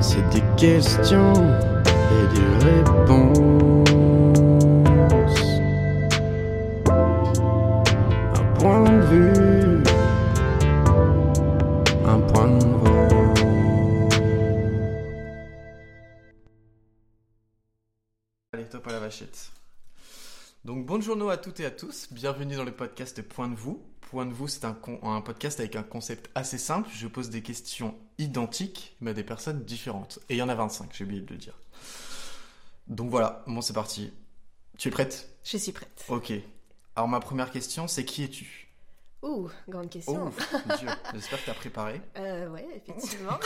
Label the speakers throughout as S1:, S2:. S1: c'est des questions et des réponses. Un point de vue, un point de vue.
S2: Allez, top à la vachette. Donc bonjour à toutes et à tous, bienvenue dans le podcast Point de vous. Point de vous, c'est un, con- un podcast avec un concept assez simple. Je pose des questions identiques, mais à des personnes différentes. Et il y en a 25, j'ai oublié de le dire. Donc voilà, bon c'est parti. Tu es prête
S3: Je suis prête.
S2: Ok. Alors ma première question, c'est qui es-tu
S3: Ouh, grande question.
S2: Oh, Dieu, j'espère que t'as préparé.
S3: Euh, ouais, effectivement.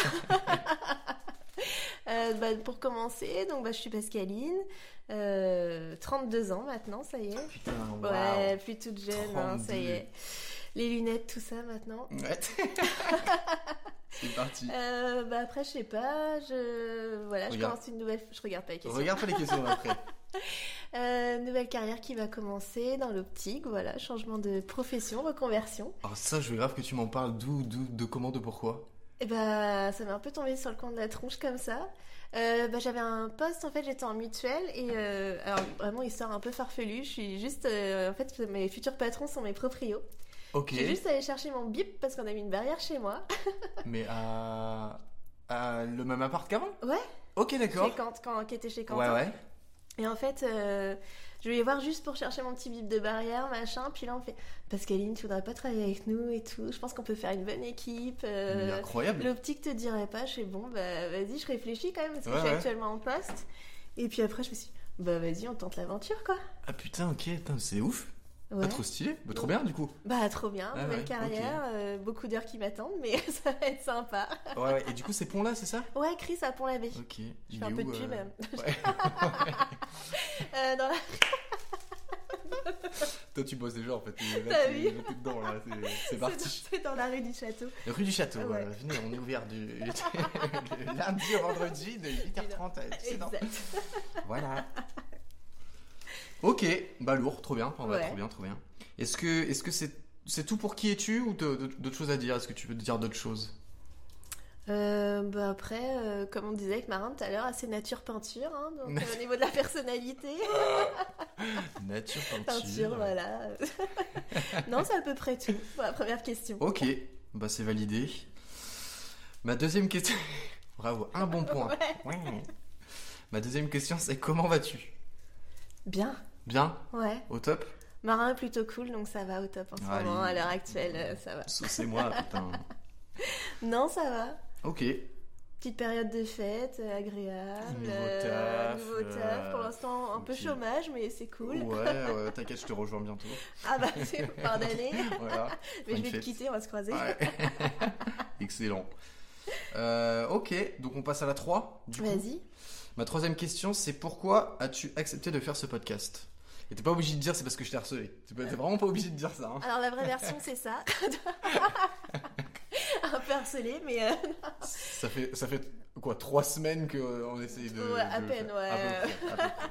S3: Euh, bah, pour commencer, donc bah, je suis Pascaline, euh, 32 ans maintenant, ça y est.
S2: Putain, waouh.
S3: Ouais, plus toute jeune, hein, ça y
S2: 32.
S3: est. Les lunettes, tout ça maintenant.
S2: Ouais. c'est parti.
S3: Euh, bah, après, je sais pas, je voilà, je
S2: Regarde.
S3: commence une nouvelle. Je regarde pas les questions.
S2: Regarde pas les questions après.
S3: Euh, nouvelle carrière qui va commencer dans l'optique, voilà, changement de profession, reconversion.
S2: Alors Ah, ça, je veux grave que tu m'en parles d'où, d'où, de comment, de pourquoi.
S3: Et bah, ça m'est un peu tombé sur le coin de la tronche comme ça. Euh, bah, j'avais un poste, en fait, j'étais en mutuelle. Et euh, alors, vraiment, histoire un peu farfelue. Je suis juste. euh, en fait, mes futurs patrons sont mes proprios.
S2: Ok.
S3: J'ai juste allé chercher mon bip parce qu'on a mis une barrière chez moi.
S2: Mais à... à le même appart qu'avant
S3: Ouais.
S2: Ok, d'accord.
S3: Chez Kant- quand, qui était chez Quentin.
S2: Ouais, ouais.
S3: Et en fait, euh, je voulais voir juste pour chercher mon petit bip de barrière, machin. Puis là, on me fait Pascaline, tu voudrais pas travailler avec nous et tout. Je pense qu'on peut faire une bonne équipe.
S2: Mais
S3: euh,
S2: incroyable.
S3: L'optique te dirait pas, je fais bon, bah vas-y, je réfléchis quand même, parce que
S2: Ouais,
S3: je suis
S2: ouais.
S3: actuellement en poste. Et puis après, je me suis dit, bah vas-y, on tente l'aventure quoi.
S2: Ah putain, ok, putain, c'est ouf.
S3: Ouais.
S2: Pas trop stylé. Bah, trop bien, du coup.
S3: Bah trop bien,
S2: Ah
S3: nouvelle
S2: ouais,
S3: carrière, euh, beaucoup d'heures qui m'attendent, mais ça va être sympa.
S2: Ouais, ouais. Et du coup, c'est pont là, c'est ça
S3: Ouais, Chris à Pont-l'Abbé.
S2: Ok.
S3: Je
S2: Il
S3: fais un
S2: est
S3: peu
S2: où,
S3: de
S2: euh,
S3: pub. même.
S2: ouais.
S3: dans la...
S2: Toi, tu bosses déjà, en fait. Là,
S3: T'as
S2: t'es-
S3: vu
S2: là, t'es dedans, là. C'est- C'est
S3: c'est dans-
S2: parti.
S3: C'est dans, la rue du château.
S2: Rue du Château,
S3: Ouais.
S2: voilà. venez, on est ouvert du le lundi au vendredi de 8h30 à 17h.
S3: Exact.
S2: Voilà. Ok, bah lourd, trop bien, on va
S3: Ouais.
S2: trop bien, trop bien. Est-ce que est-ce que c'est c'est tout pour qui es-tu ou t'as d'autres d'autres choses à dire Est-ce que tu veux dire d'autres choses
S3: Euh, bah après, euh, comme on disait avec Marin tout à l'heure, assez nature peinture, hein, donc euh, au niveau de la personnalité,
S2: Nature
S3: peinture, voilà. non, c'est à peu près tout. Voilà, première question.
S2: Ok, bah c'est validé. Ma deuxième question. Bravo, un bon point. Ouais. Ma deuxième question, c'est comment vas-tu
S3: Bien,
S2: Bien
S3: ouais.
S2: Au top
S3: Marin est plutôt cool, donc ça va au top en ce
S2: Allez.
S3: moment, à l'heure actuelle, euh, ça va.
S2: Saucez-moi, putain.
S3: Non, ça va.
S2: Ok.
S3: Petite période de fête, euh, agréable.
S2: Nouveau
S3: euh,
S2: taf,
S3: nouveau taf.
S2: euh,
S3: Pour l'instant, un peu
S2: tranquille.
S3: chômage, mais c'est cool.
S2: Ouais, ouais, t'inquiète, je te rejoins bientôt.
S3: Ah bah, c'est fin d'année.
S2: Voilà.
S3: Mais je
S2: Bonne
S3: vais te
S2: fête.
S3: quitter, on va se croiser.
S2: Ouais. Excellent. Euh, ok, donc on passe à la 3. Du coup.
S3: Vas-y.
S2: Ma troisième question, c'est pourquoi as-tu accepté de faire ce podcast Et t'es pas obligé de dire c'est parce que je t'ai harcelé. T'es pas- t'es vraiment pas obligé de dire ça. hein.
S3: Alors, la vraie version, c'est ça. un peu harcelé, mais euh,
S2: Ça fait, ça fait quoi, 3 semaines qu'on essaye de.
S3: Ouais, à
S2: de le
S3: peine,
S2: faire. Ah,
S3: ouais.
S2: À peu près, à peu près.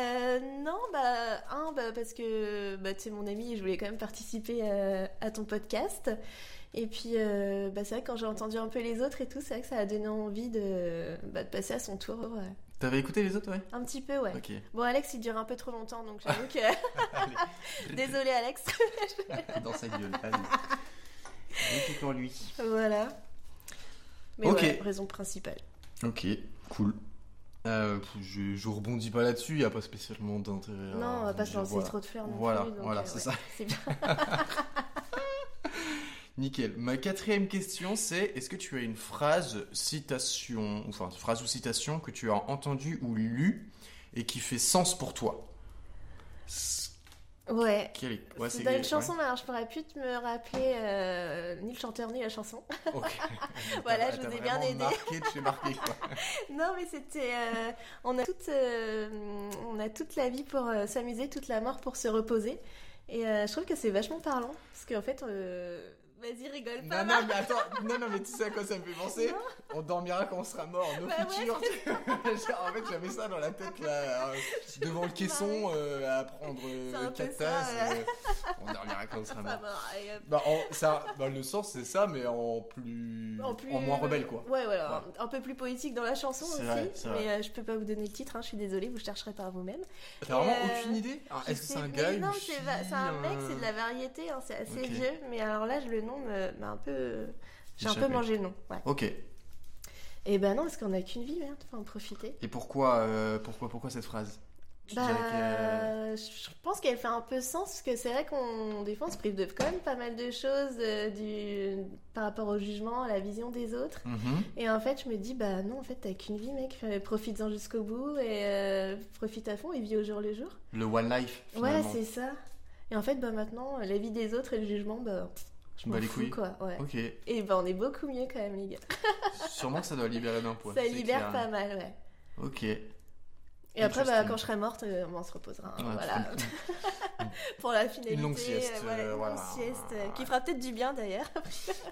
S3: euh, non, bah, un, bah, parce que bah, tu es mon ami et je voulais quand même participer euh, à ton podcast. Et puis, euh, bah, c'est vrai, que quand j'ai entendu un peu les autres et tout, c'est vrai que ça a donné envie de, bah, de passer à son tour. ouais.
S2: T'avais écouté les autres, ouais
S3: Un petit peu, ouais.
S2: Ok.
S3: Bon, Alex, il dure un peu trop longtemps, donc j'avoue que.
S2: Allez.
S3: Désolé, Alex.
S2: Dans sa gueule, allez. Écoutons lui.
S3: voilà. Mais
S2: Ok.
S3: ouais, raison principale.
S2: Ok, cool. Euh, je, je rebondis pas là-dessus, il a pas spécialement d'intérêt. à
S3: non, on va pas
S2: rebondir,
S3: se lancer
S2: voilà.
S3: trop de fleurs non
S2: Euh, Voilà,
S3: plus, donc,
S2: voilà,
S3: euh,
S2: c'est
S3: ouais.
S2: ça.
S3: C'est bien.
S2: Nickel. Ma quatrième question, c'est est-ce que tu as une phrase, citation, ou enfin phrase ou citation que tu as entendue ou lue et qui fait sens pour toi S-
S3: Ouais.
S2: quelle est- ouais,
S3: c'est
S2: c'est-
S3: dans une
S2: ouais.
S3: chanson, mais alors je pourrais plus te me rappeler euh, ni le chanteur ni la chanson.
S2: Ok.
S3: Voilà,
S2: T'as-
S3: je vous
S2: t'as
S3: ai bien
S2: vraiment
S3: aidé.
S2: Marqué de chez marqué, quoi.
S3: non, mais c'était. euh, on, a toute, euh, on a toute la vie pour euh, s'amuser, toute la mort pour se reposer. Et euh, je trouve que c'est vachement parlant. Parce qu'en fait, euh, Vas-y, rigole pas.
S2: Non, non, mais attends, non, non, mais tu sais à quoi ça me fait penser On dormira quand on sera mort, nos
S3: Bah ouais,
S2: futurs. Genre, en fait, j'avais ça dans la tête, là, euh, devant le caisson, euh, à prendre euh,
S3: C'est un peu
S2: quatre
S3: ça,
S2: tasses,
S3: ouais.
S2: euh, on dormira quand on sera
S3: Marc.
S2: mort.
S3: Enfin, bon, euh, allez, hop.
S2: Bah, en- ça, dans le sens, c'est ça, mais en plus... moins rebelle, quoi.
S3: Ouais, ouais, un- un peu plus poétique dans la chanson
S2: C'est
S3: aussi.
S2: vrai, c'est vrai.
S3: mais euh, je peux pas vous donner le titre, hein, je suis désolée, vous chercherez par vous-même.
S2: T'as vraiment
S3: Euh,
S2: aucune idée Alors, Est-ce que
S3: Je
S2: c'est
S3: sais-
S2: un
S3: mais
S2: gars, une
S3: Non,
S2: fille,
S3: c'est va- c'est un mec, c'est de
S2: un-
S3: la variété, hein, c'est assez
S2: Ok.
S3: vieux. Mais alors là, je le nom me- m'a un peu. J'ai un peu
S2: Échappé.
S3: mangé le nom. Ouais.
S2: Ok,
S3: Et ben non, parce qu'on a qu'une vie, merde, faut en profiter.
S2: et pourquoi, euh, pourquoi, pourquoi cette phrase Tu
S3: Bah,
S2: dirais euh, que-
S3: je pense qu'elle fait un peu sens parce que c'est vrai qu'on des fois on se prive de quand même pas mal de choses euh, du par rapport au jugement, à la vision des autres.
S2: Mhm.
S3: Et en fait, je me dis bah non, en fait, t'as qu'une vie, mec, Fais- profite-en jusqu'au bout et euh, profite à fond et vis au jour le jour.
S2: Le one life,
S3: Ouais,
S2: finalement.
S3: c'est ça. Et en fait, bah maintenant, la vie des autres et le jugement, bah je
S2: Bah,
S3: m'en
S2: les
S3: fous
S2: couilles.
S3: quoi. Ouais.
S2: Ok,
S3: Et bah on est beaucoup mieux quand même, les gars.
S2: sûrement que ça doit libérer d'un poids.
S3: ça
S2: c'est
S3: libère
S2: clair.
S3: pas mal, ouais.
S2: Ok.
S3: Et après, bah,
S2: Interesting.
S3: quand je serai morte, euh, on se reposera. hein,
S2: Ouais,
S3: voilà.
S2: tu
S3: Pour la finalité.
S2: Une longue sieste,
S3: euh, voilà,
S2: euh,
S3: une longue
S2: voilà.
S3: sieste, euh, qui fera peut-être du bien d'ailleurs.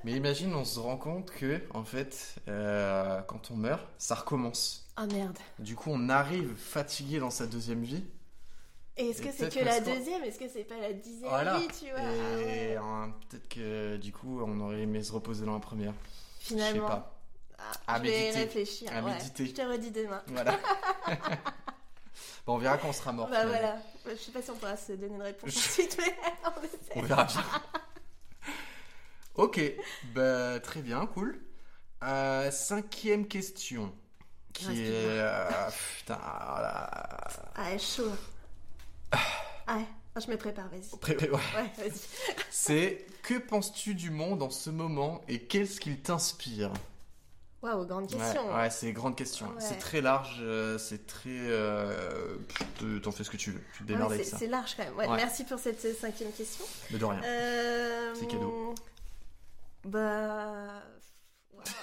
S2: Mais imagine, on se rend compte que, en fait, euh, quand on meurt, ça recommence.
S3: Ah merde.
S2: Du coup, on arrive fatigué dans sa deuxième vie.
S3: Et est-ce
S2: Et
S3: que c'est
S2: peut-être
S3: que la
S2: parce qu'on-
S3: deuxième Est-ce que c'est pas la dixième
S2: Voilà.
S3: vie, tu vois Ah
S2: Et
S3: ouais.
S2: hein, peut-être que, du coup, on aurait aimé se reposer dans la première. Je
S3: Finalement.
S2: sais pas.
S3: Ah,
S2: À
S3: je
S2: méditer.
S3: vais réfléchir.
S2: À
S3: ouais.
S2: méditer.
S3: Je te redis demain.
S2: Voilà. bon, on verra quand on sera mort.
S3: bah
S2: finalement.
S3: voilà. Je sais pas si on pourra se donner une réponse tout de suite, mais on essaie.
S2: On verra bien. ok, bah, très bien, cool. Euh, cinquième question. Qui
S3: Respire.
S2: est. euh, putain, voilà.
S3: Ah, chaud. Ah, ouais. Ah, je me prépare, vas-y.
S2: Pré- pré- ouais.
S3: Ouais, vas-y.
S2: C'est que penses-tu du monde en ce moment et qu'est-ce qu'il t'inspire
S3: Waouh, grande
S2: Ouais,
S3: question. hein. Ah,
S2: ouais, c'est grande question.
S3: Ouais.
S2: C'est très large, euh, c'est très. euh, pff, te- T'en fais ce que tu veux, tu te
S3: Ah ouais,
S2: démerdes
S3: c'est-
S2: avec ça.
S3: c'est large quand même. Ouais,
S2: Ouais.
S3: Merci pour cette euh, cinquième question.
S2: Mais de rien.
S3: Euh,
S2: C'est cadeau.
S3: Bah. wow.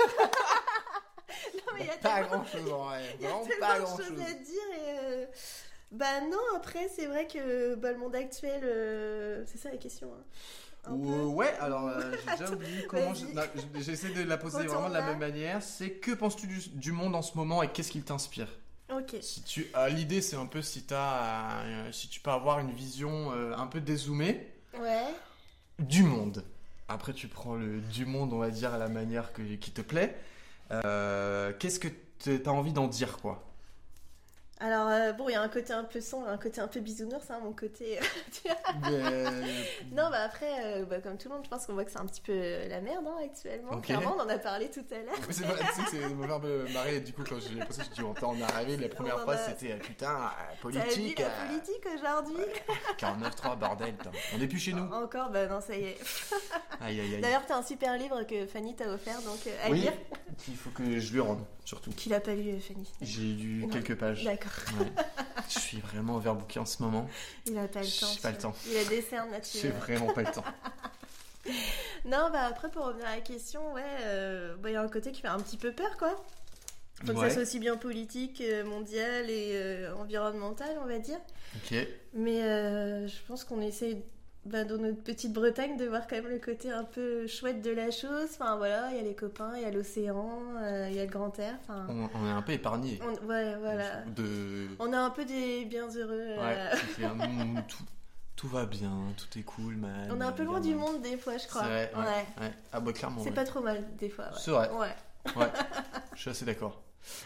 S3: non, mais il y a
S2: Bah, pas
S3: tellement,
S2: grand chose en vrai,
S3: il y a
S2: vraiment
S3: tellement
S2: pas
S3: de
S2: grand
S3: choses
S2: chose.
S3: à dire. Et euh, Bah, non, après, c'est vrai que bah, le monde actuel. euh, C'est ça la question. hein. Un peu.
S2: Ou- ouais, alors euh, j'ai déjà oublié comment. je-
S3: Vas-y.
S2: non, j- J'essaie de la poser
S3: Retourne
S2: vraiment de la
S3: là.
S2: même manière. C'est que penses-tu du, du monde en ce moment et qu'est-ce qu'il t'inspire
S3: Ok.
S2: Si tu, ah, l'idée c'est un peu si t'as, euh, si tu peux avoir une vision euh, un peu dézoomée
S3: Ouais.
S2: du monde. Après, tu prends le du monde, on va dire, à la manière que, qui te plaît. Euh, Qu'est-ce que t- t'as envie d'en dire, quoi
S3: Alors, euh, bon, il y a un côté un peu sombre, un côté un peu bisounours, hein, mon côté.
S2: Mais-
S3: Non, bah après, euh, bah, comme tout le monde, je pense qu'on voit que c'est un petit peu la merde hein, actuellement.
S2: Ok.
S3: Clairement, on en a parlé tout à l'heure.
S2: C'est vrai, tu sais que c'est ça me fait un peu marrer. Du coup, quand j'ai passé, je me suis dit, on est arrivé. La première
S3: On en
S2: phrase,
S3: a-
S2: c'était euh, putain, euh,
S3: Oh, Ça a dit
S2: politique.
S3: la
S2: euh,
S3: politique aujourd'hui.
S2: 49.3, bordel. putain. On n'est plus chez nous.
S3: Encore, bah non, ça y est.
S2: Aïe, aïe, aïe.
S3: D'ailleurs, t'as un super livre que Fanny t'a offert, donc euh, à
S2: Oui,
S3: lire.
S2: il faut que je lui rende, surtout.
S3: Tu l'as pas lu, euh, Fanny.
S2: J'ai lu
S3: Non.
S2: quelques pages.
S3: D'accord,
S2: Ouais. Je suis vraiment overbooké en ce moment.
S3: il a pas le
S2: J'ai
S3: temps.
S2: pas
S3: tu
S2: le
S3: vois.
S2: temps.
S3: Il a des cernes
S2: J'ai
S3: naturelles.
S2: vraiment pas le temps.
S3: Non, bah après, pour revenir à la question, ouais, euh, bah, il y a un côté qui fait un petit peu peur, quoi. Faut que
S2: Ouais,
S3: ça soit aussi bien politique, euh, mondial et euh, environnemental, on va dire.
S2: ok.
S3: Mais euh, je pense qu'on essaie, bah, dans notre petite Bretagne, de voir quand même le côté un peu chouette de la chose. Enfin voilà, il y a les copains, il y a l'océan, euh, il y a le grand air. Enfin,
S2: On, on est un peu épargné.
S3: on- ouais, voilà.
S2: De...
S3: On a un peu des biens heureux. euh,
S2: Ouais, c'est clair. Mm, tout, tout va bien, tout est cool, man.
S3: On est un peu loin
S2: Gamin.
S3: du monde des fois, je crois.
S2: C'est vrai, ouais.
S3: Ouais.
S2: Ouais. Ah bah clairement.
S3: C'est
S2: ouais.
S3: pas trop mal des fois.
S2: C'est vrai,
S3: Ouais. Ouais.
S2: je suis assez d'accord.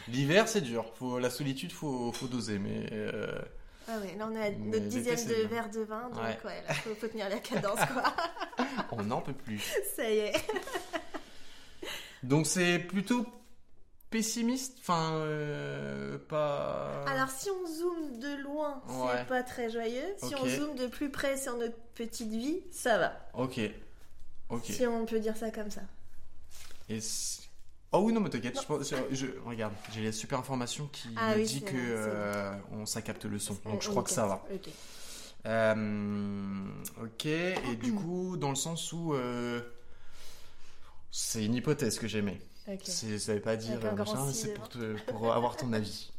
S2: L'hiver, c'est dur. Faut, la solitude, faut, faut doser, mais... euh,
S3: Ah ouais, là on est à
S2: Mais
S3: notre dixième
S2: l'été, c'est
S3: de
S2: bien.
S3: verre de vin, donc
S2: Ouais.
S3: ouais, là, faut, faut tenir la cadence quoi.
S2: on n'en peut plus.
S3: Ça y est.
S2: Donc c'est plutôt pessimiste, enfin... euh, pas...
S3: Alors si on zoome de loin,
S2: Ouais.
S3: c'est pas très joyeux. Si
S2: Ok.
S3: on zoome de plus près sur notre petite vie, ça va.
S2: Ok, ok.
S3: Si on peut dire ça comme ça.
S2: Et c'est- Oh oui, non, mais t'inquiète, je, pense- je- je- regarde, j'ai la super information qui
S3: Ah
S2: me
S3: oui,
S2: dit
S3: c'est
S2: que
S3: vrai, c'est
S2: euh, on, ça capte le son,
S3: On-
S2: donc je
S3: on
S2: crois
S3: y
S2: que ça va.
S3: capte. Ok.
S2: Euh, ok, et du coup, dans le sens où. euh, c'est une hypothèse que j'aimais.
S3: Ok.
S2: C'est- Ça veut pas dire
S3: Avec un
S2: euh,
S3: grand
S2: machin,
S3: si
S2: c'est
S3: devant.
S2: pour, te- pour avoir ton avis.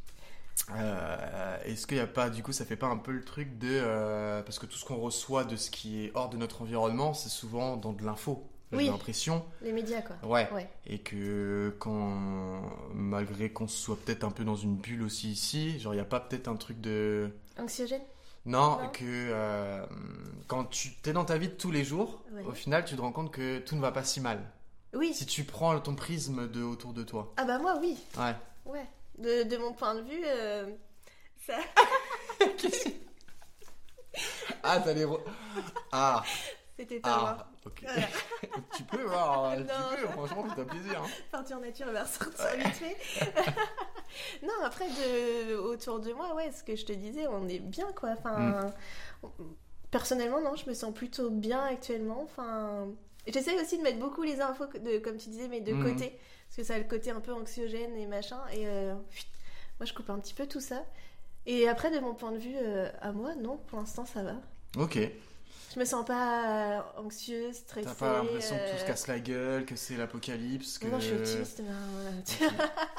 S2: Euh, Est-ce qu'il n'y a pas, du coup, ça fait pas un peu le truc de. euh, parce que tout ce qu'on reçoit de ce qui est hors de notre environnement, c'est souvent dans de l'info. j'ai
S3: Oui.
S2: l'impression.
S3: Les médias, quoi.
S2: Ouais.
S3: Ouais.
S2: Et que quand, malgré qu'on soit peut-être un peu dans une bulle aussi ici, genre il n'y a pas peut-être un truc de...
S3: Anxiogène
S2: Non,
S3: Non.
S2: que euh, quand tu t'es dans ta vie de tous les jours,
S3: Ouais.
S2: au final tu te rends compte que tout ne va pas si mal.
S3: Oui.
S2: Si tu prends ton prisme de autour de toi.
S3: Ah bah moi, oui.
S2: Ouais.
S3: Ouais. De, de mon point de vue, euh, ça...
S2: Ah, t'as les... re- Ah,
S3: c'était hein. à moi.
S2: ah, ok.
S3: Voilà.
S2: tu peux, voir, euh, tu
S3: Non.
S2: peux, franchement, c'est un plaisir. hein.
S3: Peinture nature elle va ressortir vite fait. non, après, de, autour de moi, ouais, ce que je te disais, on est bien, quoi. Enfin,
S2: Mm.
S3: on- personnellement, non, je me sens plutôt bien actuellement. Enfin, j'essaie aussi de mettre beaucoup les infos, que- de, comme tu disais, mais de
S2: Mhm.
S3: côté. Parce que ça a le côté un peu anxiogène et machin. Et euh, pfft, moi, je coupe un petit peu tout ça. Et après, de mon point de vue, euh, à moi, non, pour l'instant, ça va.
S2: Ok.
S3: Je me sens pas anxieuse, stressée.
S2: T'as pas l'impression que tout se
S3: euh,
S2: casse la gueule, que c'est l'apocalypse, que...
S3: non, non, je suis optimiste. ben, voilà.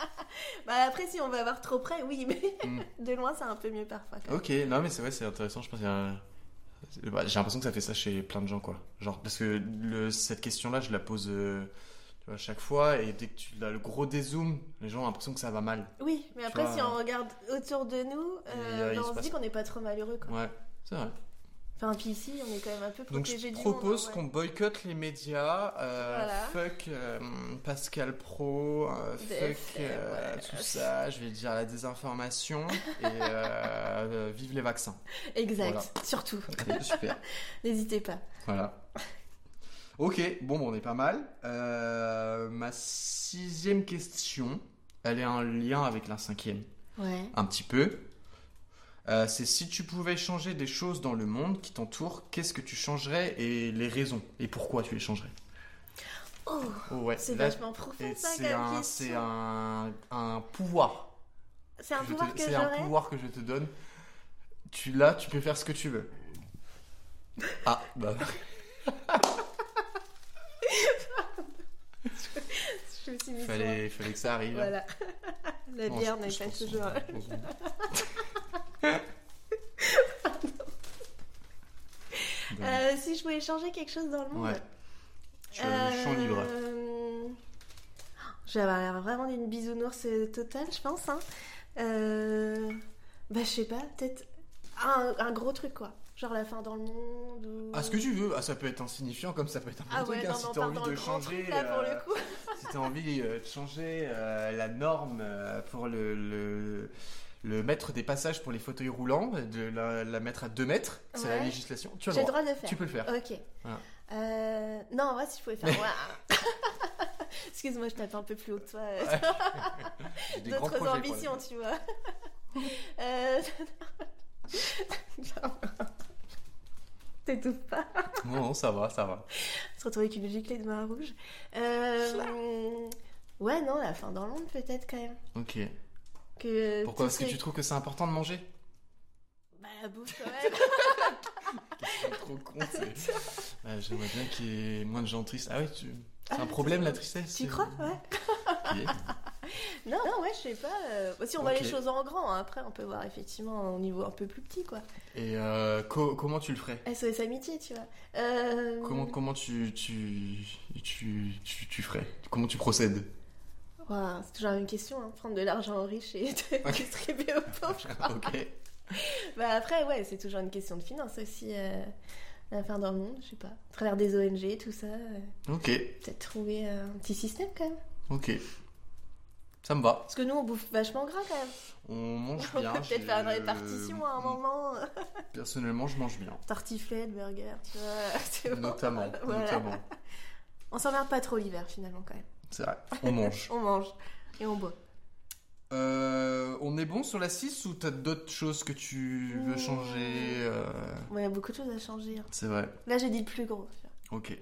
S3: bah, après, si on va voir trop près, oui, mais
S2: Hmm.
S3: de loin, c'est un peu mieux parfois. quand même.
S2: Ok, non mais c'est vrai, c'est intéressant, je pense qu'il y a un- bah, J'ai l'impression que ça fait ça chez plein de gens, quoi. Genre, parce que le, cette question-là, je la pose euh, tu vois, à chaque fois, et dès que tu as le gros dézoom, les gens ont l'impression que ça va mal.
S3: Oui, mais
S2: Tu
S3: après,
S2: vois,
S3: si on regarde autour de nous,
S2: Et,
S3: euh,
S2: euh, il
S3: bah,
S2: se
S3: on se
S2: passe-
S3: dit qu'on n'est pas trop malheureux. Quoi.
S2: Ouais, c'est vrai.
S3: Enfin, puis ici, on est quand même un peu
S2: Donc
S3: protégé
S2: je
S3: du
S2: propose
S3: monde.
S2: qu'on boycotte les médias, euh, fuck euh, Pascal Pro, euh,
S3: Des
S2: fuck
S3: faits,
S2: euh,
S3: ouais.
S2: tout ça, je vais dire la désinformation, et euh, euh, vive les vaccins.
S3: qu'on... Exact,
S2: Voilà.
S3: surtout.
S2: Ok, Super.
S3: N'hésitez pas.
S2: Voilà. Ok, bon, bon, on est pas mal. Euh, ma sixième question, elle est en lien avec la cinquième,
S3: Ouais.
S2: un petit peu. Euh, c'est si tu pouvais changer des choses dans le monde qui t'entoure, qu'est-ce que tu changerais et les raisons et pourquoi tu les changerais
S3: Oh,
S2: Oh ouais,
S3: c'est
S2: là,
S3: vachement profond,
S2: et
S3: ça,
S2: c'est
S3: comme
S2: un, c'est
S3: question.
S2: un, un pouvoir.
S3: C'est un
S2: que je te-
S3: pouvoir que
S2: c'est un
S3: j'aurais.
S2: pouvoir que je te donne. Tu l'as, tu peux faire ce que tu veux. Ah, bah.
S3: Je me suis mis sur-
S2: fallait, fallait que ça arrive.
S3: Voilà. La
S2: Non,
S3: bière
S2: je-
S3: n'est
S2: je
S3: pas
S2: pense-
S3: toujours...
S2: je pense- Dingue.
S3: Euh, si je voulais changer quelque chose dans le monde...
S2: ouais. Je, je suis en libre.
S3: Euh, Je vais avoir l'air vraiment d'une bisounours euh, totale, je pense. hein. Euh, Bah, je sais pas, peut-être un, un gros truc, quoi. Genre la fin dans le monde ou...
S2: Ah, ce que tu veux. Ah, ça peut être insignifiant comme ça peut être un bon
S3: Ah
S2: truc.
S3: ouais,
S2: hein,
S3: non,
S2: si
S3: mais on
S2: t'as
S3: part
S2: envie
S3: dans
S2: de
S3: le grand
S2: changer,
S3: truc, là, pour
S2: euh,
S3: le coup.
S2: si t'as envie euh, de changer euh, la norme euh, pour le, le, le mettre des passages pour les fauteuils roulants, de la, la mettre à 2 mètres, c'est la
S3: Ouais.
S2: législation. Tu as
S3: J'ai
S2: le
S3: le
S2: droit.
S3: droit de le faire.
S2: Tu peux Ah. le faire.
S3: Ok.
S2: Voilà.
S3: Euh, Non, moi, si je pouvais faire... Ouah. Excuse-moi, je tape un peu plus haut que toi. euh,
S2: J'ai des grands
S3: d'autres
S2: projets, quoi,
S3: ambitions,
S2: là.
S3: tu vois. Euh, non. T'étouffes pas.
S2: Non, non, ça va, ça va.
S3: se retrouver avec une gicle de main rouge. Euh, ouais, non, la fin dans le monde peut-être quand même.
S2: Ok.
S3: Que
S2: Pourquoi
S3: tout
S2: Parce que
S3: ce-
S2: tu trouves que c'est important de manger
S3: Bah la bouffe quand même.
S2: C'est trop con, c'est- Ouais, J'aimerais bien qu'il y ait moins de gens tristes. Ah ouais, tu... c'est un problème la tristesse
S3: tu crois Ouais.
S2: Ok.
S3: Non, non, ouais, je sais pas. euh, Si on voit
S2: Ok.
S3: les choses en grand, hein, après on peut voir effectivement au niveau un peu plus petit quoi.
S2: Et euh, co- comment tu le ferais
S3: SOS amitié, tu vois. Euh,
S2: Comment, comment tu, tu, tu, tu, tu ferais Comment tu procèdes
S3: ouah, c'est toujours la même question, hein, prendre de l'argent aux riches et de
S2: Ok.
S3: distribuer aux pauvres. je crois.
S2: Ok.
S3: Bah après, ouais, c'est toujours une question de finances aussi. euh, La fin dans le monde, je sais pas. À travers des ONG, tout ça. euh,
S2: Ok.
S3: Peut-être trouver euh, un petit système quand même.
S2: Ok. Ça me va.
S3: Parce que nous, on bouffe vachement gras quand même.
S2: On mange
S3: On
S2: bien.
S3: peut peut-être
S2: je-
S3: faire une répartition à un moment.
S2: Personnellement, je mange bien.
S3: Tartiflette, burger, tu vois. c'est bon.
S2: Notamment.
S3: Voilà.
S2: Notamment.
S3: On s'emmerde pas trop l'hiver finalement quand même.
S2: C'est vrai. On mange.
S3: On mange et on boit.
S2: Euh, on est bon sur la 6 ou t'as d'autres choses que tu veux changer euh,
S3: Bon, Il y a beaucoup de choses à changer. hein.
S2: C'est vrai.
S3: Là, j'ai dit le plus gros. tu vois.
S2: Ok.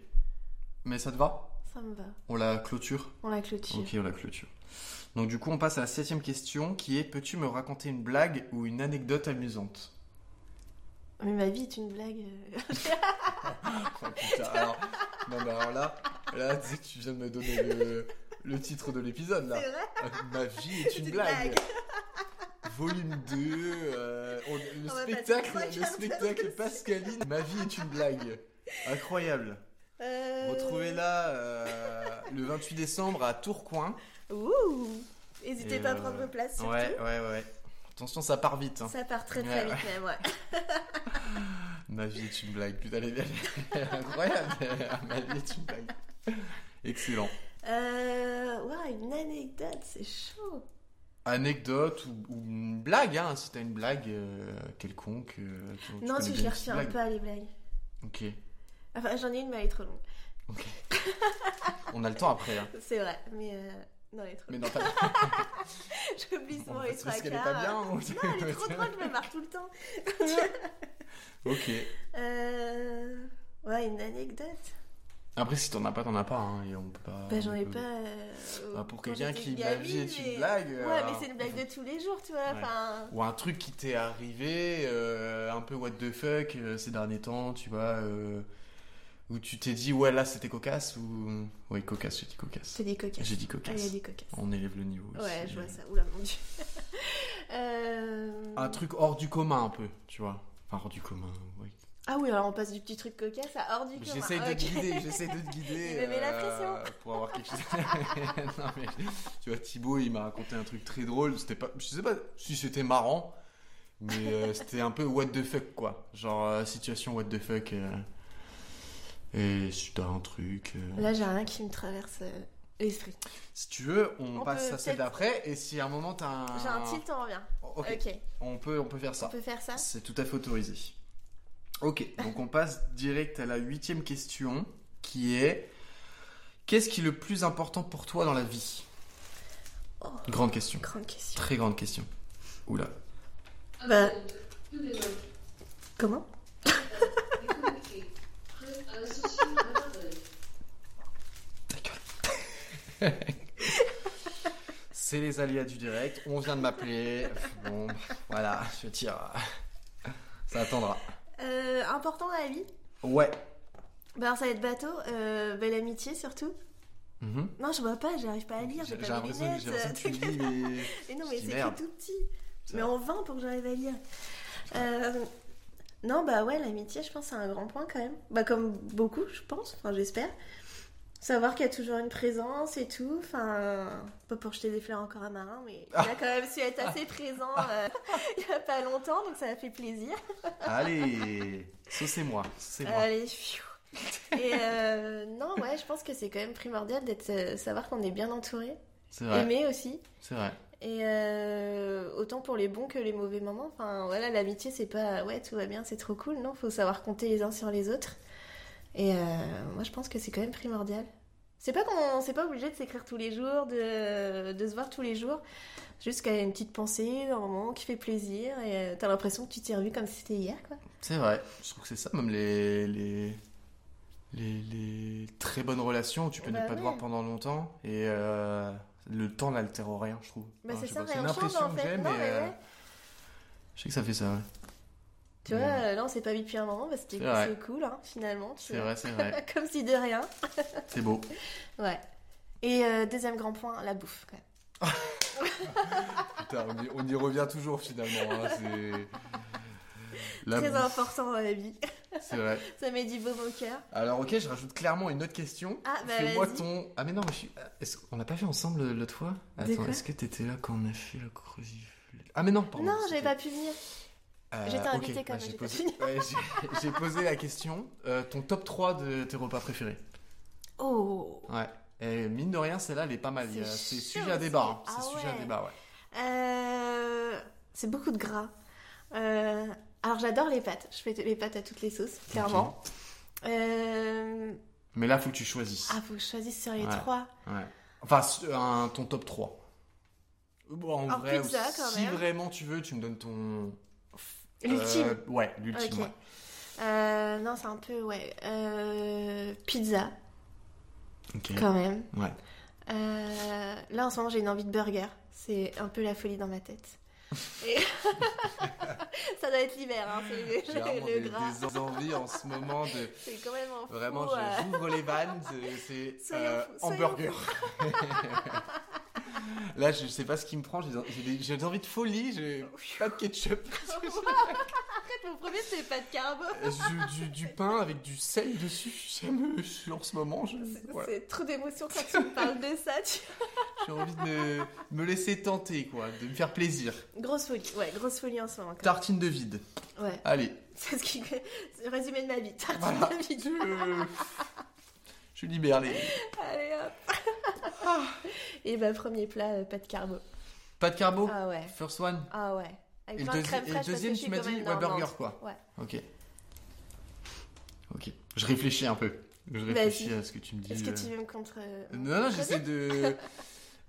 S2: Mais ça te va
S3: Ça me va.
S2: On la clôture
S3: On la clôture.
S2: Ok, on la clôture. Donc du coup, on passe à la septième question qui est peux-tu me raconter une blague ou une anecdote amusante
S3: Mais ma vie est une blague. euh. Ah,
S2: Oh, putain, alors, non, mais alors là, là, tu sais que tu viens de me donner le, le titre de l'épisode là.
S3: C'est vrai
S2: Ma vie est
S3: C'est
S2: une,
S3: une
S2: blague. Volume 2, euh, on- le
S3: On va passer
S2: spectacle,
S3: trois
S2: le
S3: quarts d'heure
S2: spectacle Pascaline. Ma vie est une blague. Incroyable.
S3: Euh,
S2: Retrouvez-la euh, le 28 décembre à Tourcoing.
S3: Ouh N'hésitez
S2: Et,
S3: pas à
S2: euh,
S3: prendre place surtout.
S2: Ouais, ouais, ouais. Attention, ça part vite. hein.
S3: Ça part très
S2: Ouais,
S3: très vite même, ouais.
S2: Ma vie est une blague. Putain, elle est, elle est incroyable. Ma vie est une blague. Excellent.
S3: Euh, ouah, une anecdote, c'est chaud.
S2: Anecdote ou, ou une blague, hein, si t'as une blague euh, quelconque. euh, tu- tu
S3: non,
S2: connais bien
S3: tu je les
S2: une petite
S3: retiens
S2: blague.
S3: pas les blagues.
S2: Ok,
S3: Enfin, j'en ai une, mais elle est trop longue.
S2: ok. On a le temps après. hein.
S3: C'est vrai, mais euh, non, elle est trop
S2: Mais
S3: longue.
S2: non, t'as
S3: J'oublie souvent
S2: Bon,
S3: les
S2: c'est
S3: trois
S2: parce qu'elle est
S3: quarts.
S2: pas bien,
S3: Non,
S2: ou-
S3: elle est trop drôle, je me marre tout le temps.
S2: Ok.
S3: Euh, ouais, une anecdote.
S2: Après, si t'en as pas, t'en as pas. hein, et on peut pas.
S3: bah, j'en ai
S2: on peut-
S3: pas. euh,
S2: Ah, pour
S3: quand
S2: quelqu'un
S3: j'étais
S2: qui
S3: gamine,
S2: m'avait dit une
S3: mais-
S2: blague,
S3: Ouais,
S2: euh,
S3: mais c'est une blague de tous les jours, tu vois.
S2: Ouais.
S3: Enfin,
S2: Ou un truc qui t'est arrivé, euh, un peu what the fuck euh, ces derniers temps, tu vois, euh, où tu t'es dit ouais là c'était cocasse ou oui cocasse, j'ai dit cocasse,
S3: c'est des cocasses.
S2: j'ai dit
S3: Ah, il y a
S2: cocasse.
S3: des cocasses.
S2: On élève le niveau. ici.
S3: Ouais, je vois ça. Oula, mon dieu. Euh,
S2: Un truc hors du commun un peu, tu vois, enfin hors du commun. Oui.
S3: Ah oui, alors on passe du petit truc cocasse à hors du commun.
S2: J'essaye de
S3: Ok.
S2: te guider, j'essaye de te guider. euh,
S3: Il me met la pression.
S2: Pour avoir quelque chose. non, mais, tu vois, Thibaut, il m'a raconté un truc très drôle. C'était pas, je sais pas si c'était marrant, mais euh, c'était un peu what the fuck, quoi. Genre, euh, situation what the fuck. euh, et si t'as un truc. euh,
S3: Là, j'ai rien qui me traverse euh, l'esprit.
S2: Si tu veux, on,
S3: On
S2: passe
S3: peut
S2: à celle
S3: peut-être-
S2: d'après. Et si à un moment t'as un.
S3: J'ai un tilt, on revient.
S2: Ah. Ok,
S3: ok,
S2: On, peut, on peut faire
S3: on
S2: ça.
S3: peut faire ça
S2: C'est tout à fait autorisé. Ok, donc on passe direct à la huitième question qui est Qu'est-ce qui est le plus important pour toi dans la vie
S3: Oh.
S2: Grande question.
S3: Grande question.
S2: Très grande question. Oula.
S3: Bah, comment
S2: C'est les aléas du direct. On vient de m'appeler. Bon, voilà, je tire. Ça attendra.
S3: Euh, Important dans la vie
S2: Ouais.
S3: Bah, alors, ça va être bateau, euh, belle amitié surtout.
S2: Mhm.
S3: Non, je vois pas, j'arrive pas à lire, j'ai
S2: J'ai
S3: pas mes
S2: l'impression j'ai
S3: lunettes.
S2: l'impression que tu le dis, mais.
S3: mais non,
S2: je
S3: mais
S2: dis
S3: c'est écrit
S2: merde.
S3: tout petit.
S2: C'est
S3: Mais
S2: vrai.
S3: en vain pour que j'arrive à lire. Euh, non, bah ouais, l'amitié, je pense, c'est un grand point quand même. Bah, comme beaucoup, je pense, enfin, j'espère. Savoir qu'il y a toujours une présence et tout. Enfin, pas pour jeter des fleurs encore à Marin, mais il a quand même su être assez présent euh, il y a pas longtemps, donc ça a fait plaisir.
S2: Allez, saucez-moi. Saucez-moi.
S3: Allez, pfiou. Et euh, non, ouais, je pense que c'est quand même primordial d'être euh, savoir qu'on est bien entouré,
S2: C'est vrai.
S3: aimé aussi.
S2: C'est vrai.
S3: Et euh, autant pour les bons que les mauvais moments. Enfin, voilà, l'amitié, c'est pas ouais, tout va bien, c'est trop cool. Non, faut savoir compter les uns sur les autres. Et euh, moi, je pense que c'est quand même primordial. C'est pas qu'on, c'est pas obligé de s'écrire tous les jours, de, de se voir tous les jours. Juste qu'il y a une petite pensée, un moment qui fait plaisir, et euh, t'as l'impression que tu t'es revu comme si c'était hier, quoi.
S2: C'est vrai, je trouve que c'est ça, même les, les, les, les très bonnes relations où tu peux
S3: Bah
S2: ne pas te
S3: ouais.
S2: voir pendant longtemps et euh, le temps n'altère rien, je trouve.
S3: Bah,
S2: Enfin,
S3: c'est
S2: je sais
S3: ça,
S2: pas, c'est
S3: rien ne change en
S2: l'impression que
S3: fait.
S2: j'ai,
S3: Non,
S2: mais
S3: mais
S2: euh,
S3: ouais.
S2: je sais que ça fait ça, hein. ouais.
S3: Tu
S2: Mais,
S3: vois,
S2: euh,
S3: euh, là, on s'est pas vu depuis un moment, bah, c'était
S2: C'est vrai.
S3: c'est cool, hein, finalement. tu
S2: C'est
S3: vois.
S2: vrai, c'est vrai,
S3: comme si de rien.
S2: c'est beau.
S3: Ouais. Et euh, deuxième grand point, la bouffe, quand même.
S2: Putain, on y, on y revient toujours finalement. hein, c'est La
S3: Très
S2: bouffe,
S3: important dans la vie.
S2: C'est vrai.
S3: Ça met du beau au cœur.
S2: Alors, ok, je rajoute clairement une autre question.
S3: Ah, bah,
S2: Fais-moi
S3: vas-y.
S2: ton. Ah, mais non, mais je suis. Est-ce qu'on l'a pas fait ensemble l'autre fois
S3: De
S2: Attends,
S3: quoi
S2: est-ce que t'étais là quand on a fait la croziflette Ah, mais non, pardon.
S3: non,
S2: c'était-
S3: j'avais pas pu venir.
S2: Euh,
S3: J'étais
S2: ok,
S3: invitée quand même,
S2: j'ai
S3: j'ai
S2: posé,
S3: pas
S2: ouais, j'ai- j'ai posé la question. Euh, ton top 3 de tes repas préférés
S3: Oh.
S2: Ouais. Et mine de rien, celle-là, elle est pas mal.
S3: C'est
S2: Il y a- C'est
S3: chaud
S2: sujet à
S3: aussi.
S2: débat. hein.
S3: Ah
S2: C'est sujet à
S3: ouais.
S2: débat, ouais.
S3: Euh, C'est beaucoup de gras. Euh, Alors j'adore les pâtes. Je fais les pâtes à toutes les sauces, clairement. Euh,
S2: Mais là, faut que tu choisisses.
S3: Ah, faut que je choisisse sur les
S2: Ouais.
S3: trois.
S2: Ouais. Enfin, su- un- ton top 3. Euh, Bon, en
S3: En
S2: vrai,
S3: pizza, quand
S2: si
S3: même.
S2: vraiment tu veux, tu me donnes ton.
S3: L'ultime.
S2: Euh, ouais, l'ultime.
S3: ok.
S2: ouais.
S3: Euh, non, c'est un peu, ouais. Euh, Pizza,
S2: Ok.
S3: quand même.
S2: Ouais.
S3: Euh, là, en ce moment, j'ai une envie de burger. C'est un peu la folie dans ma tête. Et- Ça doit être l'hiver, hein, c'est
S2: J'ai vraiment
S3: le,
S2: des,
S3: le gras.
S2: des envies en ce moment de.
S3: C'est complètement fou.
S2: Vraiment,
S3: euh.
S2: je- j'ouvre les vannes, c'est- c'est
S3: Soyons
S2: euh,
S3: fous, soyons
S2: hamburger. Là, je sais pas ce qui me prend, j'ai des- j'ai des, j'ai des envies de folie, j'ai pas de ketchup.
S3: mon premier, c'est pas de carbo.
S2: du, du- du pain avec du sel dessus. Ça me- je suis en ce moment. je-
S3: C'est
S2: voilà.
S3: c'est trop d'émotions quand tu me parles de ça. tu-
S2: J'ai envie de me laisser tenter, quoi, de me faire plaisir.
S3: Grosse folie, ouais, grosse folie en ce moment. quand
S2: Tartine de vide.
S3: même. Ouais,
S2: Allez.
S3: c'est ce qui... c'est le résumé de ma vie. Tartine
S2: Voilà.
S3: de vie.
S2: Je, je libère les.
S3: Allez hop.
S2: Ah.
S3: Et bah, premier plat, euh, pas de carbo.
S2: Pas de carbo.
S3: Ah ouais,
S2: First one.
S3: ah ouais. Avec
S2: Et le,
S3: plein de
S2: deuxi-
S3: crème
S2: et le
S3: fraîche parce que
S2: deuxième,
S3: je suis
S2: tu m'as
S3: quand
S2: dit
S3: même
S2: ouais,
S3: normande.
S2: burger, quoi.
S3: Ouais.
S2: Ok. Ok. Je réfléchis un peu. Je
S3: Vas-y.
S2: réfléchis à ce que tu me dis.
S3: Est-ce que
S2: euh.
S3: tu veux me contre... euh,
S2: Non, non,
S3: contredire
S2: j'essaie de.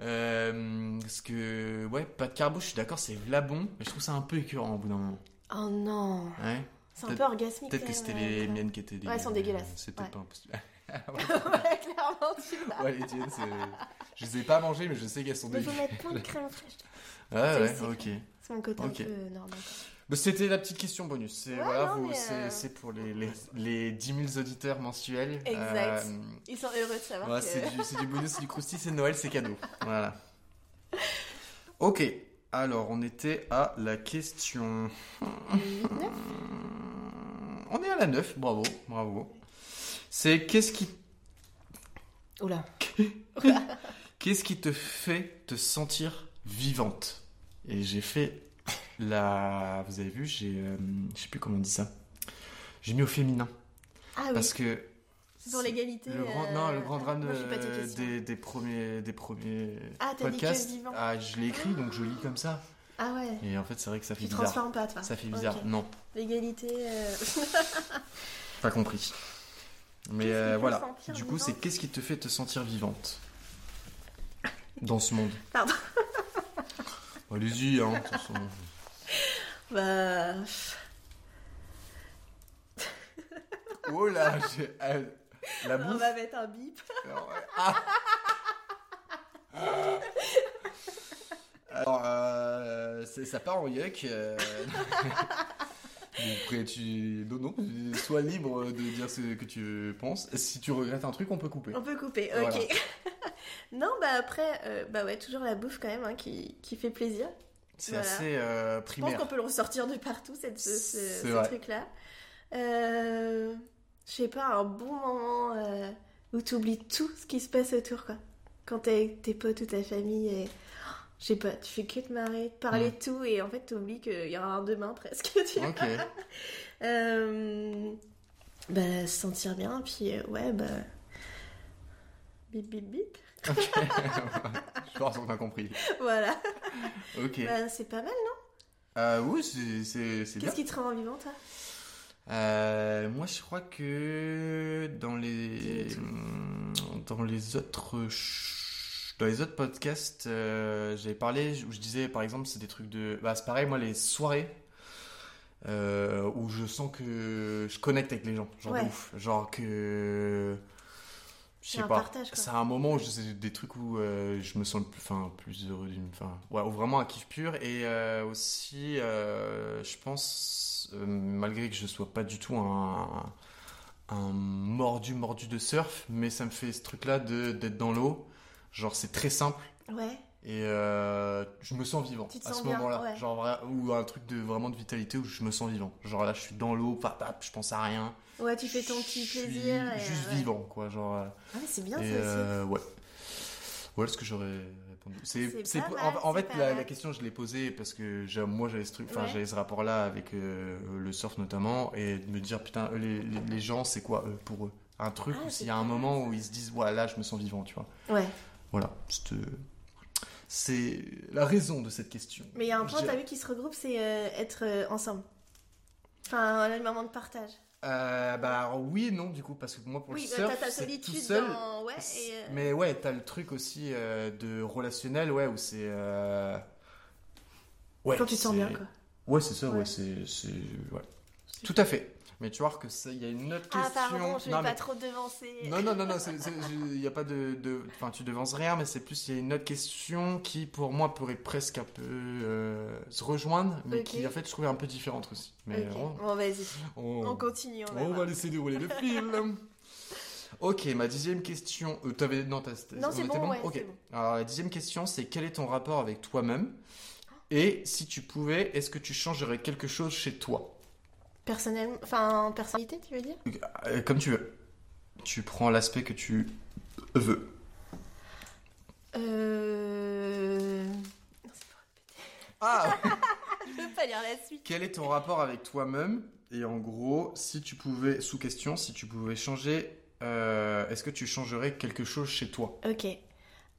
S2: Euh, parce que, ouais, pas de carbo, je suis d'accord, c'est vlabon, mais je trouve ça un peu écœurant au bout d'un moment.
S3: Oh non
S2: Ouais.
S3: C'est un
S2: Peut-être-
S3: peu orgasmique.
S2: Peut-être
S3: quand
S2: que c'était
S3: même,
S2: les
S3: quoi.
S2: miennes qui étaient dégueulasses.
S3: Ouais, elles sont dégueulasses.
S2: C'est peut-être
S3: Ouais.
S2: pas impossible.
S3: ouais, clairement, tu vas.
S2: Ouais, les tiennes, c'est. Je les ai pas mangées, mais je sais qu'elles sont
S3: Mais faut
S2: dégueulasses.
S3: mettre plein de crème fraîche.
S2: Ouais, ouais,
S3: c'est-
S2: ok.
S3: C'est mon côté
S2: Ok.
S3: un peu normal. quoi.
S2: Bah, C'était la petite question bonus. C'est
S3: Ouais,
S2: voilà,
S3: non,
S2: vous-
S3: mais,
S2: c'est
S3: euh,
S2: c'est pour les, les, les 10 000 auditeurs mensuels. Euh,
S3: Exact. Ils sont heureux de savoir
S2: voilà,
S3: que...
S2: c'est du, c'est du bonus, c'est du crousti, c'est Noël, c'est cadeau. Voilà. Ok, alors on était à la question.
S3: Neuf.
S2: On est à la 9, bravo, bravo. C'est qu'est-ce qui,
S3: Oula.
S2: qu'est-ce qui te fait te sentir vivante Et j'ai fait la. Vous avez vu, j'ai. euh, je sais plus comment on dit ça. J'ai mis au féminin.
S3: Ah oui,
S2: Parce que.
S3: c'est pour l'égalité.
S2: Le grand,
S3: euh,
S2: non, le grand drame
S3: moi, je suis pas
S2: euh,
S3: diététicienne.
S2: des, des premiers, des premiers
S3: Ah, t'as dit que
S2: podcasts.
S3: vivant.
S2: Ah, je l'ai écrit, donc je lis comme ça.
S3: Ah ouais.
S2: Et en fait, c'est vrai que ça fait
S3: Tu
S2: bizarre.
S3: transformes pas, toi.
S2: Ça fait
S3: Ok.
S2: bizarre. Non,
S3: L'égalité... euh,
S2: pas compris. Mais
S3: Qu'est-ce
S2: euh,
S3: qui te
S2: voilà.
S3: fait sentir
S2: Du coup, c'est
S3: vivante
S2: qu'est-ce qui te fait te sentir vivante dans ce monde
S3: Pardon.
S2: Allez-y, hein. de toute façon.
S3: Bah... pff,
S2: Oh là, j'ai- euh, la
S3: On
S2: bouffe.
S3: va mettre un bip.
S2: Alors, euh, ah. Alors, euh, c'est- ça part en yuck. euh. Bon, après, tu... Non, non, tu- sois libre de dire ce que tu penses. Si tu regrettes un truc, on peut couper.
S3: On peut couper, ok.
S2: Voilà.
S3: non, bah après, euh, bah ouais, toujours la bouffe quand même hein, qui, qui fait plaisir.
S2: C'est
S3: voilà.
S2: assez euh,
S3: Je pense
S2: primaire.
S3: qu'on peut le ressortir de partout, cette, ce, ce-
S2: C'est
S3: ce
S2: vrai.
S3: truc-là. Euh, je sais pas, un bon moment euh, où tu oublies tout ce qui se passe autour, quoi. Quand t'es avec tes potes ou ta famille et... oh, Je sais pas, tu fais que te marrer, te parler
S2: Mm.
S3: de tout et en fait t'oublies qu'il y aura un demain presque. tu vois.
S2: Ok.
S3: Euh, bah, se sentir bien, puis euh, ouais, bah. Bip bip bip.
S2: Ok. Je pense qu'on a compris.
S3: Voilà.
S2: Ok.
S3: Bah, c'est pas mal.
S2: Euh, oui, c'est- c'est c'est bien.
S3: Qu'est-ce qui te rend vivant, toi
S2: Euh, moi, je crois que dans les
S3: Dis-le tout.
S2: hum, dans les autres ch- dans les autres podcasts, euh, j'avais parlé où je disais par exemple c'est des trucs de bah c'est pareil moi les soirées euh, où je sens que je connecte avec les gens genre de
S3: Ouais.
S2: ouf genre que je
S3: C'est
S2: sais
S3: un
S2: pas
S3: partage, quoi.
S2: c'est un moment où je- c'est des trucs où euh, je me sens le plus enfin plus heureux d'une enfin ouais où vraiment un kiff pur et euh, aussi euh, je pense euh, malgré que je sois pas du tout un un mordu mordu de surf mais ça me fait ce truc là de d'être dans l'eau genre c'est très simple
S3: Ouais.
S2: et euh, je me sens vivant
S3: Tu te
S2: à
S3: sens
S2: ce
S3: bien,
S2: moment là
S3: ouais.
S2: genre vra- ou un truc de vraiment de vitalité où je me sens vivant genre là je suis dans l'eau pap, pap, je pense à rien
S3: Ouais, tu fais ton petit
S2: Je suis
S3: plaisir. et,
S2: juste
S3: euh, ouais.
S2: vivant quoi genre euh,
S3: Ah, mais c'est bien ça
S2: et
S3: aussi.
S2: euh, ouais. Voilà ce que j'aurais répondu. C'est,
S3: C'est
S2: c'est-
S3: pas
S2: en-
S3: mal,
S2: en,
S3: c'est
S2: fait,
S3: pas
S2: la,
S3: mal.
S2: la question, je l'ai posée parce que j'ai- moi, j'avais ce, truc, enfin,
S3: Ouais.
S2: j'avais ce rapport-là avec euh, le surf notamment et de me dire, putain, eux, les, les- les gens, c'est quoi eux, pour eux Un truc
S3: Ah,
S2: où
S3: c'est
S2: s'il y a
S3: pas
S2: un
S3: mal,
S2: moment
S3: ça.
S2: où ils se disent, voilà, là, je me sens vivant, tu vois.
S3: Ouais.
S2: Voilà. C'est, euh, c'est la raison de cette question.
S3: Mais il y a un point,
S2: Je-
S3: t'as vu, qui se regroupe, c'est euh, être euh, ensemble. Enfin, le moment de partage.
S2: Euh, bah alors, oui et non, du coup, parce que moi, pour
S3: oui,
S2: le
S3: bah,
S2: surf,
S3: t'as ta
S2: c'est
S3: solitude
S2: tout seul.
S3: dans. Ouais, et. euh,
S2: Mais ouais, t'as le truc aussi euh, de relationnel, ouais, où c'est. euh, Ouais,
S3: Quand tu te sens
S2: c'est-
S3: bien, quoi.
S2: Ouais, c'est ça, ouais,
S3: Ouais.
S2: c'est. c'est- ouais. Tout à fait. Mais tu vois que ça- il y a une autre
S3: Ah,
S2: question.
S3: pardon, je vais
S2: non,
S3: pas
S2: mais-
S3: trop devancer.
S2: non, non, non, non, c'est- c'est- je- il n'y a pas de. de- Enfin, tu devances rien, mais c'est plus, il y a une autre question qui, pour moi, pourrait presque un peu euh, se rejoindre, mais
S3: Ok.
S2: qui, en fait, je trouvais un peu différente aussi. Mais
S3: Ok,
S2: on-
S3: bon, vas-y,
S2: on-
S3: on continue. On va
S2: on
S3: voir.
S2: va laisser dérouler le fil. Ok, ma dixième question. Euh, t'avais- Non, t'as- t'as-
S3: Non,
S2: on
S3: c'est
S2: était
S3: bon, ouais,
S2: Ok.
S3: c'est bon.
S2: Alors, la dixième question, c'est quel est ton rapport avec toi-même Et si tu pouvais, est-ce que tu changerais quelque chose chez toi
S3: Personnellement, enfin, personnalité, tu veux dire
S2: Euh, Comme tu veux. Tu prends l'aspect que tu veux.
S3: Euh. Non, c'est pas-
S2: Ah
S3: Je veux pas lire la suite.
S2: Quel est ton rapport avec toi-même Et en gros, si tu pouvais, sous question, si tu pouvais changer, euh, est-ce que tu changerais quelque chose chez toi
S3: Ok.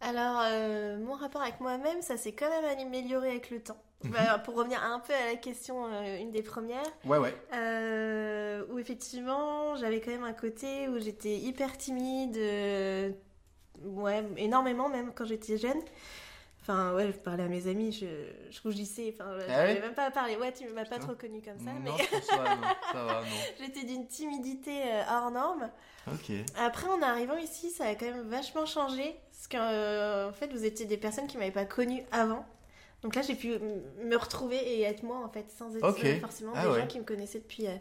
S3: Alors, euh, mon rapport avec moi-même, ça s'est quand même amélioré avec le temps.
S2: Mhm.
S3: Bah, pour revenir un peu à la question, euh, une des premières,
S2: Ouais, ouais.
S3: euh, où effectivement, j'avais quand même un côté où j'étais hyper timide, euh, ouais, énormément même quand j'étais jeune. Enfin, ouais, je parlais à mes amis, je, je rougissais, enfin, ouais,
S2: Ah
S3: j'arrivais
S2: ouais
S3: même pas à parler. Ouais, tu m'as pas
S2: Putain. Mm,
S3: trop connue comme ça,
S2: non,
S3: mais
S2: je pense pas, non. Ça va, non.
S3: j'étais d'une timidité euh, hors norme.
S2: Ok.
S3: Après, en arrivant ici, ça a quand même vachement changé. Parce que, euh, en fait, vous étiez des personnes qui m'avaient pas connue avant. Donc là, j'ai pu m- me retrouver et être moi, en fait, sans être
S2: Ok.
S3: euh, forcément
S2: Ah
S3: des
S2: ouais.
S3: gens qui me connaissaient depuis euh,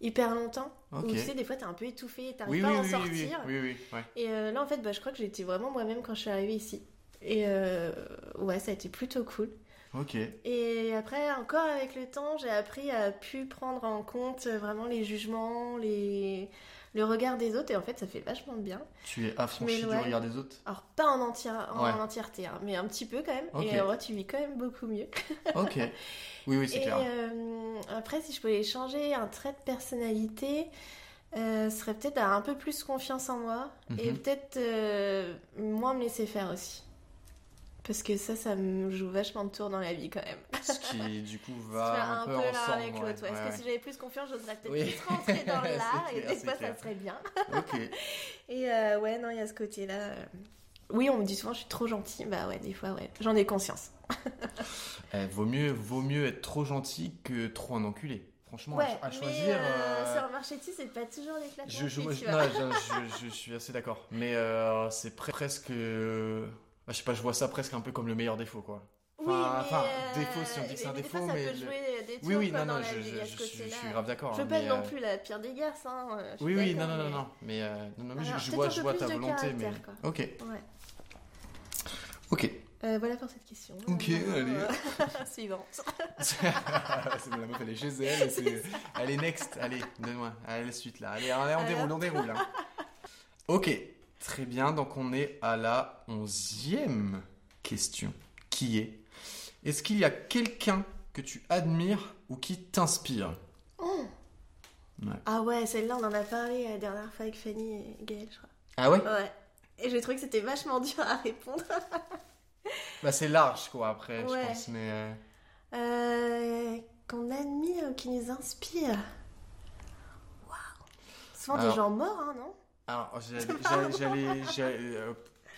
S3: hyper longtemps.
S2: Ok.
S3: Où, tu sais, des fois, t'es un peu étouffé, t'arrives
S2: Oui, oui,
S3: pas à en
S2: oui,
S3: sortir.
S2: oui, oui, oui, oui, ouais.
S3: Et euh, là, en fait, bah, je crois que j'ai été vraiment moi-même quand je suis arrivée ici. Et euh, ouais, ça a été plutôt cool.
S2: Ok.
S3: Et après, encore avec le temps, j'ai appris à plus prendre en compte euh, vraiment les jugements, les... le regard des autres. Et en fait, ça fait vachement de bien.
S2: Tu es affranchi
S3: Je
S2: du
S3: m'éloigne.
S2: regard des autres
S3: Alors, pas en, entière, en
S2: Ouais.
S3: entièreté, hein, mais un petit peu quand même.
S2: Ok.
S3: Et en vrai, tu vis quand même beaucoup mieux.
S2: Ok. Oui, oui, c'est
S3: Et
S2: clair.
S3: euh, après, si je pouvais changer un trait de personnalité, euh, ce serait peut-être d'avoir un peu plus confiance en moi et
S2: Mhm.
S3: peut-être euh, moins me laisser faire aussi. Parce que ça, ça me joue vachement de tour dans la vie quand même.
S2: Ce qui, du coup,
S3: Faire
S2: va un, peu,
S3: l'un
S2: ensemble.
S3: avec
S2: ouais,
S3: l'autre. ouais. Parce
S2: ouais,
S3: que si j'avais plus confiance, j'oserais peut-être
S2: Oui.
S3: plus rentrer dans
S2: C'est
S3: l'art et
S2: clair,
S3: des
S2: c'est
S3: fois,
S2: clair.
S3: ça serait bien.
S2: ouais. Ok.
S3: Et euh, ouais, non, il y a ce côté-là. euh. Oui, on me dit souvent je suis trop gentille. Bah ouais, des fois, ouais. J'en ai conscience.
S2: Eh, vaut, mieux, vaut mieux être trop gentil que trop un enculé. Franchement, à
S3: ouais,
S2: ch- à,
S3: mais
S2: choisir.
S3: euh,
S2: euh,
S3: sur un marchetti, c'est pas toujours l'éclatement.
S2: Je, je,
S3: de hein.
S2: moi,
S3: cul,
S2: je-
S3: tu vois.
S2: non, je- je- je suis assez d'accord. Mais euh, c'est pre- presque. euh, bah, je sais pas, je vois ça presque un peu comme le meilleur défaut, quoi.
S3: Oui, mais,
S2: enfin,
S3: euh,
S2: défaut, si on dit que c'est un
S3: mais
S2: défaut,
S3: Des fois, ça
S2: mais
S3: peut
S2: le-
S3: jouer des tours
S2: Oui, oui,
S3: quoi,
S2: non,
S3: dans
S2: non,
S3: la
S2: je,
S3: vie,
S2: je-
S3: à ce
S2: je- je
S3: côté-là.
S2: suis grave d'accord.
S3: Je veux
S2: hein,
S3: pas
S2: mais,
S3: non
S2: euh,
S3: plus la pire des garces. Hein. euh, je suis
S2: Oui, oui, non,
S3: d'accord,
S2: non, non,
S3: mais-
S2: non. Mais, euh, non, non, mais je-
S3: Alors,
S2: je,
S3: peut-être
S2: vois,
S3: un
S2: je
S3: peu
S2: vois ta
S3: plus de
S2: volonté, mais.
S3: caractère, quoi.
S2: Ok,
S3: Ouais.
S2: ok.
S3: Euh, voilà pour cette question.
S2: Ok,
S3: Euh, Suivante.
S2: c'est bon, la meuf, elle est chez elle. et c'est- Elle est next. Allez, donne-moi. Allez, la suite là. Allez, allez, on
S3: Alors.
S2: déroule, on déroule. hein. Ok, très bien. Donc, on est à la onzième question qui est Est-ce qu'il y a quelqu'un que tu admires ou qui t'inspire
S3: Ah ouais, celle-là, on en a parlé euh, la dernière fois avec Fanny et Gaël, je crois.
S2: Ah ouais
S3: Ouais. Et j'ai trouvé que c'était vachement dur à répondre.
S2: Bah, c'est large quoi après,
S3: Ouais.
S2: je pense. Mais. euh,
S3: Euh, qu'on admire ou qui nous inspire. Waouh. Souvent
S2: Alors-
S3: des gens morts, hein, non
S2: Alors, j'allais. j'allais- j'allais- j'allais- euh,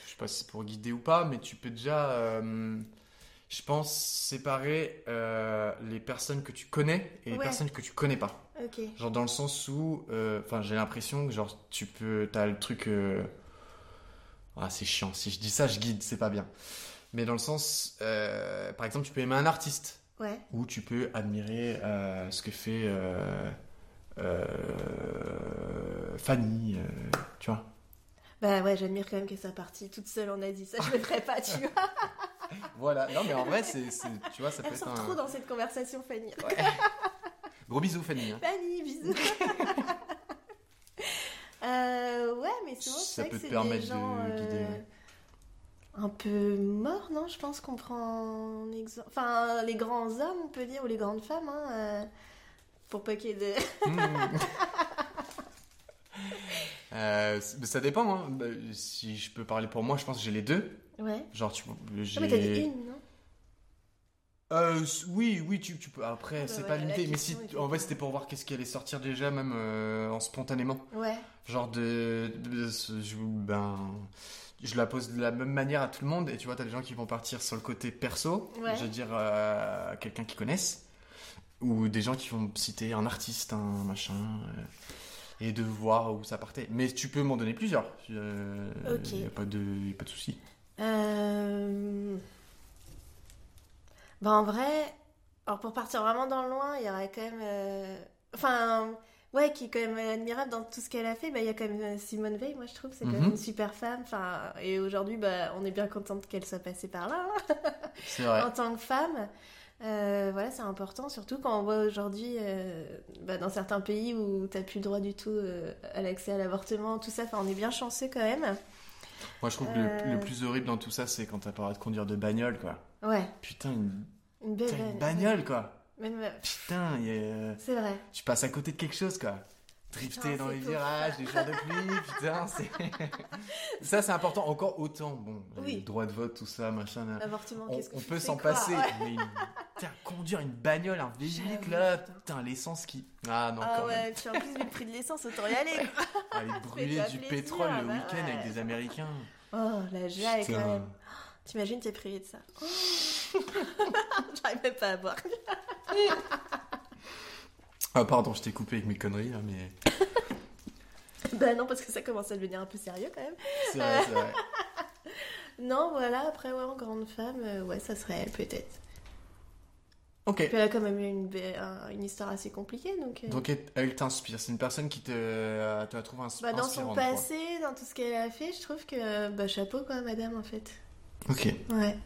S2: Je sais pas si c'est pour guider ou pas, mais tu peux déjà. euh, je pense séparer euh, les personnes que tu connais et les
S3: Ouais.
S2: personnes que tu connais pas.
S3: Ok.
S2: Genre dans le sens où, euh, enfin j'ai l'impression que genre tu peux, t'as le truc, euh, ah c'est chiant. Si je dis ça, je guide, c'est pas bien. Mais dans le sens, euh, par exemple, tu peux aimer un artiste
S3: Ouais.
S2: ou tu peux admirer euh, ce que fait euh, euh, Fanny, euh, tu vois.
S3: Bah ouais, j'admire quand même que soit partie toute seule on a dit Ça, je le ferais pas, tu vois.
S2: Voilà. Non mais en vrai, c'est, c'est- tu vois, ça peut
S3: Elle
S2: être
S3: sort
S2: un
S3: trop dans cette conversation, Fanny.
S2: gros bisou Fanny. hein.
S3: Fanny, bisous. Euh, ouais, mais souvent,
S2: Ça
S3: c'est vrai
S2: peut
S3: que
S2: te
S3: c'est des
S2: permettre
S3: gens
S2: de
S3: euh,
S2: guider, ouais.
S3: un peu morts, non Je pense qu'on prend un exemple. Enfin, les grands hommes, on peut dire, ou les grandes femmes, hein, euh, pour pas qu'il y ait de...
S2: Mmh. Euh, c- ça dépend. hein. Bah, Si je peux parler pour moi, je pense que j'ai les deux.
S3: Ouais.
S2: Genre, tu.
S3: Ah,
S2: j'ai-
S3: mais t'as dit une, non
S2: Euh, s- oui, oui, tu, tu peux. Après,
S3: Ah, bah
S2: c'est
S3: voilà,
S2: pas
S3: la
S2: limité. Mais si,
S3: question était-
S2: en vrai, c'était pour voir qu'est-ce qui allait sortir déjà, même euh, en spontanément.
S3: Ouais.
S2: Genre de, de ce- je, ben, je la pose de la même manière à tout le monde. Et tu vois, t'as des gens qui vont partir sur le côté perso.
S3: Ouais.
S2: Je veux dire, euh, quelqu'un qu'ils connaissent. Ou des gens qui vont citer un artiste, un machin. euh, et de voir où ça partait. Mais tu peux m'en donner plusieurs. Euh,
S3: Ok.
S2: Y a pas de, y a pas de souci.
S3: Euh... Ben, en vrai, alors pour partir vraiment dans le loin, il y aurait quand même. euh, Enfin, ouais, qui est quand même admirable dans tout ce qu'elle a fait. Ben, il y a quand même euh, Simone Veil, moi je trouve, c'est quand même
S2: Mhm.
S3: une super femme. Enfin, ben, et aujourd'hui, bah, on est bien contente qu'elle soit passée par là hein,
S2: C'est vrai.
S3: en tant que femme. Euh, voilà, c'est important, surtout quand on voit aujourd'hui euh, bah, dans certains pays où t'as plus le droit du tout euh, à l'accès à l'avortement, tout ça. Enfin, on est bien chanceux quand même.
S2: Moi, je trouve que le,
S3: Euh.
S2: le plus horrible dans tout ça, c'est quand t'as pas le droit de conduire de bagnole, quoi.
S3: Ouais,
S2: Putain, une,
S3: une belle
S2: putain, une
S3: vanne.
S2: bagnole, quoi.
S3: Même, euh,
S2: Putain, il y a- euh,
S3: c'est vrai.
S2: je passe à côté de quelque chose, quoi. Drifter
S3: Putain,
S2: dans
S3: c'est
S2: les
S3: cool.
S2: virages, les jours de pluie, putain, c'est... ça, c'est important. Encore autant, bon,
S3: Oui.
S2: le droit de vote, tout ça, machin... là.
S3: L'avortement,
S2: On,
S3: qu'est-ce que
S2: on
S3: tu
S2: peut
S3: fais,
S2: s'en
S3: quoi
S2: passer,
S3: Ouais.
S2: mais une- putain, conduire une bagnole, un véhicule,
S3: J'avoue,
S2: là,
S3: putain.
S2: putain, l'essence qui... Ah non,
S3: Ah
S2: quand même.
S3: ouais, puis en plus, vu le prix de l'essence, autant y aller. quoi.
S2: Aller brûler
S3: Fais-toi
S2: du
S3: plaisir,
S2: pétrole le
S3: bah
S2: week-end
S3: ouais.
S2: avec des Américains.
S3: Oh, la jaille quand
S2: Putain.
S3: même. T'imagines, t'es privé de ça. Oh. J'arrive même pas à boire.
S2: Ah pardon, je t'ai coupé avec mes conneries, là, mais...
S3: Bah non, parce que ça commence à devenir un peu sérieux quand même.
S2: C'est vrai, c'est vrai.
S3: Non, voilà, après, ouais, en grande femme, euh, ouais, ça serait elle peut-être.
S2: Ok.
S3: Puis elle a quand même eu une, be- un- une histoire assez compliquée, donc... euh,
S2: Donc elle- elle t'inspire, c'est une personne qui te, euh, te trouve ins-
S3: bah, dans son
S2: inspirante,
S3: passé, dans tout ce qu'elle a fait, je trouve que... Bah, chapeau, quoi, madame, en fait.
S2: quoi. Ok.
S3: Ouais.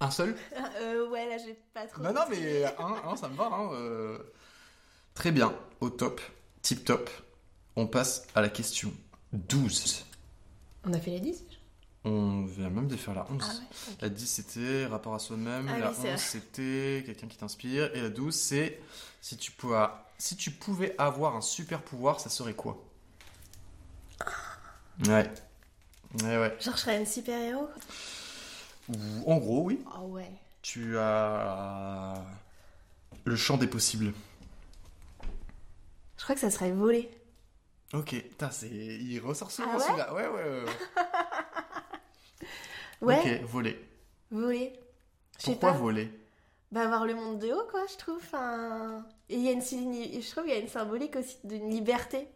S2: Un seul
S3: Euh, ouais, là, j'ai pas trop...
S2: Bah Non, non, mais euh, un, un, ça me va. hein, euh. Très bien, au top, tip top. On passe à la question 12.
S3: On a fait les 10
S2: On vient même de faire la 11.
S3: Ah ouais.
S2: La 10 c'était rapport à soi-même,
S3: Ah
S2: la
S3: oui, c'est
S2: 11 c'était quelqu'un qui t'inspire, et la 12 c'est si tu, pouvais, si tu pouvais avoir un super pouvoir, ça serait quoi Ouais. Ouais, ouais.
S3: Genre, je serais une super-héros, quoi.
S2: Ou- En gros, oui.
S3: Ah ouais.
S2: Tu as le champ des possibles.
S3: Je crois que ça serait voler.
S2: Ok, putain, c'est... il ressort souvent
S3: Ah ouais
S2: celui-là. Ouais, ouais, ouais.
S3: Ouais,
S2: Ok, voler.
S3: voler. Je sais
S2: Pourquoi
S3: pas.
S2: voler
S3: bah, voir le monde de haut, quoi, je trouve. Enfin... Et il y a une... Je trouve qu'il y a une symbolique aussi d'une liberté.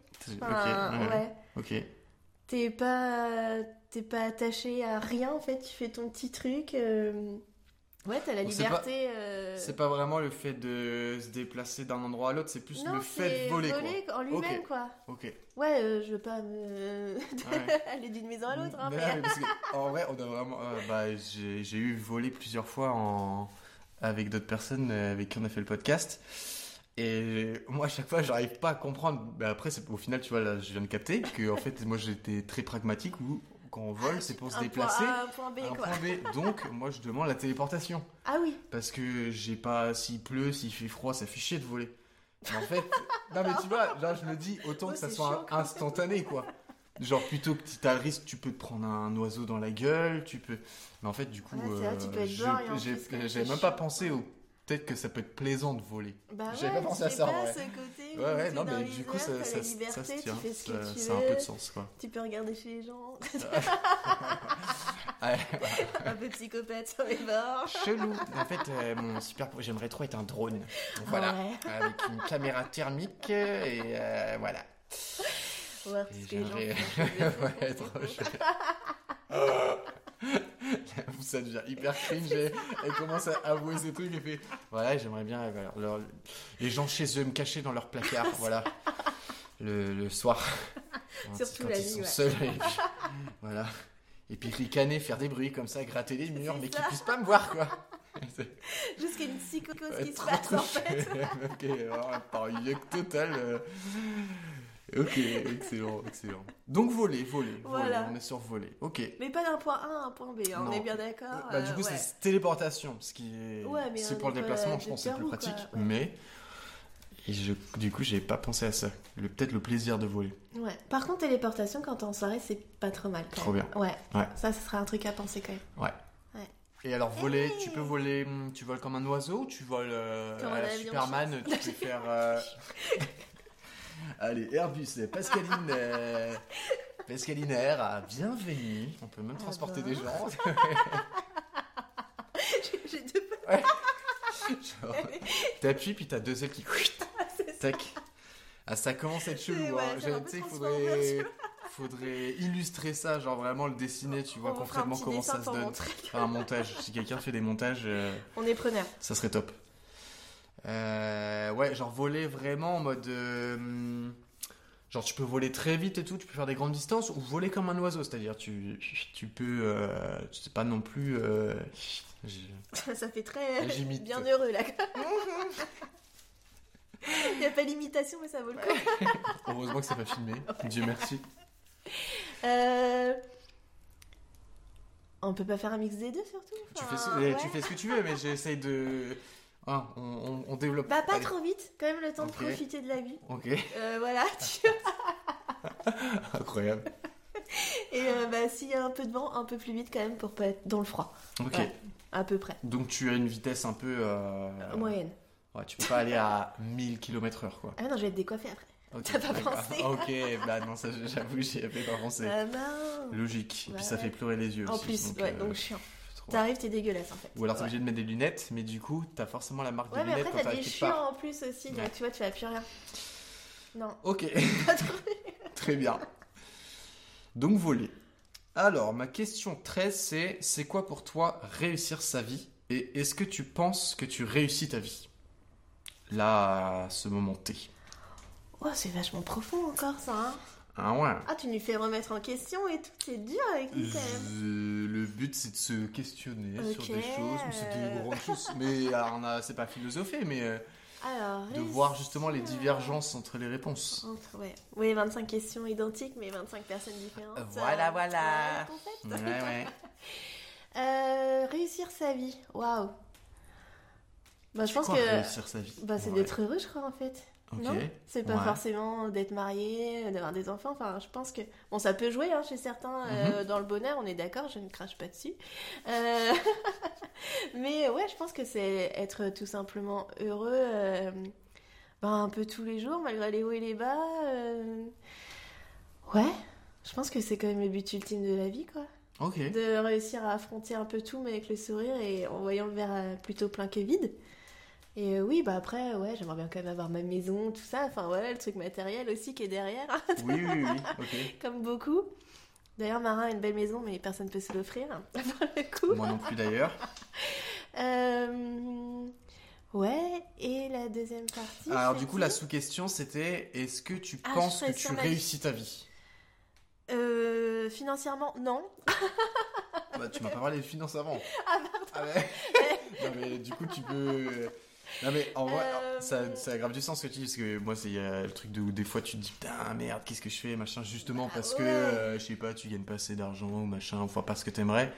S3: Enfin,
S2: Ok, ouais,
S3: ouais.
S2: ok.
S3: T'es pas, t'es pas attaché à rien en fait, tu fais ton petit truc. euh, Ouais, t'as la
S2: Bon, c'est
S3: liberté. euh,
S2: C'est pas vraiment le fait de se déplacer d'un endroit à l'autre, c'est plus
S3: Non,
S2: le fait
S3: c'est
S2: de voler, quoi.
S3: en lui-même quoi.
S2: Ok.
S3: Ouais, euh, je veux pas me...
S2: Ouais. Bah
S3: aller d'une maison à l'autre. hein,
S2: Mais
S3: mais-
S2: là, mais parce que, en vrai, on a vraiment. euh, bah, j'ai j'ai eu volé plusieurs fois en... avec d'autres personnes euh, avec qui on a fait le podcast. Et moi, à chaque fois, j'arrive pas à comprendre. Bah, après, c'est- au final, tu vois, là, je viens de capter que, en fait, moi, j'étais très pragmatique où, quand on vole, c'est pour se
S3: Ah, un
S2: déplacer.
S3: Point A, un point B
S2: à un
S3: quoi.
S2: point B. Donc, moi, je demande la téléportation.
S3: Ah oui,
S2: Parce que j'ai pas. S'il pleut, s'il fait froid, ça fait chier de voler. Mais en fait. non, mais tu vois, genre, je me dis, autant
S3: Oh,
S2: que ça
S3: c'est
S2: soit
S3: chiant, quand même.
S2: instantané, quoi. Genre, plutôt que t'as le risque, tu peux te prendre un oiseau dans la gueule, tu peux. Mais en fait, du coup. euh,
S3: Ouais, Ah, c'est vrai, tu peux être
S2: je-
S3: beurre et en
S2: j'ai-
S3: plus, quand
S2: J'avais
S3: c'est
S2: même pas
S3: chaud.
S2: pensé au. Peut-être que ça peut être plaisant de voler.
S3: bah ouais,
S2: J'avais pas pensé à
S3: tu
S2: ça, en
S3: fais
S2: vrai.
S3: pas ce côté.
S2: Ouais, ouais,
S3: t'es
S2: non,
S3: dans
S2: mais
S3: les
S2: du coup,
S3: airs,
S2: ça,
S3: t'as
S2: ça,
S3: la
S2: ça
S3: liberté,
S2: se tient.
S3: Tu fais ce que
S2: Ça-
S3: tu
S2: ça a un
S3: veux,
S2: peu de sens, quoi.
S3: Tu peux regarder chez les gens.
S2: Ouais.
S3: un peu psychopathe sur les bords.
S2: Chelou. En fait, euh, mon super. pouvoir, J'aimerais trop être un drone. Donc, Voilà.
S3: Ah Ouais,
S2: Avec une caméra thermique, euh, et euh, voilà.
S3: voir ce
S2: Et
S3: que les gens
S2: j'aimerais-
S3: font.
S2: ouais, trop chouette. J'avoue, ça devient hyper cringe. Elle, elle commence à avouer ses trucs et fait Voilà, j'aimerais bien euh, leur- leur- les gens chez eux me cacher dans leur placard. voilà. Le, le soir. Quand-
S3: Surtout
S2: quand
S3: la
S2: ils
S3: nuit,
S2: sont
S3: ouais.
S2: seuls. Et puis, voilà. Et puis ricaner, faire des bruits comme ça, gratter les murs,
S3: C'est
S2: mais qu'ils
S3: ça.
S2: puissent pas me voir quoi. C'est-
S3: Juste qu'il y a une psychose qui se
S2: Trop
S3: passe en
S2: touché.
S3: fait.
S2: ok, alors, par une yuck totale. euh. Ok, excellent, excellent. Donc voler, voler,
S3: Voilà.
S2: voler, on est sur voler. Ok.
S3: Mais pas d'un point A à un point B, hein,
S2: Non.
S3: on est bien d'accord.
S2: Bah, du
S3: euh,
S2: coup,
S3: ouais.
S2: c'est téléportation, ce qui est.
S3: Ouais, mais
S2: c'est
S3: on
S2: pour le
S3: est pas
S2: déplacement,
S3: de
S2: je pense, c'est plus
S3: Pierrot, quoi,
S2: pratique.
S3: ouais.
S2: Mais. Et je, du coup, j'ai pas pensé à ça. Le- Peut-être le plaisir de voler.
S3: Ouais. Par contre, téléportation quand t'es en soirée, c'est pas trop mal. Quand
S2: Trop
S3: même. Ouais.
S2: Ouais.
S3: Ça, ce serait un truc à penser quand même.
S2: Et alors, voler,
S3: Hey
S2: tu peux voler. hum, Tu voles comme un oiseau ou tu voles euh,
S3: Comme
S2: à
S3: un
S2: la
S3: avion,
S2: Superman
S3: je
S2: Tu peux faire. euh, Allez, Airbus, Pascaline. euh, Pascaline Air, ah, bienvenue. On peut même
S3: Ah
S2: transporter
S3: bah.
S2: des gens.
S3: J'ai- J'ai deux potes,
S2: Genre, T'appuies, puis t'as deux ailes qui.
S3: c'est ça.
S2: Tac. Ah, ça commence à être
S3: C'est-
S2: chelou.
S3: ouais,
S2: hein.
S3: ça va un peu
S2: Tu sais,
S3: transformer,
S2: faudrait, faudrait illustrer ça, genre vraiment le dessiner, tu vois
S3: On fera un
S2: concrètement
S3: petit
S2: comment
S3: dessin
S2: ça se
S3: pour
S2: donne.
S3: montrer.
S2: Faire un montage. Si quelqu'un fait des montages, euh,
S3: On est preneur.
S2: ça serait top. Euh, ouais, genre voler vraiment en mode. euh, Genre, tu peux voler très vite et tout, tu peux faire des grandes distances, ou voler comme un oiseau, c'est-à-dire, tu, tu peux. Euh, tu sais pas non plus. euh, j'ai-
S3: Ça fait très euh,
S2: J'imite.
S3: bien heureux là. Il n'y a pas l'imitation, mais ça vaut le coup.
S2: Heureusement que c'est pas filmé, Dieu merci.
S3: Euh, On peut pas faire un mix des deux surtout
S2: Tu fais,
S3: Enfin,
S2: ce... eh, tu
S3: Ah, ouais.
S2: fais ce que tu veux, mais j'essaye de. Ah, on, on- on développe.
S3: Bah, pas
S2: Allez.
S3: trop vite, quand même le temps
S2: Ok.
S3: de profiter de la vie.
S2: Ok,
S3: Euh, voilà, tu vois.
S2: incroyable.
S3: Et euh, bah, s'il y a un peu de vent, un peu plus vite quand même pour pas être dans le froid.
S2: Ok,
S3: Ouais. À peu près.
S2: donc tu as une vitesse un peu. euh,
S3: Moyenne.
S2: Ouais, tu peux pas aller à 1000 km/h quoi.
S3: Ah non, je vais être décoiffée après.
S2: Ok,
S3: T'as pas
S2: d'accord.
S3: pensé.
S2: Ok, bah non, ça j'avoue, j'y avais pas pensé.
S3: Ah ben...
S2: Logique. Et
S3: Ouais,
S2: puis ça
S3: ouais.
S2: fait pleurer les yeux
S3: En
S2: aussi.
S3: plus, ouais,
S2: euh,
S3: donc chiant.
S2: pff, trop-
S3: T'arrives, t'es dégueulasse en fait.
S2: Ou alors t'es
S3: Ouais.
S2: obligé de mettre des lunettes, mais du coup, t'as forcément la marque
S3: Ouais,
S2: des
S3: mais
S2: lunettes quand
S3: après, t'as
S2: t'arrives
S3: des
S2: quelque
S3: chiens
S2: part.
S3: en plus aussi,
S2: Ouais.
S3: donc tu vois, tu vas plus rien. Non.
S2: Ok. Très bien. Donc voler. Alors, ma question 13, c'est c'est quoi pour toi réussir sa vie Et est-ce que tu penses que tu réussis ta vie Là, à ce moment T.
S3: Oh, c'est vachement profond encore ça. hein.
S2: Ah ouais.
S3: Ah, tu nous fais remettre en question et tout, c'est dur avec lui quand même.
S2: Euh, Le but, c'est de se questionner sur
S3: Ok.
S2: des choses, mais c'est des grandes choses. Mais alors, on a- c'est pas philosophé, mais euh,
S3: Alors.
S2: de
S3: réussir-
S2: voir justement les divergences entre les réponses.
S3: Entre, ouais. Oui, 25 questions identiques, mais 25 personnes différentes.
S2: Euh, voilà,
S3: Euh,
S2: voilà.
S3: euh, concept.
S2: Ouais, ouais.
S3: Euh, réussir sa vie. Waouh. Bah, je pense
S2: Quoi,
S3: que.
S2: réussir sa vie
S3: Bah, c'est
S2: Ouais.
S3: d'être heureux, je crois, en fait.
S2: Ok.
S3: Non C'est pas
S2: Ouais.
S3: forcément d'être marié, d'avoir des enfants. Enfin, je pense que. Bon, ça peut jouer hein, chez certains
S2: Mhm.
S3: euh, dans le bonheur, on est d'accord, je ne crache pas dessus. Euh, Mais ouais, je pense que c'est être tout simplement heureux euh, ben, un peu tous les jours, malgré les hauts et les bas. euh, Ouais, je pense que c'est quand même le but ultime de la vie, quoi.
S2: Ok.
S3: De réussir à affronter un peu tout, mais avec le sourire et en voyant le verre euh, plutôt plein que vide. Et euh, oui, bah après, ouais, j'aimerais bien quand même avoir ma maison, tout ça. Enfin voilà, le truc matériel aussi qui est derrière,
S2: Oui, oui, oui, oui.
S3: comme beaucoup. D'ailleurs, Marin a une belle maison, mais personne ne peut se l'offrir, pour le coup.
S2: Ok. Moi non plus d'ailleurs.
S3: Euh, Ouais, et la deuxième partie.
S2: Alors
S3: je
S2: du
S3: l'ai
S2: coup, la
S3: dit
S2: sous-question, c'était est-ce que tu
S3: Ah, je
S2: penses que
S3: ferais
S2: tu
S3: sur ma vie.
S2: réussis ta vie
S3: Euh, financièrement, non.
S2: Bah, tu m'as pas parlé de finances avant.
S3: Ah,
S2: Ah, mais... non mais du coup, tu peux. euh, Non mais en vrai,
S3: Euh,
S2: ça, ça a grave du sens ce que tu dis parce que moi c'est euh, le truc de où des fois tu te dis putain merde qu'est-ce que je fais machin justement parce que
S3: Ah, ouais.
S2: euh, je sais pas tu gagnes pas assez d'argent ou machin enfin pas ce que t'aimerais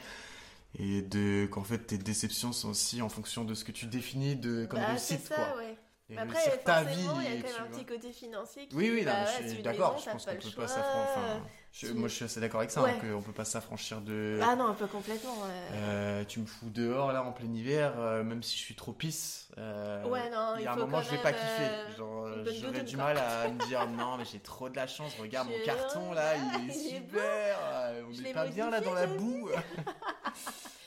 S2: et de qu'en fait tes déceptions sont aussi en fonction de ce que tu définis de comme
S3: Bah, c'est
S2: réussite
S3: ça,
S2: quoi.
S3: ouais.
S2: Et
S3: Mais Après,
S2: réussir ta vie.
S3: forcément, il y a
S2: et
S3: quand
S2: tu
S3: même un
S2: vois.
S3: petit côté financier qui.
S2: Oui, oui, non, je
S3: bah, ouais, tu
S2: suis
S3: veux une
S2: d'accord,
S3: maison,
S2: je
S3: t'as
S2: pense qu'on
S3: le
S2: peut pas
S3: choix.
S2: s'affranchir. Enfin, je-
S3: Tu-
S2: moi, je suis assez d'accord avec ça,
S3: Ouais.
S2: hein, qu'on peut pas s'affranchir de.
S3: Ah non, un peu complètement. ouais.
S2: Euh, tu me fous dehors là en plein hiver, euh, même si je suis trop pisse. euh,
S3: Ouais, non,
S2: il
S3: il
S2: y a un
S3: faut
S2: moment,
S3: quand
S2: je vais
S3: même,
S2: pas
S3: euh,
S2: kiffer. Genre,
S3: une
S2: euh,
S3: bonne
S2: j'aurais
S3: doudoune,
S2: du
S3: quoi.
S2: mal à me dire non, mais j'ai trop de la chance. Regarde mon
S3: Je-
S2: carton là, il est
S3: il est
S2: super. euh, on
S3: Je
S2: est
S3: l'ai
S2: pas bien là dans la
S3: modifié,
S2: boue.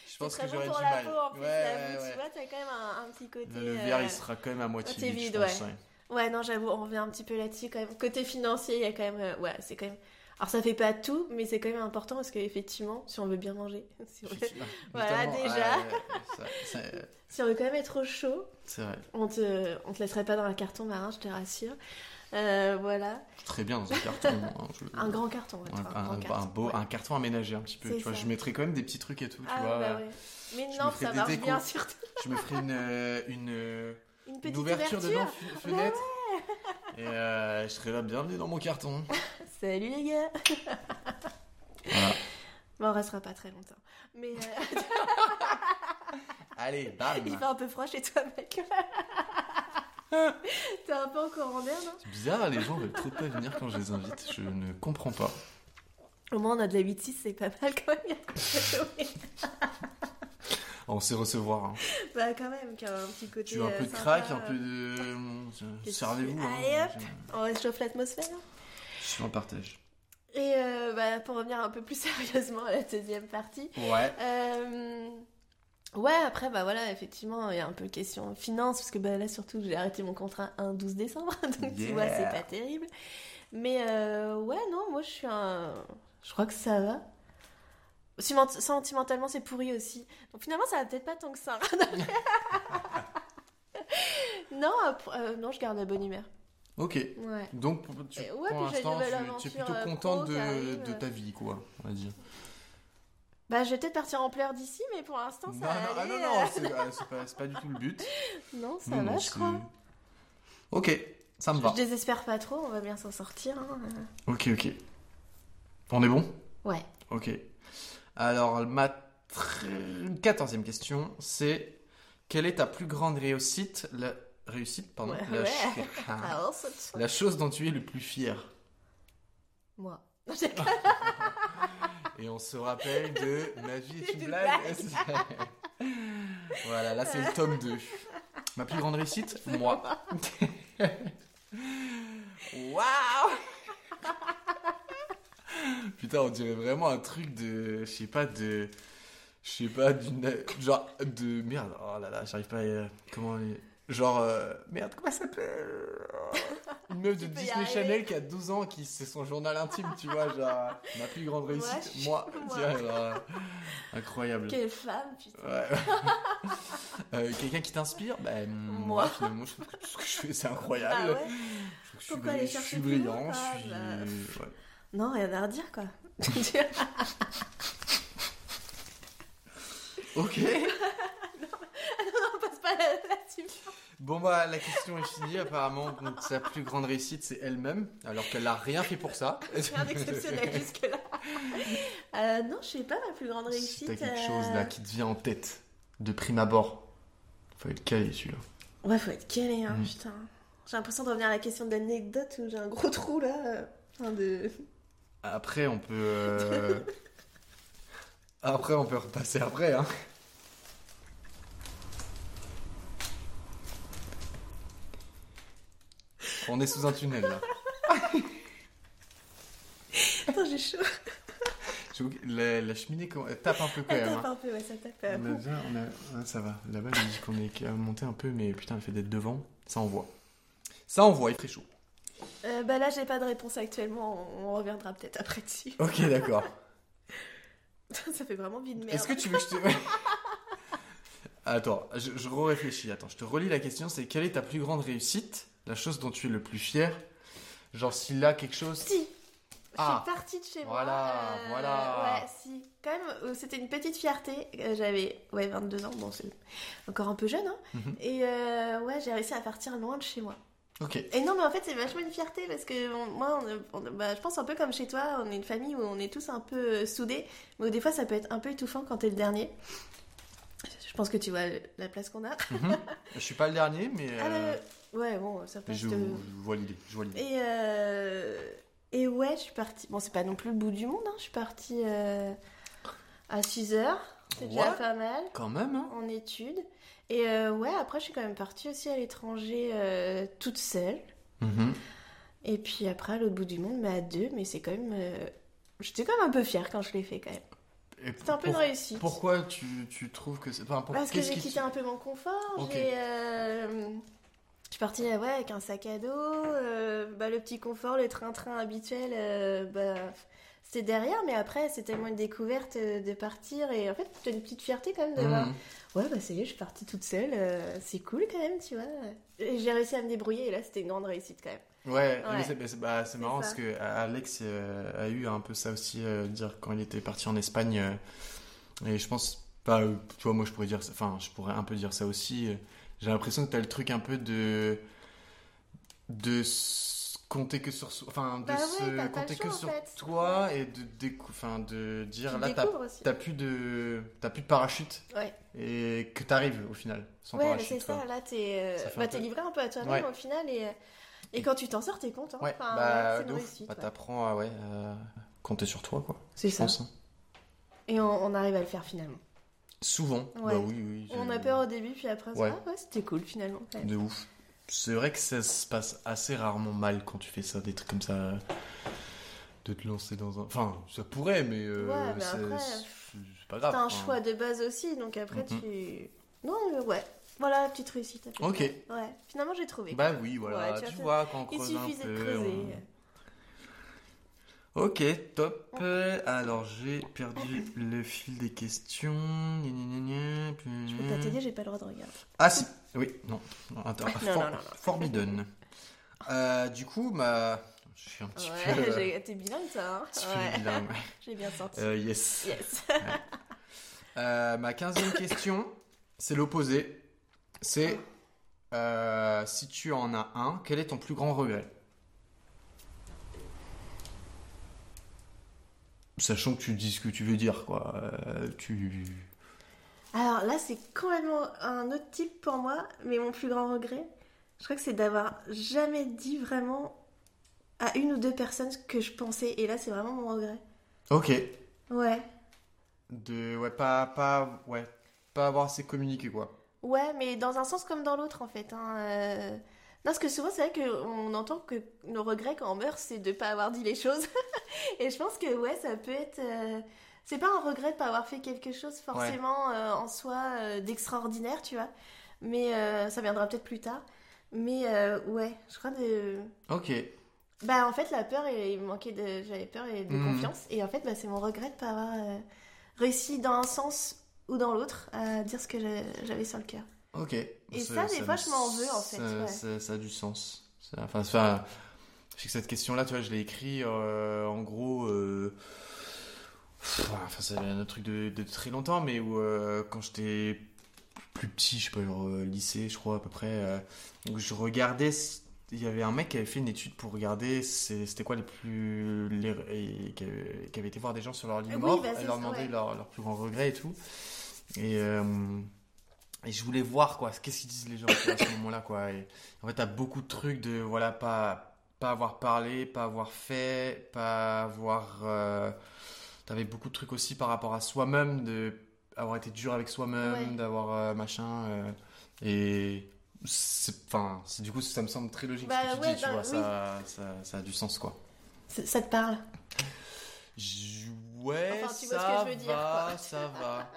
S2: je pense
S3: C'est
S2: que
S3: très
S2: j'aurais
S3: bon
S2: du
S3: pour la
S2: mal.
S3: peau en plus,
S2: Ouais,
S3: la
S2: ouais,
S3: boue,
S2: ouais.
S3: tu vois, t'as quand même un, un petit côté.
S2: Le, le verre,
S3: euh,
S2: il sera quand même à moitié
S3: moitié
S2: vide, je
S3: vide,
S2: pense, hein, ouais.
S3: Ouais, non, j'avoue, on revient un petit peu là-dessus quand même. Côté financier, il y a quand même. euh, ouais, c'est quand même. Alors ça fait pas tout, mais c'est quand même important parce qu'effectivement, si on veut bien manger, si on veut, Voilà,
S2: Notamment,
S3: déjà.
S2: ouais, ouais, ça- ça-
S3: si on veut quand même être au chaud,
S2: C'est vrai.
S3: on te, on te laisserait pas dans un carton marin, je te rassure. Euh, voilà,
S2: Très bien dans un carton. hein, je-
S3: un grand carton, on va
S2: un,
S3: dire, un grand
S2: un-
S3: carton,
S2: un beau
S3: ouais.
S2: un carton aménagé un petit peu
S3: C'est
S2: tu vois
S3: ça.
S2: je mettrais quand même des petits trucs et tout tu
S3: Ah,
S2: vois
S3: bah ouais. Mais
S2: Je me
S3: non,
S2: ferais
S3: ça
S2: des
S3: marche
S2: décos.
S3: bien surtout.
S2: je me ferais une euh, une, euh,
S3: Une petite
S2: une ouverture,
S3: ouverture.
S2: dedans fe- fenêtre et euh, je serais là bienvenue dans mon carton
S3: Salut les gars
S2: Voilà.
S3: Bon, on restera pas très longtemps. Mais euh,
S2: allez bam
S3: il fait un peu froid chez toi, mec. T'es un peu en courant d'air, non
S2: c'est bizarre les gens veulent trop pas venir quand je les invite je ne comprends pas
S3: Au moins, on a de la 8-6, c'est pas mal quand même. il y a quoi jouer.
S2: Ah, on sait recevoir hein.
S3: bah, quand même, qu'il y a un petit côté.
S2: tu veux un
S3: euh,
S2: peu de
S3: sympa.
S2: crack un peu de euh,
S3: Qu'est-ce
S2: servez-vous
S3: que-
S2: hein.
S3: Allez, hop. On réchauffe l'atmosphère.
S2: je suis en partage
S3: Et euh, bah, pour revenir un peu plus sérieusement à la deuxième partie,
S2: ouais
S3: Euh, Ouais, après, bah voilà, effectivement, il y a un peu question finance, parce que bah, là, surtout, j'ai arrêté mon contrat un 12 décembre, donc tu vois, c'est
S2: Yeah.
S3: pas terrible. Mais euh, ouais, non, moi, je suis un... Je crois que ça va. Siment- Sentimentalement, c'est pourri aussi. Donc finalement, ça va peut-être pas tant que ça. euh, non, après- euh, non, je garde la bonne humeur.
S2: Ok.
S3: Ouais.
S2: Donc, pour- tu-
S3: Euh, ouais,
S2: pour
S3: puis j'ai une
S2: l'instant,
S3: nouvelle
S2: tu- tu es
S3: aventure,
S2: plutôt
S3: euh,
S2: contente
S3: pro qui
S2: de,
S3: arrive.
S2: de ta vie, quoi, on va dire.
S3: Bah, je vais peut-être partir en pleurs d'ici, mais pour l'instant, ça
S2: non, non, ah,
S3: allait,
S2: non, non, c'est ah, c'est pas, c'est pas du tout le but.
S3: euh, non, ça
S2: Non,
S3: va,
S2: non,
S3: je
S2: c'est-
S3: crois.
S2: Ok, ça me va.
S3: Je désespère pas trop, on va bien s'en sortir. hein.
S2: Ok, ok. On est bon
S3: Ouais.
S2: Ok. Alors, ma tr- quatorzième question, c'est quelle est ta plus grande réussite La réussite, pardon.
S3: Ouais,
S2: la,
S3: ouais.
S2: ch-
S3: Ah, oh, ça te soigne.
S2: la chose dont tu es le plus fier.
S3: Moi.
S2: Et on se rappelle de Ma vie est
S3: C'est
S2: une
S3: une
S2: blague.
S3: blague.
S2: voilà, là c'est le tome 2. Ma plus grande réussite Moi. Waouh Putain, on dirait vraiment un truc de. Je sais pas, de. Je sais pas, d'une. Genre, de. Merde, oh là là, j'arrive pas à. Comment. elle est- Genre. euh, Merde, comment ça s'appelle Oh. Une meuf de
S3: Tu peux y
S2: Disney
S3: arriver.
S2: Channel qui a 12 ans, qui c'est son journal intime, tu vois, genre. Ma plus grande
S3: Moi,
S2: réussite,
S3: je-
S2: moi.
S3: moi.
S2: tu vois, genre, incroyable.
S3: Quelle femme, putain.
S2: Ouais. Euh, Quelqu'un qui t'inspire bah, Moi,
S3: Moi.
S2: finalement, je trouve que tout ce que je fais, c'est
S3: Ah
S2: incroyable. Je trouve
S3: ouais
S2: que
S3: Pourquoi
S2: je
S3: aller
S2: suis,
S3: chercher
S2: bri-
S3: plus
S2: brillant,
S3: loin,
S2: je suis
S3: quoi
S2: brillant, je suis. ouais.
S3: Non, rien à redire, quoi.
S2: Ok.
S3: on passe pas la- là-dessus.
S2: Bon, bah, la question est finie. Apparemment, donc, sa plus grande réussite, c'est elle-même, alors qu'elle n'a rien fait pour ça.
S3: Rien d'exceptionnel jusque-là. Euh, non, je sais pas, ma plus grande
S2: Si
S3: réussite.
S2: t'as quelque
S3: euh,
S2: chose là qui te vient en tête, de prime abord, faut être calé celui-là.
S3: Ouais, faut être calé, hein,
S2: Mm.
S3: putain. J'ai l'impression de revenir à la question de l'anecdote où j'ai un gros trou là. euh, Enfin, de.
S2: Après, on peut. euh, Après, on peut repasser après, hein. On est sous un tunnel là.
S3: Attends, j'ai chaud.
S2: Je vous- La, la cheminée comment- elle tape un peu quand
S3: Elle
S2: même.
S3: tape
S2: hein.
S3: un peu, ouais, ça tape.
S2: On
S3: euh,
S2: a bien- on a- ouais, ça va. Là-bas, elle dit qu'on est monté un peu, mais putain, le fait d'être devant, ça envoie. Ça envoie, il fait chaud.
S3: Euh, bah là, j'ai pas de réponse actuellement, on, on reviendra peut-être après dessus.
S2: Ok, d'accord.
S3: ça fait vraiment vide merde.
S2: Est-ce que tu veux que je te. Attends, je, je réfléchis. Attends, je te relis la question. C'est quelle est ta plus grande réussite La chose dont tu es le plus fier Genre, s'il a quelque chose.
S3: Si
S2: Ah.
S3: Je suis partie de chez
S2: Voilà,
S3: moi. euh,
S2: voilà.
S3: Ouais, si. Quand même, euh, c'était une petite fierté. Euh, J'avais ouais, 22 ans, bon, c'est encore un peu jeune. Hein.
S2: Mhm.
S3: Et euh, ouais, j'ai réussi à partir loin de chez moi.
S2: Ok.
S3: Et non, mais en fait, c'est vachement une fierté parce que on- moi, on- on- bah, je pense un peu comme chez toi, on est une famille où on est tous un peu euh, soudés, mais où des fois ça peut être un peu étouffant quand t'es le dernier. Je pense que tu vois la place qu'on a.
S2: Mhm. je suis pas le dernier, mais.
S3: Ah,
S2: euh,
S3: bah, ouais, bon, ça
S2: mais
S3: passe.
S2: je,
S3: euh,
S2: je vois l'idée. Je vois l'idée.
S3: Et, euh, et ouais, je suis partie. Bon, c'est pas non plus le bout du monde, hein. je suis partie euh, à 6 heures, c'est déjà
S2: Ouais.
S3: pas mal,
S2: Quand même, hein
S3: en études. Et euh, ouais, après, je suis quand même partie aussi à l'étranger euh, toute seule.
S2: Mhm.
S3: Et puis après, à l'autre bout du monde, mais à deux, mais c'est quand même. euh, J'étais quand même un peu fière quand je l'ai fait, quand même.
S2: Et
S3: C'était un peu une
S2: pour-
S3: réussite.
S2: Pourquoi tu, tu trouves que c'est. Enfin, pour-
S3: Parce que
S2: qu'est-ce
S3: j'ai
S2: qui te-
S3: quitté un peu mon confort.
S2: Ok.
S3: J'ai, euh, je suis partie euh, ouais, avec un sac à dos, euh, bah, le petit confort, le train-train habituel, euh, bah, c'était derrière. Mais après, c'est tellement une découverte euh, de partir. Et en fait, t'as une petite fierté quand même de voir.
S2: Mhm.
S3: Ouais, bah ça y est, je suis partie toute seule. euh, c'est cool quand même, tu vois. Et j'ai réussi à me débrouiller et là, c'était une grande réussite quand même.
S2: Ouais,
S3: Ouais.
S2: mais c'est mais c'est- bah, c'est marrant
S3: ça.
S2: parce que euh, Alex euh, a eu un peu ça aussi, euh, dire quand il était parti en Espagne. euh, et je pense, pas euh, tu vois, moi je pourrais dire, ça- enfin, je pourrais un peu dire ça aussi. euh, J'ai l'impression que t'as le truc un peu de. de s- compter que sur. so- Enfin, de
S3: Bah ouais,
S2: se
S3: t'as pas le
S2: compter que
S3: choix, en
S2: sur
S3: fait.
S2: toi et de, décou- enfin, de dire
S3: Tu
S2: là, t'as
S3: découvres aussi.
S2: t'as plus, de- t'as plus de parachute
S3: Ouais.
S2: et que t'arrives au final, sans
S3: Ouais, mais
S2: parachute.
S3: c'est
S2: quoi.
S3: ça, là, t'es euh,
S2: Ça fait un
S3: bah,
S2: peu-
S3: t'es livré un peu à toi-même
S2: Ouais.
S3: au final. Et, euh, et quand tu t'en sors, t'es content.
S2: Ouais,
S3: Enfin,
S2: bah,
S3: c'est une
S2: de ouf.
S3: réussite.
S2: Bah,
S3: ouais.
S2: t'apprends à ouais, euh, compter sur toi, quoi.
S3: C'est
S2: Je
S3: ça.
S2: pense. hein.
S3: Et on, on arrive à le faire finalement.
S2: Souvent.
S3: Ouais.
S2: Bah oui, oui. je-
S3: On a peur au début, puis après, on se dit,
S2: Ouais.
S3: ah ouais, c'était cool finalement. quand même.
S2: De ouf. C'est vrai que ça se passe assez rarement mal quand tu fais ça, des trucs comme ça. De te lancer dans un. Enfin, ça pourrait, mais. euh,
S3: Ouais, mais
S2: c'est-
S3: après,
S2: c'est c'est pas grave.
S3: T'as un
S2: Ah, enfin.
S3: choix de base aussi, donc après,
S2: Mhm.
S3: tu. Non, mais ouais. Voilà, petite réussite. après.
S2: Ok.
S3: Ouais, finalement, j'ai trouvé.
S2: Bah oui, voilà.
S3: Ouais,
S2: tu
S3: tu
S2: vois, quand on
S3: Il
S2: creuse un
S3: suffisait de
S2: peu.
S3: creuser.
S2: on- Ok, top. Euh, Alors, j'ai perdu le fil des questions. Gna, gna, gna, gna.
S3: Je
S2: Mm.
S3: peux pas t'aider, j'ai pas le droit de regarder.
S2: Ah si, oui, non. non, attends,
S3: Non,
S2: For-
S3: non, non, non.
S2: Forbidden. Euh, du coup, ma... je suis un petit peu.
S3: Ouais,
S2: euh,
S3: j'ai- t'es bilingue, ça, hein
S2: un petit peu
S3: Ouais,
S2: bilingue.
S3: j'ai bien senti.
S2: Euh, yes.
S3: Yes.
S2: Euh, ma quinzième question, c'est l'opposé. C'est euh, si tu en as un, quel est ton plus grand regret Sachant que tu dis ce que tu veux dire, quoi. Euh, tu.
S3: Alors là, c'est complètement un autre type pour moi, mais mon plus grand regret, je crois que c'est d'avoir jamais dit vraiment à une ou deux personnes ce que je pensais. Et là, c'est vraiment mon regret.
S2: Ok.
S3: Ouais.
S2: De ouais pas pas ouais pas avoir assez communiqué quoi.
S3: Ouais, mais dans un sens comme dans l'autre, en fait. hein, euh. Non, parce que souvent, c'est vrai qu'on entend que nos regrets quand on meurt, c'est de ne pas avoir dit les choses. Et je pense que, ouais, ça peut être. euh, C'est pas un regret de pas avoir fait quelque chose, forcément, euh, en soi, euh, d'extraordinaire, tu vois. Mais euh, ça viendra peut-être plus tard. Mais euh, ouais, je crois de.
S2: Ok.
S3: Bah, en fait, la peur, et il me manquait de. J'avais peur et de
S2: Mhm.
S3: confiance. Et en fait, bah, c'est mon regret de pas avoir euh, réussi dans un sens ou dans l'autre à dire ce que je- j'avais sur le cœur.
S2: Ok. Et
S3: ça, des fois, je m'en veux, en fait,
S2: Ça,
S3: ouais.
S2: ça- ça a du sens. Ça- Enfin, ça- je sais que cette question-là, tu vois, je l'ai écrit euh, en gros. euh, pff, Enfin, c'est un autre truc de, de très longtemps, mais où euh, quand j'étais plus petit, je sais pas, genre euh, lycée, je crois à peu près, euh, donc je regardais. s- Il y avait un mec qui avait fait une étude pour regarder c'est- c'était quoi les plus. Les, et qui, avait, qui avait été voir des gens sur leur lit
S3: Oui,
S2: mort,
S3: bah, c'est
S2: leur
S3: ça,
S2: demander
S3: ouais.
S2: leur, leur plus grand regret et tout. Et, euh, et je voulais voir quoi, qu'est-ce qu'ils disent les gens tu vois, à ce moment-là quoi. Et en fait, t'as beaucoup de trucs de voilà pas pas avoir parlé, pas avoir fait, pas avoir. euh, T'avais beaucoup de trucs aussi par rapport à soi-même, de avoir été dur avec soi-même,
S3: Ouais.
S2: d'avoir euh, machin. euh, et c'est enfin, c'est- du coup, ça me semble très logique
S3: Bah
S2: ce que tu
S3: ouais,
S2: dis,
S3: bah
S2: tu vois,
S3: oui.
S2: ça, ça, ça a du sens quoi.
S3: Ça- Ça te parle
S2: J- Ouais,
S3: Enfin, tu vois
S2: ça
S3: ce que je veux dire,
S2: va,
S3: quoi.
S2: ça va.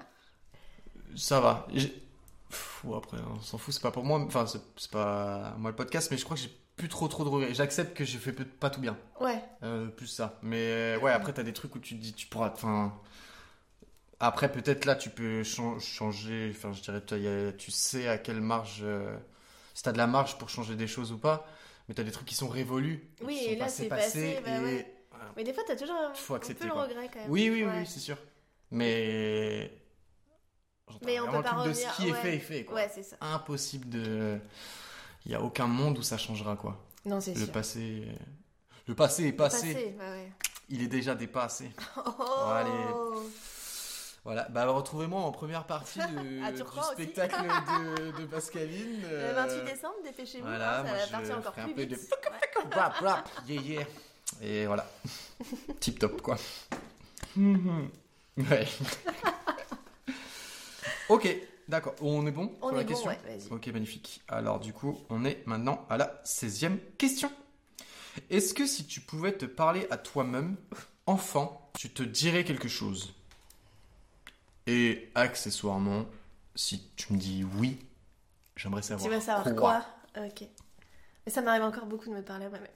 S2: ça va. J'ai- Pff, ouais, après, on s'en fout, c'est pas pour moi, enfin, c'est c'est pas moi le podcast, mais je crois que j'ai plus trop trop de regrets. J'accepte que j'ai fait peut- pas tout bien,
S3: Ouais,
S2: Euh, plus ça. Mais euh, ouais, après, t'as des trucs où tu te dis, tu pourras, enfin. Après, peut-être là, tu peux chan- changer, enfin, je dirais, toi, il y a- tu sais à quelle marge, euh, si t'as de la marge pour changer des choses ou pas, mais t'as des trucs qui sont révolus,
S3: Oui,
S2: qui sont
S3: et là,
S2: passés,
S3: c'est
S2: passés,
S3: passé, bah
S2: et-
S3: ouais. mais des fois t'as toujours un,
S2: Faut
S3: un
S2: accepter,
S3: peu le
S2: quoi.
S3: regret quand même.
S2: Oui, oui,
S3: Eh Ouais.
S2: oui, c'est sûr. Mais. J'entends
S3: Mais on
S2: vraiment
S3: peut pas
S2: le truc
S3: revenir,
S2: De ce qui
S3: ouais.
S2: est fait est fait, quoi.
S3: Ouais, c'est ça.
S2: Impossible de. Il y a aucun monde où ça changera, quoi.
S3: Non, c'est
S2: Le
S3: sûr.
S2: passé. Le passé est passé.
S3: Passé, bah ouais.
S2: Il est déjà dépassé.
S3: Oh
S2: allez. Voilà. Bah, alors, retrouvez-moi en première partie de...
S3: À
S2: du
S3: Turquois aussi.
S2: spectacle de, de Pascaline.
S3: Le
S2: euh,
S3: 28 décembre, dépêchez-vous,
S2: voilà,
S3: hein, ça
S2: moi,
S3: va
S2: je
S3: partir encore
S2: ferai un
S3: plus
S2: peu de-
S3: vite. Ouais.
S2: Rap, rap, yeah, yeah. Et voilà. Tip top, quoi.
S3: Mm-hmm.
S2: Ouais. ok, d'accord. On est bon
S3: On
S2: sur la
S3: est bon,
S2: question
S3: ouais, vas-y.
S2: Ok, magnifique. Alors, du coup, on est maintenant à la 16e question. Est-ce que si tu pouvais te parler à toi-même, enfant, tu te dirais quelque chose Et accessoirement, si tu me dis oui, j'aimerais savoir.
S3: Tu vas savoir quoi Ok. Mais ça m'arrive encore beaucoup de me parler à moi-même.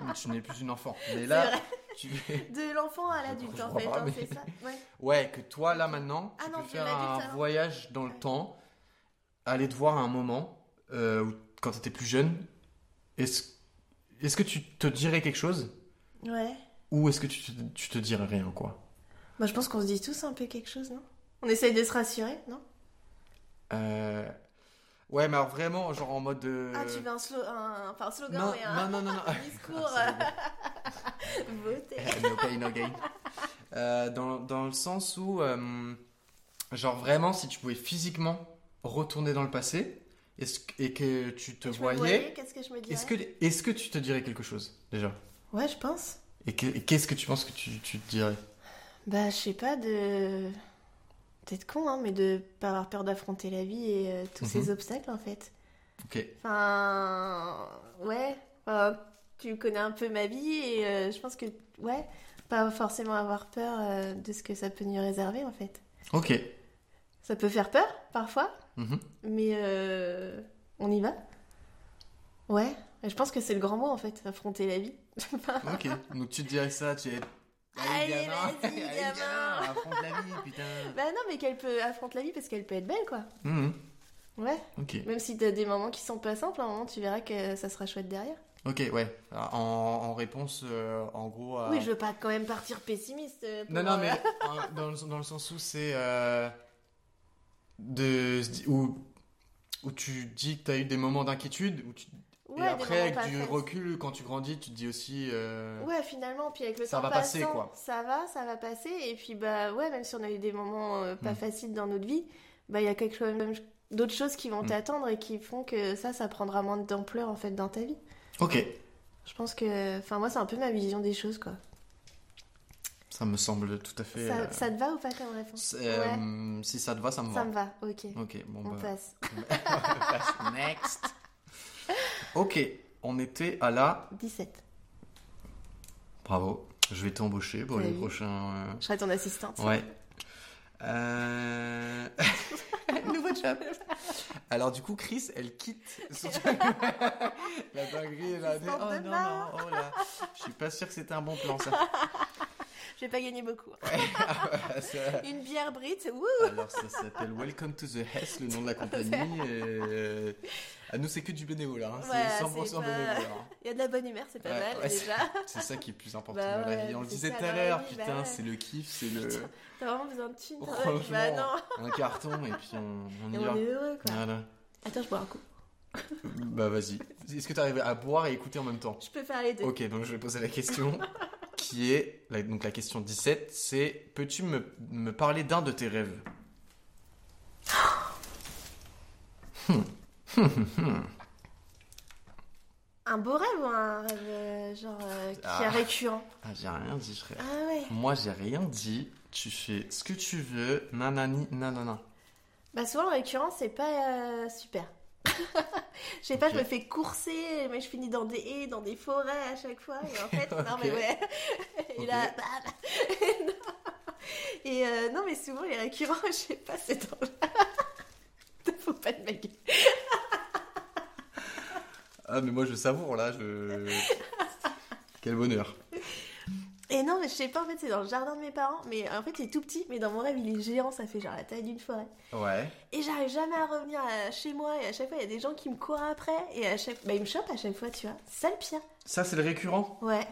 S2: Mais Tu n'es plus une enfant. Mais
S3: C'est
S2: là,
S3: vrai.
S2: tu es.
S3: De l'enfant à l'adulte,
S2: Je
S3: en
S2: crois
S3: fait,
S2: pas,
S3: hein,
S2: mais-
S3: c'est ça Ouais.
S2: Ouais, que toi, là, maintenant,
S3: Ah
S2: tu
S3: non,
S2: peux
S3: de
S2: faire
S3: l'adulte,
S2: un
S3: alors.
S2: voyage dans le
S3: Ouais.
S2: temps, aller te voir à un moment, euh, où- quand t'étais plus jeune. Est-ce est-ce que tu te dirais quelque chose
S3: Ouais.
S2: ou est-ce que tu te, tu te dirais rien, quoi
S3: Moi, je pense qu'on se dit tous un peu quelque chose, non On essaye de se rassurer, non
S2: Euh, Ouais, mais alors vraiment, genre en mode. euh,
S3: Ah, tu veux un, slo- un... Enfin, un slogan,
S2: non,
S3: mais un
S2: non, non, non, non.
S3: discours.
S2: Ah, c'est
S3: euh, Voter.
S2: Eh, no pain, no gain. Euh, dans, dans le sens où, euh, genre vraiment, si tu pouvais physiquement retourner dans le passé est-ce que- et que tu te
S3: Je me
S2: voyais,
S3: voyais, qu'est-ce que je me dirais
S2: est-ce que, est que tu te dirais quelque chose déjà
S3: Ouais, je pense.
S2: Et que- et qu'est-ce que tu penses que tu, tu te dirais
S3: Bah, je sais pas, de. Peut-être con, hein, mais de pas avoir peur d'affronter la vie et euh, tous
S2: Mhm.
S3: ces obstacles, en fait.
S2: Ok.
S3: Enfin. Ouais. Enfin, tu connais un peu ma vie et euh, je pense que. Ouais. Pas forcément avoir peur euh, de ce que ça peut nous réserver, en fait.
S2: Ok.
S3: Ça peut faire peur, parfois,
S2: Mhm.
S3: mais euh, on y va. Ouais. Et je pense que c'est le grand mot, en fait, affronter la vie.
S2: Ok. Donc tu te dirais ça, tu es.
S3: Allez, vas-y, gamin.
S2: Affronte la vie, putain
S3: bah, non, mais qu'elle peut affronter la vie parce qu'elle peut être belle, quoi.
S2: Mhm.
S3: Ouais.
S2: Ok.
S3: Même si t'as des moments qui sont pas simples, à un moment tu verras que ça sera chouette derrière.
S2: Ok, ouais. Alors, En, en réponse, euh, en gros. à-
S3: Oui, je veux pas quand même partir pessimiste. euh, pour,
S2: Non, non,
S3: euh,
S2: mais en- dans, le, dans le sens où c'est. euh, de, se di- où, où tu dis que tu as eu des moments d'inquiétude. où tu-
S3: ouais,
S2: et
S3: des
S2: après,
S3: moments
S2: avec
S3: pas
S2: du
S3: faciles.
S2: recul, quand tu grandis, tu te dis aussi. euh,
S3: Ouais, finalement, puis avec le
S2: Ça
S3: temps
S2: va passer,
S3: passant,
S2: quoi.
S3: Ça va, ça va passer. Et puis, bah ouais, même si on a eu des moments euh, pas
S2: Mm.
S3: faciles dans notre vie, bah il y a quelque chose, même d'autres choses qui vont
S2: Mm.
S3: t'attendre et qui font que ça, ça prendra moins d'ampleur en fait dans ta vie.
S2: Ok,
S3: Je pense que, enfin moi, c'est un peu ma vision des choses, quoi.
S2: ça me semble tout à fait.
S3: Ça,
S2: euh,
S3: ça te va ou pas comme réponse
S2: c'est, euh, Si ça te va, ça me
S3: Ça
S2: va.
S3: me va, ok.
S2: Ok, bon
S3: On
S2: bah.
S3: passe.
S2: Next. Ok, on était à la.
S3: 17.
S2: Bravo, je vais t'embaucher pour les
S3: Oui.
S2: prochains. euh,
S3: Je serai ton assistante.
S2: Ouais. Euh... Nouveau job. Alors du coup, Chris, elle quitte. son- la dinguerie, elle a dit,
S3: Assistante
S2: oh
S3: de
S2: non, non,
S3: bar.
S2: oh là. Je suis pas sûr que c'était un bon plan ça. Ah,
S3: Je vais pas gagner beaucoup.
S2: Ça-
S3: Une bière brite, wouh
S2: Alors ça s'appelle Welcome to the Hess, le nom de la compagnie. et, euh, À nous, c'est que du bénévolat. hein.
S3: Ouais,
S2: c'est 100%
S3: c'est pas-
S2: bénévolat. hein.
S3: Il y a de la bonne humeur, c'est pas
S2: Ouais,
S3: mal
S2: ouais, c'est-
S3: déjà.
S2: C'est ça qui est plus important
S3: Bah
S2: dans la
S3: ouais,
S2: vie. On le
S3: c'est
S2: disait
S3: ça,
S2: tout à
S3: dans la
S2: l'heure,
S3: vie, bah
S2: putain,
S3: ouais.
S2: c'est le kiff, c'est le
S3: Putain, T'as vraiment besoin de thunes toi Bah
S2: Franchement.
S3: non.
S2: un carton et puis on, hein. on y
S3: Et
S2: va.
S3: on est heureux quoi.
S2: Voilà.
S3: Attends, je bois un coup.
S2: Bah vas-y. Est-ce que tu arrives à boire et écouter en même temps
S3: Je peux faire les deux.
S2: Ok, donc je vais poser la question qui est la- donc la question 17, c'est peux-tu me, me parler d'un de tes rêves
S3: Un beau rêve ou un rêve euh, genre euh, qui
S2: Ah.
S3: est récurrent
S2: Ah, j'ai rien dit, frère.
S3: Ah ouais.
S2: Moi, j'ai rien dit. Tu fais ce que tu veux, nanani, nanana.
S3: Bah souvent le récurrent c'est pas euh, super. Je sais pas,
S2: Ok.
S3: je me fais courser, mais je finis dans des haies, dans des forêts à chaque fois. Et en fait, non
S2: Ok.
S3: mais ouais. et là,
S2: Ok.
S3: bah, bah. Et non. Et euh, non mais souvent les récurrents, je sais pas, c'est dans. Faut pas de ma gueule.
S2: Ah, mais moi, je savoure là, je. Quel bonheur.
S3: Et non, mais je sais pas, en fait, c'est dans le jardin de mes parents, mais en fait, il est tout petit, mais dans mon rêve, il est géant, ça fait genre la taille d'une forêt.
S2: Ouais.
S3: Et j'arrive jamais à revenir à- chez moi, et à chaque fois, il y a des gens qui me courent après, et à chaque bah, ils me chopent à chaque fois, tu vois. C'est ça le pire.
S2: Ça, c'est le récurrent
S3: Ouais,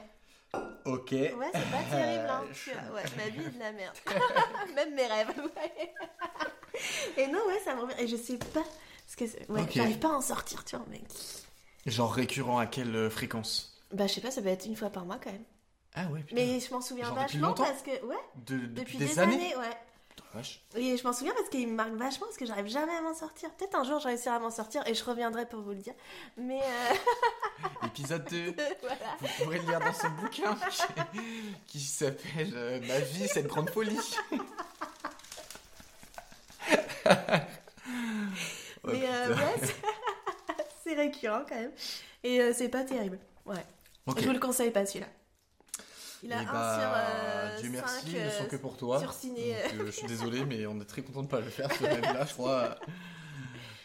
S2: Ok.
S3: ouais, c'est pas terrible, hein.
S2: Euh,
S3: tu vois. Ouais, ma vie est de la merde. Même mes rêves, ouais. Et non, ouais, ça me revient, et je sais pas, parce que, c'est- ouais,
S2: Ok.
S3: j'arrive pas à en sortir, tu vois, mec.
S2: Genre récurrent à quelle euh, fréquence
S3: Bah, je sais pas, ça peut être une fois par mois quand même.
S2: Ah ouais, putain.
S3: Mais je m'en souviens
S2: Genre depuis
S3: vachement
S2: longtemps
S3: parce que, ouais,
S2: De-
S3: depuis, des, années, ouais.
S2: Putain, vache.
S3: Et je m'en souviens parce qu'il me marque vachement parce que j'arrive jamais à m'en sortir. Peut-être un jour je réussirai à m'en sortir et je reviendrai pour vous le dire. Mais euh,
S2: Épisode 2.
S3: voilà.
S2: Vous pourrez le lire dans son bouquin qui, qui s'appelle euh, Ma vie, cette grande folie. Oh,
S3: Mais euh,
S2: putain.
S3: ouais, c'est- c'est récurrent quand même. Et euh, c'est pas terrible. Ouais.
S2: Ok.
S3: Je vous le conseille pas celui-là. Il a
S2: Eh
S3: un
S2: bah, Dieu
S3: sur euh,
S2: merci,
S3: cinq,
S2: ils ne
S3: euh,
S2: sont que pour toi.
S3: sur ciné,
S2: Donc, euh, je suis désolé, mais on est très content de pas le faire ce même-là, je crois.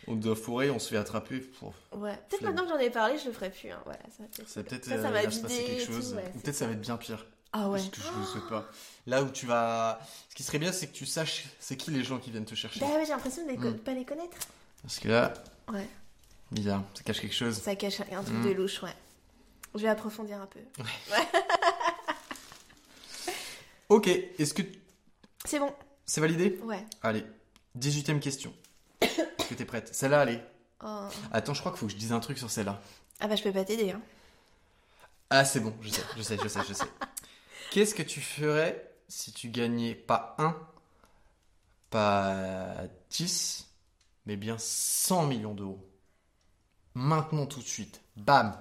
S2: On doit fourrer, on se fait attraper. Pouf.
S3: Ouais. Peut-être
S2: Flemme.
S3: maintenant que j'en ai parlé, je le ferai plus. hein. Voilà, ça, peut-être-
S2: C'est peut-être
S3: Ça, ça
S2: euh,
S3: va
S2: il va se passer
S3: vider et
S2: quelque
S3: tout,
S2: chose.
S3: ouais,
S2: Ou
S3: c'est
S2: peut-être ça
S3: ça.
S2: va être bien pire.
S3: Ah ouais.
S2: Parce que je ne le souhaite pas. Là où tu vas. Ce qui serait bien, c'est que tu saches c'est qui les gens qui viennent te chercher.
S3: Bah ouais, j'ai l'impression de les co-
S2: Mm.
S3: pas les connaître.
S2: Parce que là,
S3: Ouais.
S2: bizarre, ça cache quelque chose.
S3: Ça cache un truc
S2: Mm.
S3: de louche, ouais. Je vais approfondir un peu.
S2: Ok, est-ce que
S3: C'est bon.
S2: c'est validé
S3: Ouais.
S2: Allez, 18ème question. est-ce que t'es prête Celle-là, allez.
S3: Oh.
S2: Attends, je crois qu'il faut que je dise un truc sur celle-là.
S3: Ah bah je peux pas t'aider. Hein.
S2: Ah, c'est bon, je sais, je sais, je sais, je sais. Qu'est-ce que tu ferais si tu gagnais pas 1, pas 10, mais bien 100 millions d'euros Maintenant, tout de suite. Bam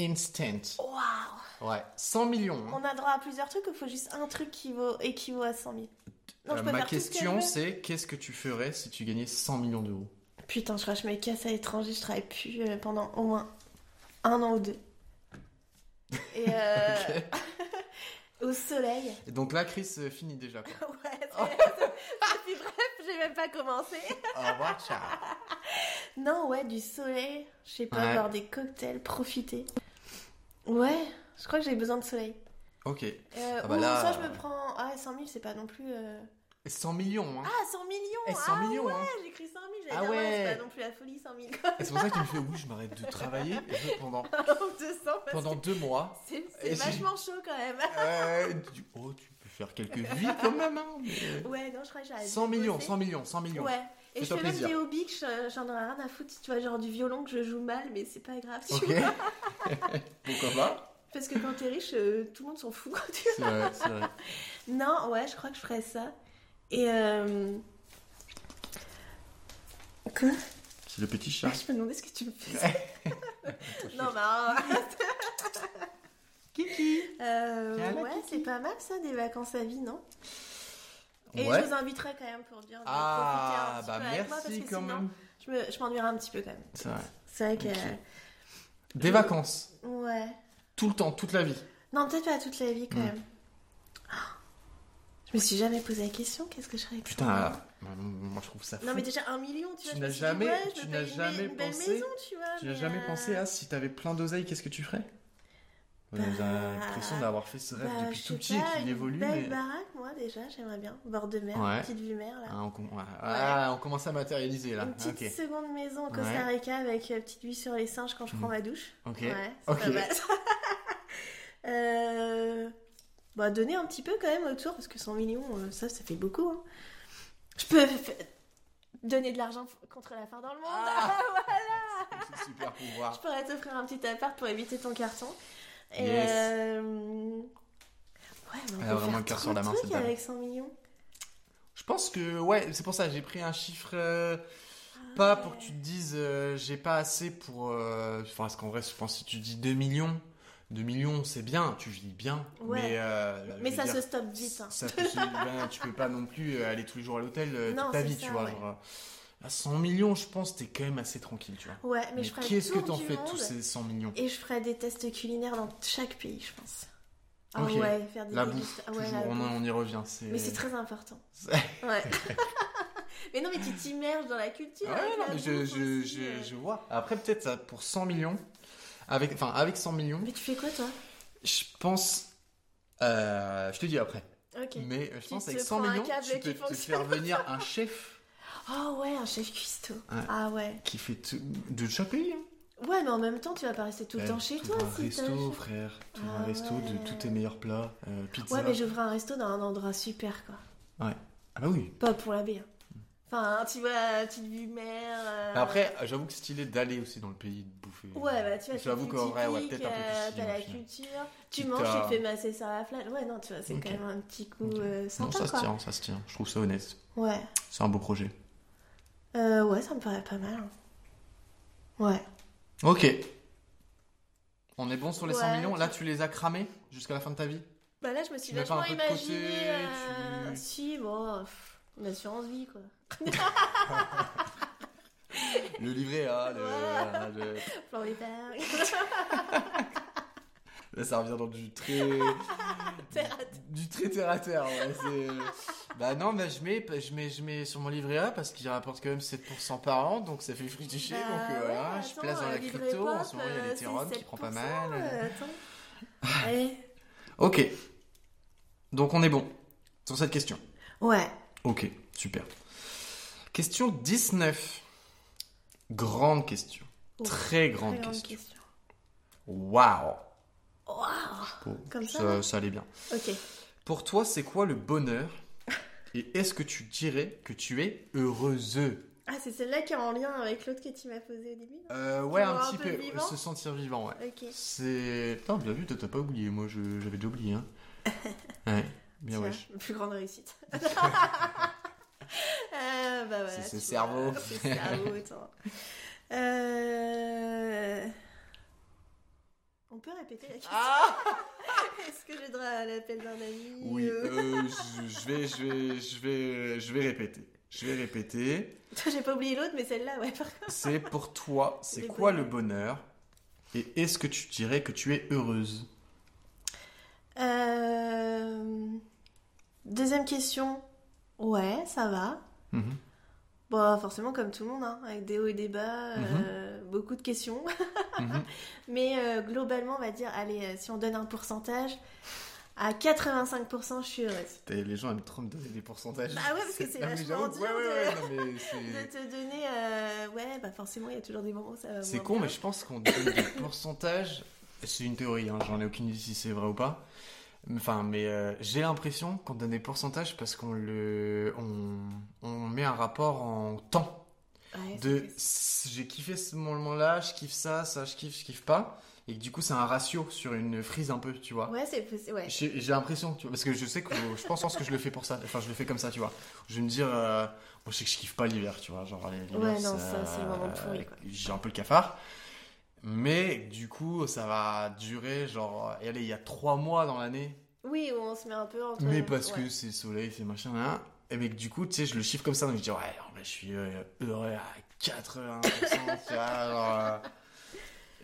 S2: Instant.
S3: Waouh
S2: Ouais, 100 millions. hein.
S3: On a droit à plusieurs trucs ou faut juste un truc qui vaut, équivaut à 100 000 Non, je
S2: Euh,
S3: peux
S2: ma
S3: faire tout ce que
S2: question,
S3: je veux.
S2: c'est qu'est-ce que tu ferais si tu gagnais 100 millions d'euros
S3: Putain, je crois que je me casse à l'étranger, je travaille plus euh, pendant au moins un an ou deux. Et euh, au soleil.
S2: Et Donc là, Chris euh, finit déjà. Quoi.
S3: Ouais, c'est- c'est- puis bref, j'ai même pas commencé.
S2: Au revoir, ciao.
S3: Non, ouais, du soleil. Je sais pas,
S2: Ouais.
S3: boire des cocktails, profiter. Ouais, je crois que j'ai besoin de soleil.
S2: Ok.
S3: Euh,
S2: Ah bah
S3: ou
S2: là,
S3: soit je
S2: euh,
S3: me prends. Ah, 100 000, c'est pas non plus. euh,
S2: 100 millions, hein
S3: Ah, 100 millions
S2: Eh, 100
S3: Ah,
S2: millions,
S3: ouais,
S2: hein.
S3: j'ai écrit 100 000, j'allais
S2: Ah
S3: dire, ouais,
S2: ouais.
S3: c'est pas non plus la folie 100 000 quoi.
S2: Et c'est pour ça qu'il me fait oui, je m'arrête de travailler et je- pendant,
S3: ou 200 parce
S2: pendant
S3: que
S2: deux mois.
S3: c'est
S2: Et
S3: c'est
S2: si-
S3: vachement chaud quand même.
S2: euh, tu- oh, tu peux faire quelques vies quand même. Hein, mais-
S3: Ouais, non, je crois que j'arrête.
S2: 100
S3: de
S2: millions,
S3: bosser.
S2: 100 millions, 100 millions.
S3: Ouais. Et je
S2: Fais-toi
S3: fais même
S2: plaisir.
S3: des hobbies que je- j'en aurais rien à foutre, tu vois, genre du violon que je joue mal, mais c'est pas grave, tu
S2: Ok.
S3: vois.
S2: Pourquoi pas
S3: Parce que quand t'es riche, euh, tout le monde s'en fout. quoi, tu
S2: C'est vrai, c'est vrai.
S3: Non, ouais, je crois que je ferais ça. Et euh... Quoi
S2: C'est le petit chat.
S3: Je me demandais ce que tu me fais. non, bah... Kiki
S2: Tiens, la
S3: Euh, Ouais, c'est pas mal ça, des vacances à vie, non Et
S2: Ouais.
S3: je vous inviterai quand même pour dire de
S2: Ah,
S3: profiter un
S2: bah
S3: petit peu avec moi, parce
S2: merci
S3: que
S2: quand
S3: sinon,
S2: même.
S3: Je me- je m'ennuierai un petit peu quand même.
S2: C'est vrai.
S3: C'est vrai que...
S2: Ok.
S3: euh,
S2: Des vacances,
S3: Ouais.
S2: tout le temps, toute la vie.
S3: Non, peut-être pas toute la vie quand
S2: Mm.
S3: même. Oh. Je me suis jamais posé la question, qu'est-ce que je ferais
S2: Putain, ah, moi je trouve ça fou.
S3: Non mais déjà un million, tu vois.
S2: Tu
S3: je
S2: n'as
S3: me suis
S2: jamais-
S3: dit, ouais, je
S2: tu
S3: me
S2: n'as
S3: paye une-
S2: jamais
S3: une belle
S2: pensé-
S3: maison, tu vois.
S2: Tu n'as
S3: mais,
S2: jamais
S3: euh,
S2: pensé à si t'avais plein d'oseille, qu'est-ce que tu ferais On a
S3: Bah,
S2: l'impression d'avoir fait ce rêve
S3: bah,
S2: depuis
S3: je
S2: tout
S3: sais
S2: petit et
S3: pas,
S2: qu'il évolue.
S3: Une belle
S2: mais-
S3: baraque, moi déjà, j'aimerais bien. Bord de mer,
S2: Ouais.
S3: une petite vue mer là.
S2: Ah, on, com- ouais. Ah, on commence à matérialiser là.
S3: Une petite
S2: Ah, Ok.
S3: seconde maison au Costa
S2: Ouais.
S3: Rica avec euh, petite vue sur les singes quand je prends
S2: Mm.
S3: ma douche.
S2: Ok.
S3: Ouais, c'est
S2: Ok.
S3: pas mal. Euh, Bah, donner un petit peu quand même autour parce que 100 millions, euh, ça, ça fait beaucoup. hein. Je peux f- donner de l'argent f- contre la faim dans le monde.
S2: Ah. C'est super pouvoir.
S3: Je pourrais t'offrir un petit appart pour éviter ton carton. Et
S2: Yes.
S3: euh, Ouais, mais on
S2: Elle a
S3: peut
S2: vraiment
S3: faire
S2: le cœur
S3: trop
S2: sur la
S3: de
S2: main,
S3: trucs
S2: cette dame.
S3: avec 100 millions.
S2: Ah Je pense que, ouais, c'est pour ça, j'ai pris un chiffre. euh, Pas pour que tu te dises euh, j'ai pas assez pour. euh, Enfin, parce qu'en vrai, je pense que si tu dis 2 millions, 2 millions c'est bien, tu vis bien.
S3: Ouais.
S2: Mais, euh,
S3: Mais
S2: je
S3: ça
S2: veux
S3: se
S2: dire,
S3: stoppe vite. hein.
S2: ça peut se- ben, tu peux pas non plus euh, aller tous les jours à l'hôtel euh,
S3: Non,
S2: toute ta
S3: c'est
S2: vie,
S3: ça,
S2: tu vois.
S3: ouais.
S2: genre, euh, à 100 millions, je pense t'es quand même assez tranquille, tu vois.
S3: Ouais, mais,
S2: Mais
S3: je ferais
S2: qu'est-ce que
S3: le
S2: t'en
S3: tour du
S2: fais de
S3: monde
S2: tous ces 100 millions
S3: Et je ferais des tests culinaires dans chaque pays, je pense. Ah
S2: Ok.
S3: ouais, faire des
S2: La bouffe,
S3: dégusta- ouais,
S2: toujours
S3: la
S2: on,
S3: bouffe.
S2: on y revient. c'est-
S3: Mais c'est très important.
S2: C'est-
S3: Ouais. mais non, mais tu t'immerges dans la culture.
S2: Ah Ouais,
S3: avec
S2: non,
S3: la
S2: mais je,
S3: bouffe
S2: je,
S3: aussi, euh.
S2: je, je vois. Après, peut-être ça pour 100 millions, avec, enfin, avec 100 millions,
S3: Mais tu fais quoi, toi
S2: je pense. euh, je te dis après.
S3: Ok.
S2: Mais euh, je
S3: Tu
S2: pense
S3: te
S2: avec 100
S3: prends un
S2: millions,
S3: câble
S2: tu
S3: qui
S2: peux te
S3: fonctionne.
S2: faire venir un chef
S3: Oh ouais, un chef cuistot.
S2: Ouais.
S3: Ah ouais.
S2: qui fait tout- de chaque pays. hein.
S3: Ouais, mais en même temps, tu vas pas rester tout le
S2: Euh,
S3: temps chez
S2: t'ouvres
S3: toi
S2: un
S3: si t'as-
S2: resto, frère. Tu un
S3: Ah
S2: resto de
S3: ouais.
S2: tous tes meilleurs plats, euh, pizza.
S3: Ouais, mais je ferai un resto dans un endroit super, quoi.
S2: Ah bah oui.
S3: Pas pour la baie. hein. Enfin, tu vois, petite vue mer. euh,
S2: Mm. Après, j'avoue que c'est stylé d'aller aussi dans le pays de bouffer.
S3: Ouais, bah tu vois,
S2: J'avoue
S3: c'est
S2: qu'en vrai, ouais,
S3: typique,
S2: peut-être un peu plus
S3: euh,
S2: chill,
S3: T'as
S2: au
S3: la
S2: final.
S3: culture, tu
S2: Quitte
S3: manges, tu
S2: à-
S3: te fais masser sur la plage. Ouais, non, tu vois, c'est
S2: Ok.
S3: quand même un petit coup
S2: Ok.
S3: euh,
S2: Non,
S3: sympa,
S2: ça se
S3: quoi.
S2: tient, ça se tient. Je trouve ça honnête.
S3: Ouais.
S2: C'est un beau projet.
S3: Euh, ouais, ça me paraît pas mal. hein. Ouais.
S2: Ok. On est bon sur les 100
S3: Ouais.
S2: millions. Là, tu les as cramés jusqu'à la fin de ta vie
S3: Bah là, je me suis
S2: Tu mets pas
S3: vachement
S2: un peu de côté,
S3: imaginé. euh,
S2: tu-
S3: Si, bon, pff, une assurance vie, quoi.
S2: Le livret A, le.
S3: Voilà.
S2: le-
S3: Plan d'épargne,
S2: Là, ça revient dans du très.
S3: terre à terre.
S2: du très terre à terre. ouais, c'est- bah non, mais je mets, je, mets, je mets sur mon livret A parce qu'il rapporte quand même 7% par an, donc ça fait fructifier.
S3: Bah
S2: donc euh,
S3: ouais,
S2: voilà, je
S3: attends,
S2: place dans
S3: euh,
S2: la
S3: livret
S2: crypto. En
S3: pop,
S2: ce moment, il y a
S3: euh,
S2: l'Ethereum
S3: c'est
S2: qui prend pas
S3: 7%,
S2: mal. Ah.
S3: euh, attends. Allez.
S2: Ok. Donc on est bon sur cette question.
S3: Ouais.
S2: Ok, super. Question 19. Grande question.
S3: Oh,
S2: très grande
S3: Très grande
S2: question.
S3: question.
S2: Waouh
S3: Waouh.
S2: Bon,
S3: Comme ça,
S2: ça,
S3: là
S2: ça allait bien.
S3: Ok.
S2: Pour toi, c'est quoi le bonheur Et est-ce que tu dirais que tu es heureuse
S3: Ah, c'est celle-là qui est en lien avec l'autre que tu m'as posée au début non
S2: Euh, Ouais,
S3: Genre
S2: un
S3: un
S2: petit
S3: peu
S2: peu.
S3: vivant
S2: se sentir vivant, ouais.
S3: Ok.
S2: C'est. Putain, bien vu, toi, t'as pas oublié. Moi, je- j'avais déjà oublié. Hein. Ouais, bien
S3: Tiens,
S2: wesh.
S3: la Plus grande réussite. Euh, bah voilà,
S2: C'est ce
S3: tu vois,
S2: cerveau.
S3: ce cerveau, attends. Euh... On peut répéter la question
S2: Ah
S3: Est-ce que j'ai droit à l'appel d'un ami
S2: Oui,
S3: euh
S2: euh, je je vais, je vais, je vais, je vais répéter. Je vais répéter.
S3: J'ai pas oublié l'autre, mais celle-là, ouais, par contre.
S2: C'est pour toi, c'est
S3: Les
S2: quoi
S3: bonheurs.
S2: le bonheur Et est-ce que tu dirais que tu es heureuse
S3: Euh... Deuxième question. Ouais, ça va.
S2: Mhm.
S3: Bon, forcément, comme tout le monde, hein, avec des hauts et des bas,
S2: Mm-hmm.
S3: euh, beaucoup de questions.
S2: Mhm.
S3: Mais euh, globalement, on va dire, allez, euh, si on donne un pourcentage, à 85%, je suis heureuse.
S2: T'es- Les gens aiment trop me donner des pourcentages.
S3: Bah ouais, parce que c'est
S2: Ah, mais
S3: vachement
S2: j'avoue,
S3: dur
S2: Ouais, ouais,
S3: de-
S2: ouais, non, mais
S3: De
S2: c'est-
S3: te donner. euh, Ouais, bah forcément, il y a toujours des moments où ça va.
S2: C'est
S3: moins
S2: con,
S3: bien.
S2: mais je pense qu'on donne des pourcentages. C'est une théorie, hein, j'en ai aucune idée si c'est vrai ou pas. Enfin, mais euh, j'ai l'impression qu'on donne des pourcentages parce qu'on le, on, on met un rapport en temps.
S3: Ouais, c'est
S2: De
S3: possible.
S2: s- j'ai kiffé ce moment-là, je kiffe ça, ça, je kiffe, je kiffe pas. Et que du coup, c'est un ratio sur une frise un peu, tu vois.
S3: Ouais, c'est possible. Ouais.
S2: J'ai j'ai l'impression, tu vois, parce que je sais que je pense en ce que je le fais pour ça, enfin je le fais comme ça, tu vois. Je vais me dire, euh, moi je sais que je kiffe pas l'hiver, tu vois, genre l'hiver, euh,
S3: Ouais, non, ça, c'est le moment pourri, quoi.
S2: J'ai un peu le cafard, mais du coup ça va durer, genre, et allez, il y a trois mois dans l'année,
S3: Oui, où on se met un peu entre.
S2: mais parce
S3: Euh, ouais.
S2: que c'est soleil, c'est machin, là, et mais que du coup, tu sais, je le chiffre comme ça, donc je dis, ouais, alors, bah, je suis euh, heureux à 80%, tu vois, genre, euh,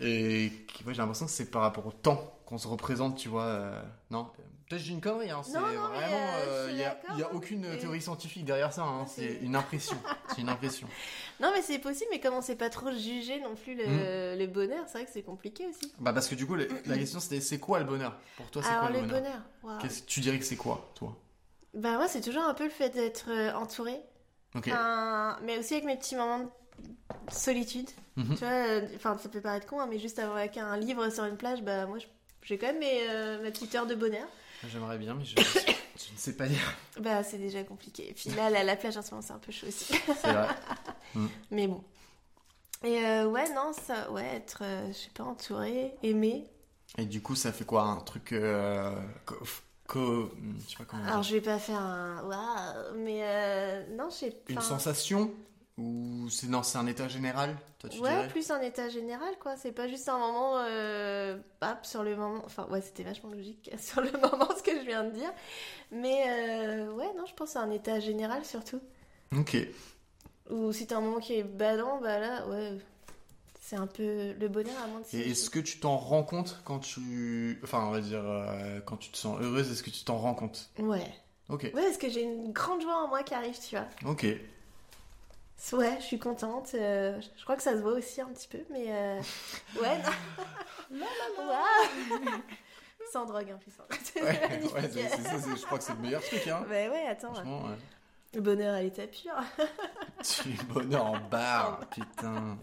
S2: et que- ouais, j'ai l'impression que c'est par rapport au temps qu'on se représente, tu vois, euh, non Peut-être que j'ai une connerie, hein, c'est
S3: Non, non, mais,
S2: vraiment,
S3: euh, je suis
S2: il y a,
S3: d'accord,
S2: il y a
S3: hein,
S2: aucune
S3: mais-
S2: théorie scientifique derrière ça, hein,
S3: Ah,
S2: c'est
S3: c'est-
S2: une impression, c'est une impression.
S3: Non, mais c'est possible, mais comme on sait pas trop juger non plus le,
S2: Hmm.
S3: le bonheur, c'est vrai que c'est compliqué aussi.
S2: Bah, parce que du coup, le- la question c'était, c'est quoi le bonheur Pour toi, c'est
S3: Alors,
S2: quoi le
S3: le
S2: bonheur,
S3: bonheur, waouh.
S2: Qu'est-ce- Tu dirais que c'est quoi, toi
S3: Bah, moi, c'est toujours un peu le fait d'être euh, entourée.
S2: Ok,
S3: Ah. Enfin, mais aussi avec mes petits moments de solitude.
S2: Mhm.
S3: Tu vois, euh, enfin, ça peut paraître con, hein, mais juste avec un livre sur une plage, bah, moi, je- j'ai quand même mes, euh, ma petite heure de bonheur.
S2: j'aimerais bien, mais je, je ne sais pas dire,
S3: Bah, c'est déjà compliqué. Et puis là, la, la plage en ce moment, c'est un peu chaud aussi.
S2: c'est vrai.
S3: Mais bon. Et euh, ouais, non, ça, ouais, être, euh, je sais pas, entourée, aimée.
S2: Et du coup, ça fait quoi Un truc. Euh, co- co- hmm, je sais pas comment
S3: Alors,
S2: dire.
S3: je vais pas faire un waouh, mais euh, non, je sais pas.
S2: Une sensation Ou c'est non, c'est un état général Toi, tu
S3: ouais,
S2: dirais
S3: plus un état général, quoi. C'est pas juste un moment, euh, hop, sur le moment. Enfin, ouais, c'était vachement logique sur le moment ce que je viens de dire. Mais euh, ouais, non, je pense à un état général surtout.
S2: Ok.
S3: Ou si t'as un moment qui est badant, bah là, ouais, c'est un peu le bonheur à moins de
S2: Et est-ce que tu t'en rends compte quand tu. Enfin, on va dire. euh, quand tu te sens heureuse, est-ce que tu t'en rends compte
S3: Ouais.
S2: Ok.
S3: Ouais, parce que j'ai une grande joie en moi qui arrive, tu vois.
S2: Ok.
S3: Ouais, je suis contente. euh, je crois que ça se voit aussi un petit peu, mais euh, ouais. non. Waouh. sans drogue, hein, puissant.
S2: Ouais, ouais, c'est c'est ça, c'est- je crois que c'est le meilleur truc, hein.
S3: Bah ouais, attends.
S2: Franchement, ouais.
S3: Le bonheur à l'état pur.
S2: Tu es bonheur en barre, putain.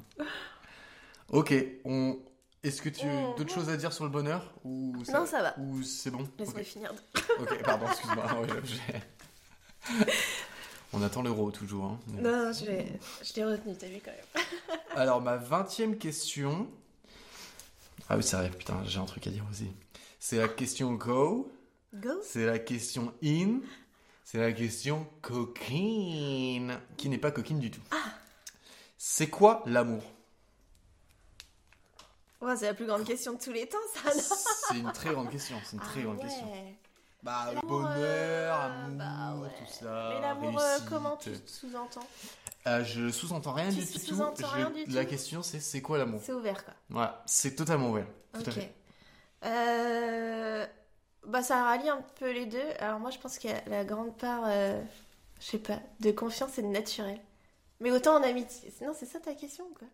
S2: Ok, on. Est-ce que tu as d'autres choses à dire sur le bonheur ou
S3: Non, ça va.
S2: Ou c'est bon
S3: Laisse-moi
S2: Ok.
S3: finir.
S2: Ok, pardon, excuse-moi. ouais, j'ai- On attend l'euro toujours. hein.
S3: Non, non, je l'ai je l'ai retenu, t'as vu quand même.
S2: Alors, ma vingtième question. Ah oui, c'est vrai, putain, j'ai un truc à dire aussi. C'est la question go,
S3: Go
S2: c'est la question in, c'est la question coquine, qui n'est pas coquine du tout.
S3: Ah.
S2: C'est quoi l'amour
S3: Ouais, Oh, C'est la plus grande question de tous les temps, ça, Ah non
S2: C'est une très grande question, c'est une très
S3: Ah
S2: grande
S3: ouais.
S2: question. Bah,
S3: L'amour,
S2: bonheur,
S3: euh,
S2: amour,
S3: bah ouais.
S2: tout ça.
S3: Mais l'amour, euh,
S2: Ah, réussite.
S3: comment tu te sous-entends
S2: Euh, je sous-entends rien
S3: Tu
S2: du tout.
S3: sous-entends
S2: Je-
S3: rien du
S2: La
S3: tout
S2: question c'est c'est quoi l'amour
S3: C'est ouvert, quoi.
S2: Voilà, c'est totalement ouvert. Tout à
S3: Ok.
S2: fait.
S3: Euh, Bah, ça rallie un peu les deux. Alors, moi, je pense qu'il y a la grande part, euh, je sais pas, de confiance et de naturel. Mais autant en amitié. Non, c'est ça ta question ou quoi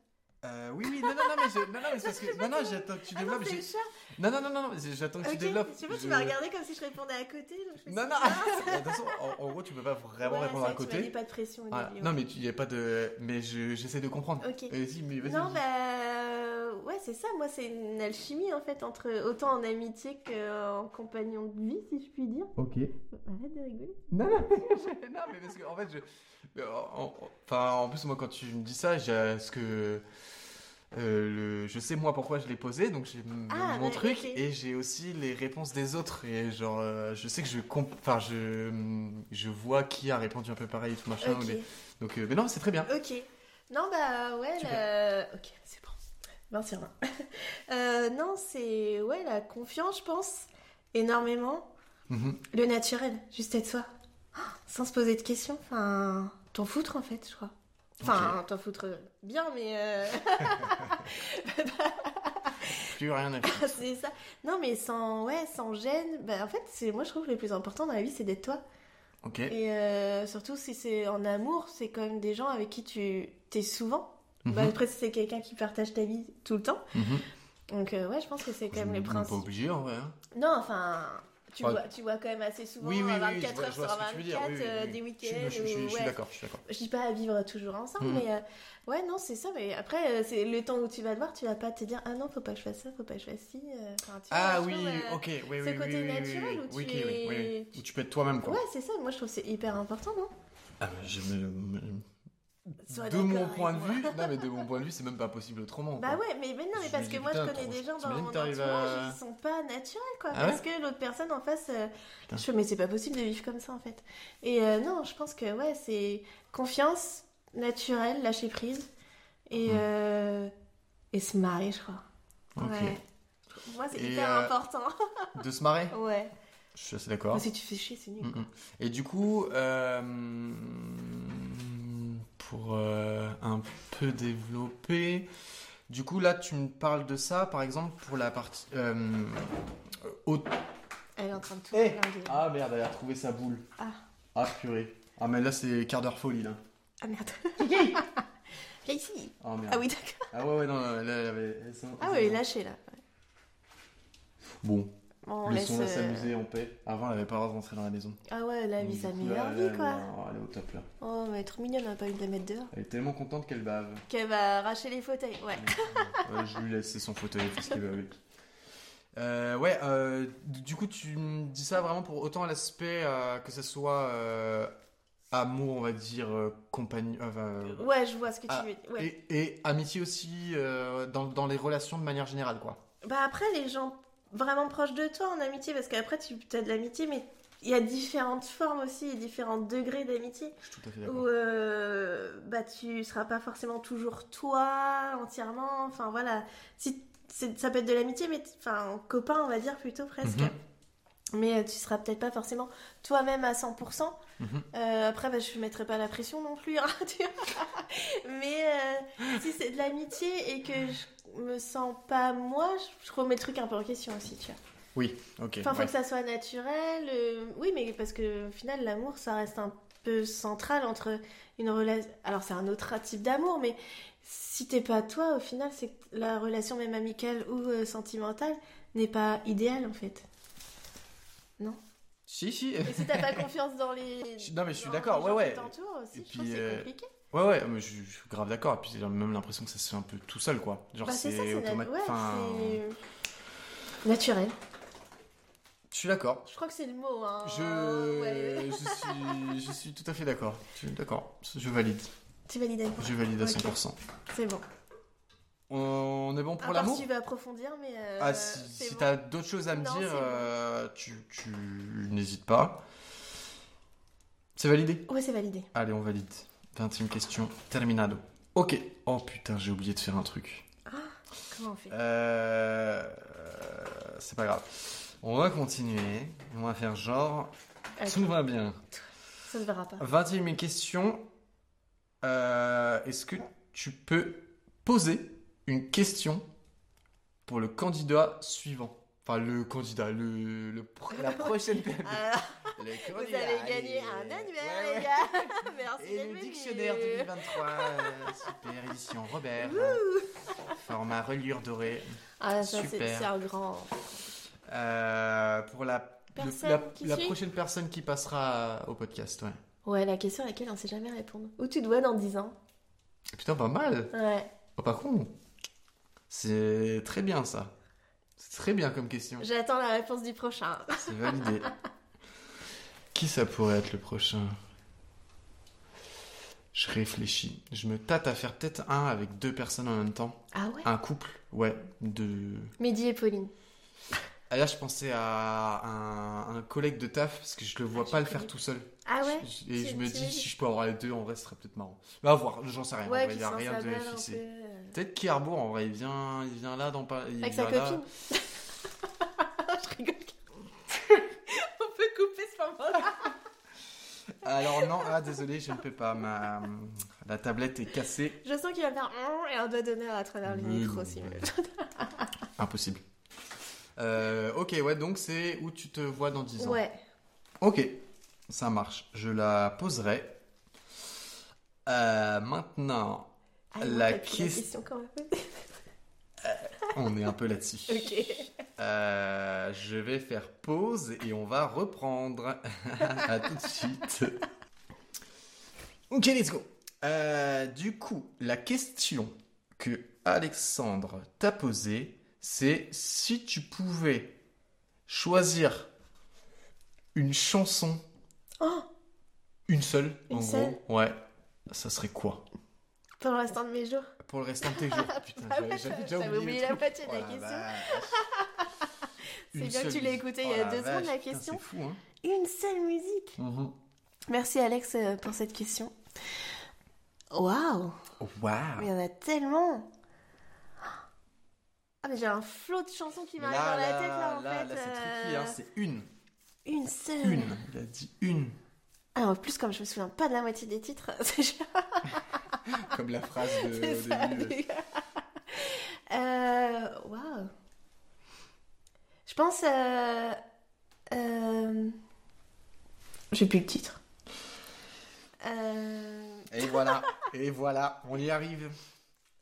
S2: Euh, oui, oui, non, non, non, mais, je- non, non, mais c'est parce que. Non, non, j'attends que tu
S3: Ah non,
S2: développes.
S3: c'est
S2: j'ai-
S3: le chat
S2: Non, non, non, non, non, mais j'attends que tu
S3: Ok,
S2: développes.
S3: je sais pas, tu
S2: Je-
S3: m'as regardé comme si je répondais à côté. donc je me
S2: Non,
S3: suis
S2: non,
S3: dit,
S2: de toute façon, en, en gros, tu peux pas vraiment
S3: Ouais,
S2: répondre
S3: c'est
S2: à
S3: vrai, Tu m'as
S2: côté.
S3: dit pas de pression au
S2: Voilà.
S3: début,
S2: Non,
S3: ouais.
S2: mais il n'y a pas de. Mais je- j'essaie de comprendre.
S3: Ok.
S2: Vas-y, mais euh, vas-y.
S3: Non,
S2: vas-y.
S3: bah. Ouais, c'est ça. Moi, c'est une alchimie en fait, entre autant en amitié qu'en compagnon de vie, si je puis dire.
S2: Ok.
S3: Arrête de rigoler.
S2: Non, non, mais- non, mais parce que, en fait, je. mais euh, en- en- Enfin, en plus, moi, quand tu me dis ça, j'ai ce que. euh, le... Je sais moi pourquoi je l'ai posé, donc j'ai m-
S3: Ah,
S2: mon
S3: ouais,
S2: truc
S3: ok.
S2: et j'ai aussi les réponses des autres et genre euh, je sais que je comp- enfin je je vois qui a répondu un peu pareil tout machin ou
S3: Ok.
S2: des- donc euh, mais non c'est très bien.
S3: Ok. Non, bah ouais,
S2: Tu
S3: la- Ok, c'est bon. 20 sur 20. Euh, non, c'est. Ouais, la confiance, je pense. Énormément.
S2: Mhm.
S3: Le naturel, juste être soi. Ah, Sans se poser de questions. Enfin, t'en foutre en fait, je crois. Enfin, t'en foutre bien, mais. euh,
S2: Plus rien à faire.
S3: c'est ça. Non, mais sans, ouais, sans gêne. Bah, en fait, c'est moi je trouve que le plus important dans la vie, c'est d'être toi.
S2: Ok.
S3: Et euh, surtout si c'est en amour, c'est quand même des gens avec qui tu t'es souvent. Bah,
S2: Mhm.
S3: après, si c'est quelqu'un qui partage ta vie tout le temps.
S2: Mhm.
S3: Donc, euh, ouais, je pense que c'est quand
S2: Je
S3: même
S2: me-
S3: le
S2: on est Pas
S3: principe.
S2: obligé en vrai. hein.
S3: Non, enfin, Tu,
S2: Enfin,
S3: vois, tu vois quand même assez souvent
S2: oui, oui,
S3: à
S2: oui,
S3: 24
S2: je vois-
S3: heures
S2: je vois
S3: sur
S2: ce que tu
S3: 24
S2: veux dire, oui, oui,
S3: euh,
S2: oui.
S3: des
S2: Je suis- Je,
S3: week-ends.
S2: je- je- je
S3: ou-
S2: suis
S3: ouais.
S2: d'accord, je suis d'accord.
S3: Je dis pas à vivre toujours ensemble,
S2: Mhm.
S3: mais euh, ouais, non, c'est ça. Mais après, euh, c'est le temps où tu vas le voir, tu vas pas te dire ah non, faut pas que je fasse ça, faut pas que je fasse ci. euh, enfin, tu vois,
S2: Ah
S3: je
S2: oui,
S3: trouve, euh,
S2: ok, oui, oui,
S3: ce
S2: oui,
S3: côté
S2: oui, oui, oui,
S3: naturel où
S2: oui,
S3: tu
S2: ok, oui, oui,
S3: es-
S2: oui. Où tu peux être toi-même, quoi.
S3: Ouais, c'est ça. Moi, je trouve que c'est hyper important, non
S2: Ah, mais je me-
S3: Sois
S2: de mon
S3: d'accord
S2: point de
S3: avec
S2: vue, non, mais de mon point de vue, c'est même pas possible autrement.
S3: Bah
S2: quoi.
S3: ouais, mais, mais non, mais
S2: Je
S3: parce
S2: me
S3: que
S2: dis,
S3: moi, je
S2: putain,
S3: connais
S2: t'en-
S3: des gens dans
S2: t'imagines,
S3: mon entourage,
S2: t'arrives à-
S3: ils sont pas naturels, quoi.
S2: Ah ouais
S3: parce que l'autre personne en face, euh,
S2: Putain.
S3: je fais, mais c'est pas possible de vivre comme ça, en fait. Et euh, non, je pense que, ouais, c'est confiance, naturel, lâcher prise, et,
S2: Hmm.
S3: euh, et se marrer, je crois.
S2: Ok.
S3: Ouais. Pour Moi, c'est
S2: Et,
S3: hyper
S2: euh,
S3: important.
S2: De se marrer,
S3: ouais.
S2: je suis assez d'accord.
S3: Parce que tu fais chier, c'est nul.
S2: Mm, mm. Et du coup, euh, pour euh, un peu développer, du coup là tu me parles de ça par exemple pour la partie... euh, au-
S3: Elle est en train de tout
S2: Eh
S3: blinguer. Ah.
S2: Ah merde, elle a retrouvé sa boule.
S3: Ah.
S2: Ah purée. Ah mais là c'est quart d'heure folie là.
S3: Ah, merde. Là, ici.
S2: Ah merde.
S3: Ah oui, d'accord.
S2: Ah ouais ouais non, non, là elle avait... elle s'en-
S3: Ah
S2: elle
S3: ouais,
S2: s'en-
S3: lâcher, là. Ouais.
S2: Bon,
S3: Bon, on laisse.
S2: laissons-la
S3: euh,
S2: s'amuser en paix. Avant elle avait pas le droit de rentrer dans la maison.
S3: Ah ouais, la vie,
S2: Donc,
S3: ça
S2: du coup,
S3: meilleure
S2: là, là,
S3: vie, quoi.
S2: elle est- oh, elle est au top là.
S3: Oh, mais trop mignonne, on a pas eu de la mettre dehors.
S2: Elle est tellement contente qu'elle bave.
S3: Qu'elle va arracher les fauteuils, ouais.
S2: Ouais, je lui laissais son fauteuil, il fait ce qu'il veut avec. Euh, ouais, euh, d- du coup, tu me dis ça vraiment pour autant l'aspect euh, que ce soit euh, amour, on va dire, euh, compagnie. euh, euh,
S3: Ouais, je vois ce que tu
S2: Ah,
S3: veux dire. ouais.
S2: et, et amitié aussi euh, dans, dans les relations de manière générale, quoi.
S3: Bah après, les gens vraiment proches de toi en amitié, parce qu'après, tu as de l'amitié, mais il y a différentes formes aussi et différents degrés d'amitié.
S2: Je suis tout à fait
S3: Où
S2: d'accord.
S3: euh, bah, tu seras pas forcément toujours toi entièrement. Enfin voilà, si, c'est- ça peut être de l'amitié, mais t- enfin copain, on va dire plutôt presque.
S2: Mhm.
S3: Mais euh, tu seras peut-être pas forcément toi-même à 100%.
S2: Mhm.
S3: Euh, après, bah, je ne mettrai pas la pression non plus. hein, tu vois. Mais euh, si c'est de l'amitié et que je me sens pas moi, je, je remets le truc un peu en question aussi. Tu vois.
S2: Oui, ok.
S3: Enfin, faut
S2: ouais.
S3: que ça soit naturel. euh, oui, mais parce que au final, l'amour, ça reste un peu central entre une relation. Alors, c'est un autre type d'amour, mais si t'es pas toi, au final, c'est que la relation, même amicale ou euh, sentimentale, n'est pas idéale en fait.
S2: Si, si.
S3: Et si t'as pas confiance dans les.
S2: Je- non, mais je suis
S3: dans
S2: d'accord,
S3: les
S2: ouais,
S3: gens qui
S2: ouais.
S3: t'entourent aussi,
S2: Et
S3: je trouve
S2: puis,
S3: que c'est
S2: euh,
S3: compliqué.
S2: Ouais, ouais, mais je, je suis grave d'accord. Et puis j'ai même l'impression que ça se fait un peu tout seul, quoi. Genre,
S3: Bah, c'est ça, c'est nat-
S2: automatique.
S3: ouais,
S2: enfin,
S3: c'est naturel.
S2: je suis d'accord.
S3: Je crois que c'est le mot. Hein.
S2: Je,
S3: Ouais.
S2: je, suis, je suis tout à fait d'accord. Je suis D'accord, je valide.
S3: Tu valides Anne
S2: Je valide à
S3: Ok.
S2: 100%.
S3: C'est bon.
S2: On est bon
S3: à
S2: pour
S3: part
S2: l'amour
S3: si tu veux approfondir, mais. euh,
S2: Ah, si,
S3: c'est
S2: si
S3: bon.
S2: t'as d'autres choses à me
S3: Non,
S2: dire,
S3: c'est bon.
S2: euh, tu, tu n'hésites pas. C'est validé
S3: Ouais, c'est validé.
S2: Allez, on valide. 20 question, terminado. Ok. Oh putain, j'ai oublié de faire un truc.
S3: Comment on fait
S2: Euh, C'est pas grave. On va continuer. On va faire genre.
S3: Allez.
S2: Tout va bien.
S3: Ça se verra pas.
S2: 21 e question. Euh, Est-ce que tu peux poser une question pour le candidat suivant Enfin, le candidat, le, le pro- la prochaine personne.
S3: Alors,
S2: Le
S3: Ah, vous
S2: candidat,
S3: avez gagné
S2: allez.
S3: un annuaire,
S2: Ouais, ouais.
S3: les gars Merci
S2: Et
S3: d'être
S2: le
S3: venus.
S2: dictionnaire 2023, euh, super édition Robert, format reliure dorée.
S3: Ah, ça, c'est
S2: Super.
S3: c'est un grand.
S2: Euh, pour la, le-
S3: Personne
S2: la,
S3: qui
S2: la
S3: suit
S2: prochaine personne qui passera au podcast, ouais.
S3: Ouais, la question à laquelle on sait jamais répondre. Où tu te vois dans 10 ans
S2: Putain, pas mal.
S3: Ouais.
S2: Oh, pas con. C'est très bien ça. C'est très bien comme question.
S3: J'attends la réponse du prochain.
S2: C'est validé. Qui ça pourrait être le prochain Je réfléchis. Je me tâte à faire peut-être un avec deux personnes en même temps.
S3: Ah ouais
S2: Un couple, ouais. De...
S3: Mehdi et Pauline.
S2: Ah, là, je pensais à un, un collègue de taf parce que je le vois
S3: Ah,
S2: pas
S3: tu
S2: le faire
S3: connais.
S2: tout seul.
S3: Ah ouais
S2: Je- je- et
S3: Tu-
S2: je me
S3: tu
S2: dis,
S3: l'as
S2: si
S3: dit.
S2: je peux avoir les deux, en vrai, ce serait peut-être marrant. Mais à voir, j'en sais rien. en
S3: Ouais,
S2: vrai,
S3: qui
S2: y a
S3: sent
S2: rien
S3: sa
S2: de
S3: balle un
S2: fixé.
S3: peu. euh,
S2: Peut-être Kerbourg, en vrai, il vient, il vient là dans Paris. il
S3: Avec sa
S2: vient là.
S3: copine Je rigole. On peut couper ce moment-là.
S2: Alors non, ah désolé, je ne peux pas. Ma la tablette est cassée,
S3: Je sens qu'il va faire un et un doigt d'honneur à travers le
S2: Oui,
S3: micro,
S2: non,
S3: si
S2: mais-
S3: Ah, mais-
S2: impossible. Euh, ok, ouais, donc c'est où tu te vois dans 10 ans.
S3: Ouais.
S2: Ok, ça marche. Je la poserai. Euh, maintenant,
S3: Ah, non,
S2: La
S3: t'as plus
S2: ques-
S3: question quand même.
S2: On est un peu là-dessus.
S3: Ok.
S2: Euh, je vais faire pause et on va reprendre. à tout de suite. Ok, let's go. Euh, du coup, la question que Alexandre t'a posée, c'est si tu pouvais choisir une chanson,
S3: Oh,
S2: une seule,
S3: Une
S2: en
S3: seule
S2: gros. Ouais. Ça serait quoi
S3: pour l'instant de mes jours.
S2: Pour le restant de tes jours. Putain,
S3: Ah
S2: j'avais-
S3: ouais,
S2: j'avais déjà
S3: j'avais
S2: oublié.
S3: oublié
S2: le
S3: la
S2: truc.
S3: moitié de la
S2: Oh
S3: question.
S2: vache.
S3: C'est
S2: Une
S3: bien que tu
S2: seule
S3: l'as
S2: musique.
S3: écouté il y a
S2: Oh
S3: deux
S2: la
S3: secondes, la
S2: vache, putain,
S3: question.
S2: C'est fou, hein.
S3: Une seule musique.
S2: Mhm.
S3: Merci Alex euh, pour cette question. Waouh,
S2: Oh, Waouh.
S3: mais il y en a tellement. Ah mais j'ai un flot de chansons qui
S2: Mais
S3: m'arrivent dans la tête là en
S2: là,
S3: fait.
S2: là, c'est tricky, hein,
S3: euh,
S2: c'est une.
S3: Une seule.
S2: Une. Il a dit une.
S3: Ah, en plus comme je me souviens pas de la moitié des titres, c'est genre-
S2: Comme la phrase de.
S3: c'est
S2: au
S3: ça.
S2: début, euh,
S3: du- Euh, Waouh. Je pense. Euh... euh, J'ai plus le titre. Euh...
S2: Et voilà, et voilà, on y arrive.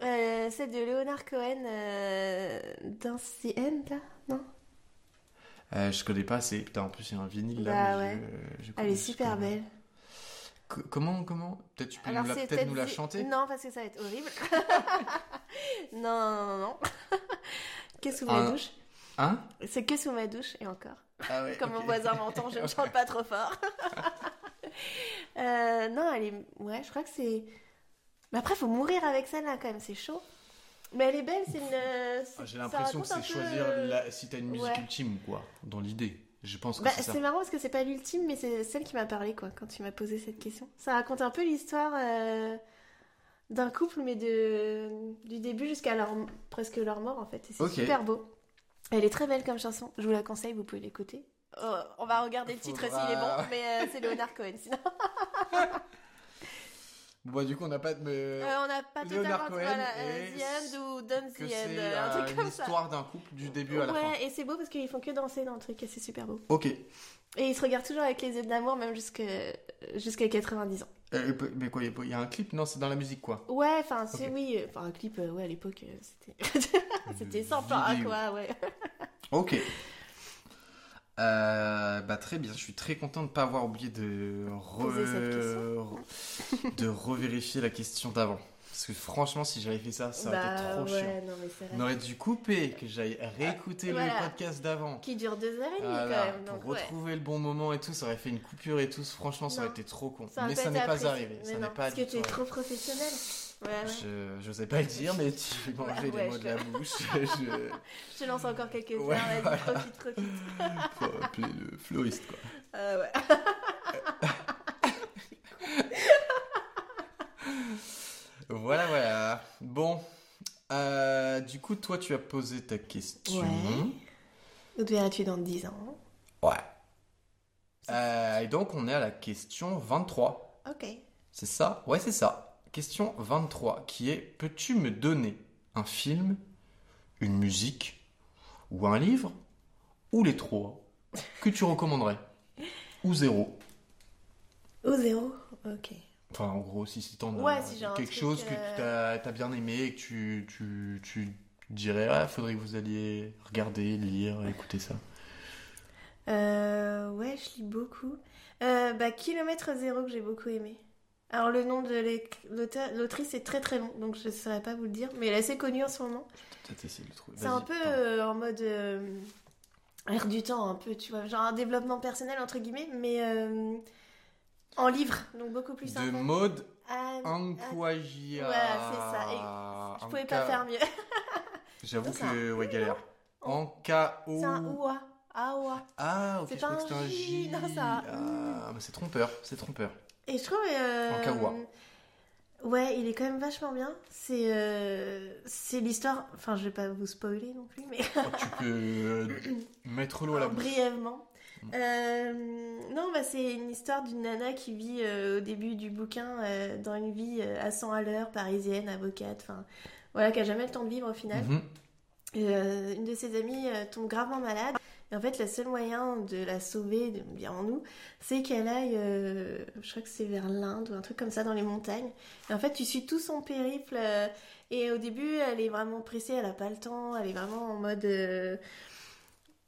S3: Euh, celle de Leonard Cohen euh, dans The End, là Non
S2: Euh, je connais pas, c'est. Putain, en plus, il y a un vinyle là.
S3: Bah
S2: mais
S3: ouais.
S2: je- je
S3: Elle
S2: connais-
S3: est
S2: je
S3: super
S2: connais.
S3: belle.
S2: Co- comment, comment Peut-être tu peux nous la,
S3: c'est
S2: peut-être
S3: peut-être
S2: nous la
S3: The-
S2: chanter
S3: Non, parce que ça va être horrible. non, non, non, non. que sous ma
S2: Un-
S3: douche.
S2: Hein
S3: C'est que sous ma douche, et encore.
S2: ah ouais,
S3: Ah Comme
S2: ok.
S3: mon voisin m'entend, je ne chante pas trop fort. Euh, non, elle est. Ouais, je crois que c'est. Mais après, faut mourir avec celle-là quand même, c'est chaud. Mais elle est belle, c'est une.
S2: Ah,
S3: c'est-
S2: J'ai
S3: ça
S2: l'impression que
S3: raconte
S2: c'est
S3: un peu,
S2: choisir
S3: euh,
S2: la- si t'as une musique
S3: ouais.
S2: ultime, quoi, dans l'idée. Je pense que
S3: Bah,
S2: c'est ça.
S3: c'est marrant parce que c'est pas l'ultime, mais c'est celle qui m'a parlé quoi quand tu m'as posé cette question. Ça raconte un peu l'histoire euh, d'un couple, mais de du début jusqu'à leur presque leur mort en fait. Et c'est
S2: Ok.
S3: super beau. Elle est très belle comme chanson. Je vous la conseille, vous pouvez l'écouter. Euh, on va regarder le titre
S2: Faudra-
S3: s'il est bon, mais euh, c'est Leonard Cohen. Sinon,
S2: Bon, bah, du coup, on n'a pas de. me-
S3: Euh, on n'a pas
S2: Leonard
S3: totalement
S2: Cohen
S3: voilà, euh,
S2: et
S3: The End ou Done the
S2: que
S3: End,
S2: c'est
S3: euh, un
S2: euh,
S3: truc comme ça.
S2: l'histoire d'un couple du début à la fin.
S3: Ouais, et c'est beau parce qu'ils font que danser dans le truc, et c'est super beau.
S2: Ok.
S3: Et ils se regardent toujours avec les yeux de l'amour, même jusque- jusqu'à 90 ans.
S2: Euh, mais quoi, il y a un clip Non, c'est dans la musique, quoi.
S3: Ouais, enfin, c'est
S2: Ok.
S3: oui, euh, enfin un clip, euh, ouais, à l'époque, euh, c'était c'était sympa, hein,
S2: Vidéo.
S3: quoi, ouais.
S2: Ok. Euh, bah très bien, je suis très content de ne pas avoir oublié de
S3: Poser cette
S2: re- de revérifier la question d'avant. Parce que franchement, si j'avais fait ça, ça aurait été
S3: bah
S2: trop
S3: ouais,
S2: chiant.
S3: non mais c'est vrai.
S2: On aurait dû couper, que j'aille réécouter
S3: Voilà.
S2: le podcast d'avant.
S3: Qui dure deux heures et demie
S2: Voilà,
S3: quand même, donc
S2: Ah pour
S3: ouais.
S2: retrouver le bon moment et tout, ça aurait fait une coupure et tout. Franchement, ça aurait
S3: Non.
S2: été trop con.
S3: aurait
S2: mais
S3: pas
S2: ça
S3: été
S2: n'est pas
S3: apprécié.
S2: arrivé.
S3: Mais
S2: Ça
S3: non,
S2: n'est pas
S3: parce que
S2: du
S3: t'es
S2: tout
S3: trop professionnel. Ouais, ouais.
S2: Je, je sais pas le dire, mais tu
S3: Ouais,
S2: mangeais les
S3: ouais,
S2: mots
S3: je
S2: de la bouche. Je-
S3: Je te lance encore quelques heures,
S2: Ouais,
S3: vas-y,
S2: voilà.
S3: profite, profite.
S2: Faut appeler le floriste, quoi.
S3: Euh, ouais.
S2: Voilà, voilà. Bon. Euh, du coup, toi, tu as posé ta question.
S3: Ouais. Où te verras-tu dans 10 ans
S2: Ouais. Euh, et donc, on est à la question 23.
S3: Ok.
S2: C'est ça Ouais, c'est ça. Question 23, qui est Peux-tu me donner un film, une musique, ou un livre, ou les trois, que tu recommanderais Ou zéro
S3: Au zéro Ok.
S2: Enfin, en gros, si c'est en as
S3: Ouais, si j'ai un
S2: quelque
S3: truc,
S2: chose que tu
S3: euh,
S2: t'as t'as bien aimé et que tu, tu, tu dirais, ah, faudrait que vous alliez regarder, lire, écouter ça.
S3: Euh, ouais, je lis beaucoup. Euh, bah, Kilomètre Zéro que j'ai beaucoup aimé. Alors, le nom de l'éc- l'auteur- l'autrice est très très long, donc je ne saurais pas vous le dire, mais elle est assez connue en ce moment.
S2: Peut-être essayer de le trouver.
S3: C'est
S2: Vas-y,
S3: un peu
S2: attends.
S3: euh, en mode euh, air du temps, un peu, tu vois, genre un développement personnel entre guillemets, mais euh, en livre, donc beaucoup plus
S2: De
S3: sympa.
S2: mode
S3: Ah,
S2: Ankwajia.
S3: Voilà, c'est ça. je pouvais pas
S2: Anka-
S3: faire mieux.
S2: J'avoue
S3: C'est un-
S2: que, ouais, galère. Anka-O.
S3: C'est un oua. Ah, oua.
S2: Ah, ok,
S3: C'est
S2: je crois
S3: pas
S2: que c'était
S3: un
S2: un J.
S3: J, non, ça.
S2: Ah, mais c'est trompeur, c'est trompeur.
S3: Et je trouve. euh,
S2: En kawa.
S3: Ouais, il est quand même vachement bien. C'est euh, c'est l'histoire. Enfin, je vais pas vous spoiler non plus, mais
S2: Oh, tu peux euh, mettre
S3: Ah,
S2: l'eau à la Mm. bouche.
S3: brièvement. Euh, non, bah, c'est une histoire d'une nana qui vit euh, au début du bouquin euh, dans une vie euh, à 100 à l'heure, parisienne, avocate, enfin voilà, qui a jamais le temps de vivre au final.
S2: Mhm.
S3: Euh, une de ses amies euh, tombe gravement malade. Et Et en fait, le seul moyen de la sauver, de- dirons-nous, c'est qu'elle aille, euh, je crois que c'est vers l'Inde ou un truc comme ça, dans les montagnes. Et en fait, tu suis tout son périple. euh, et au début, elle est vraiment pressée, elle a pas le temps, elle est vraiment en mode. euh,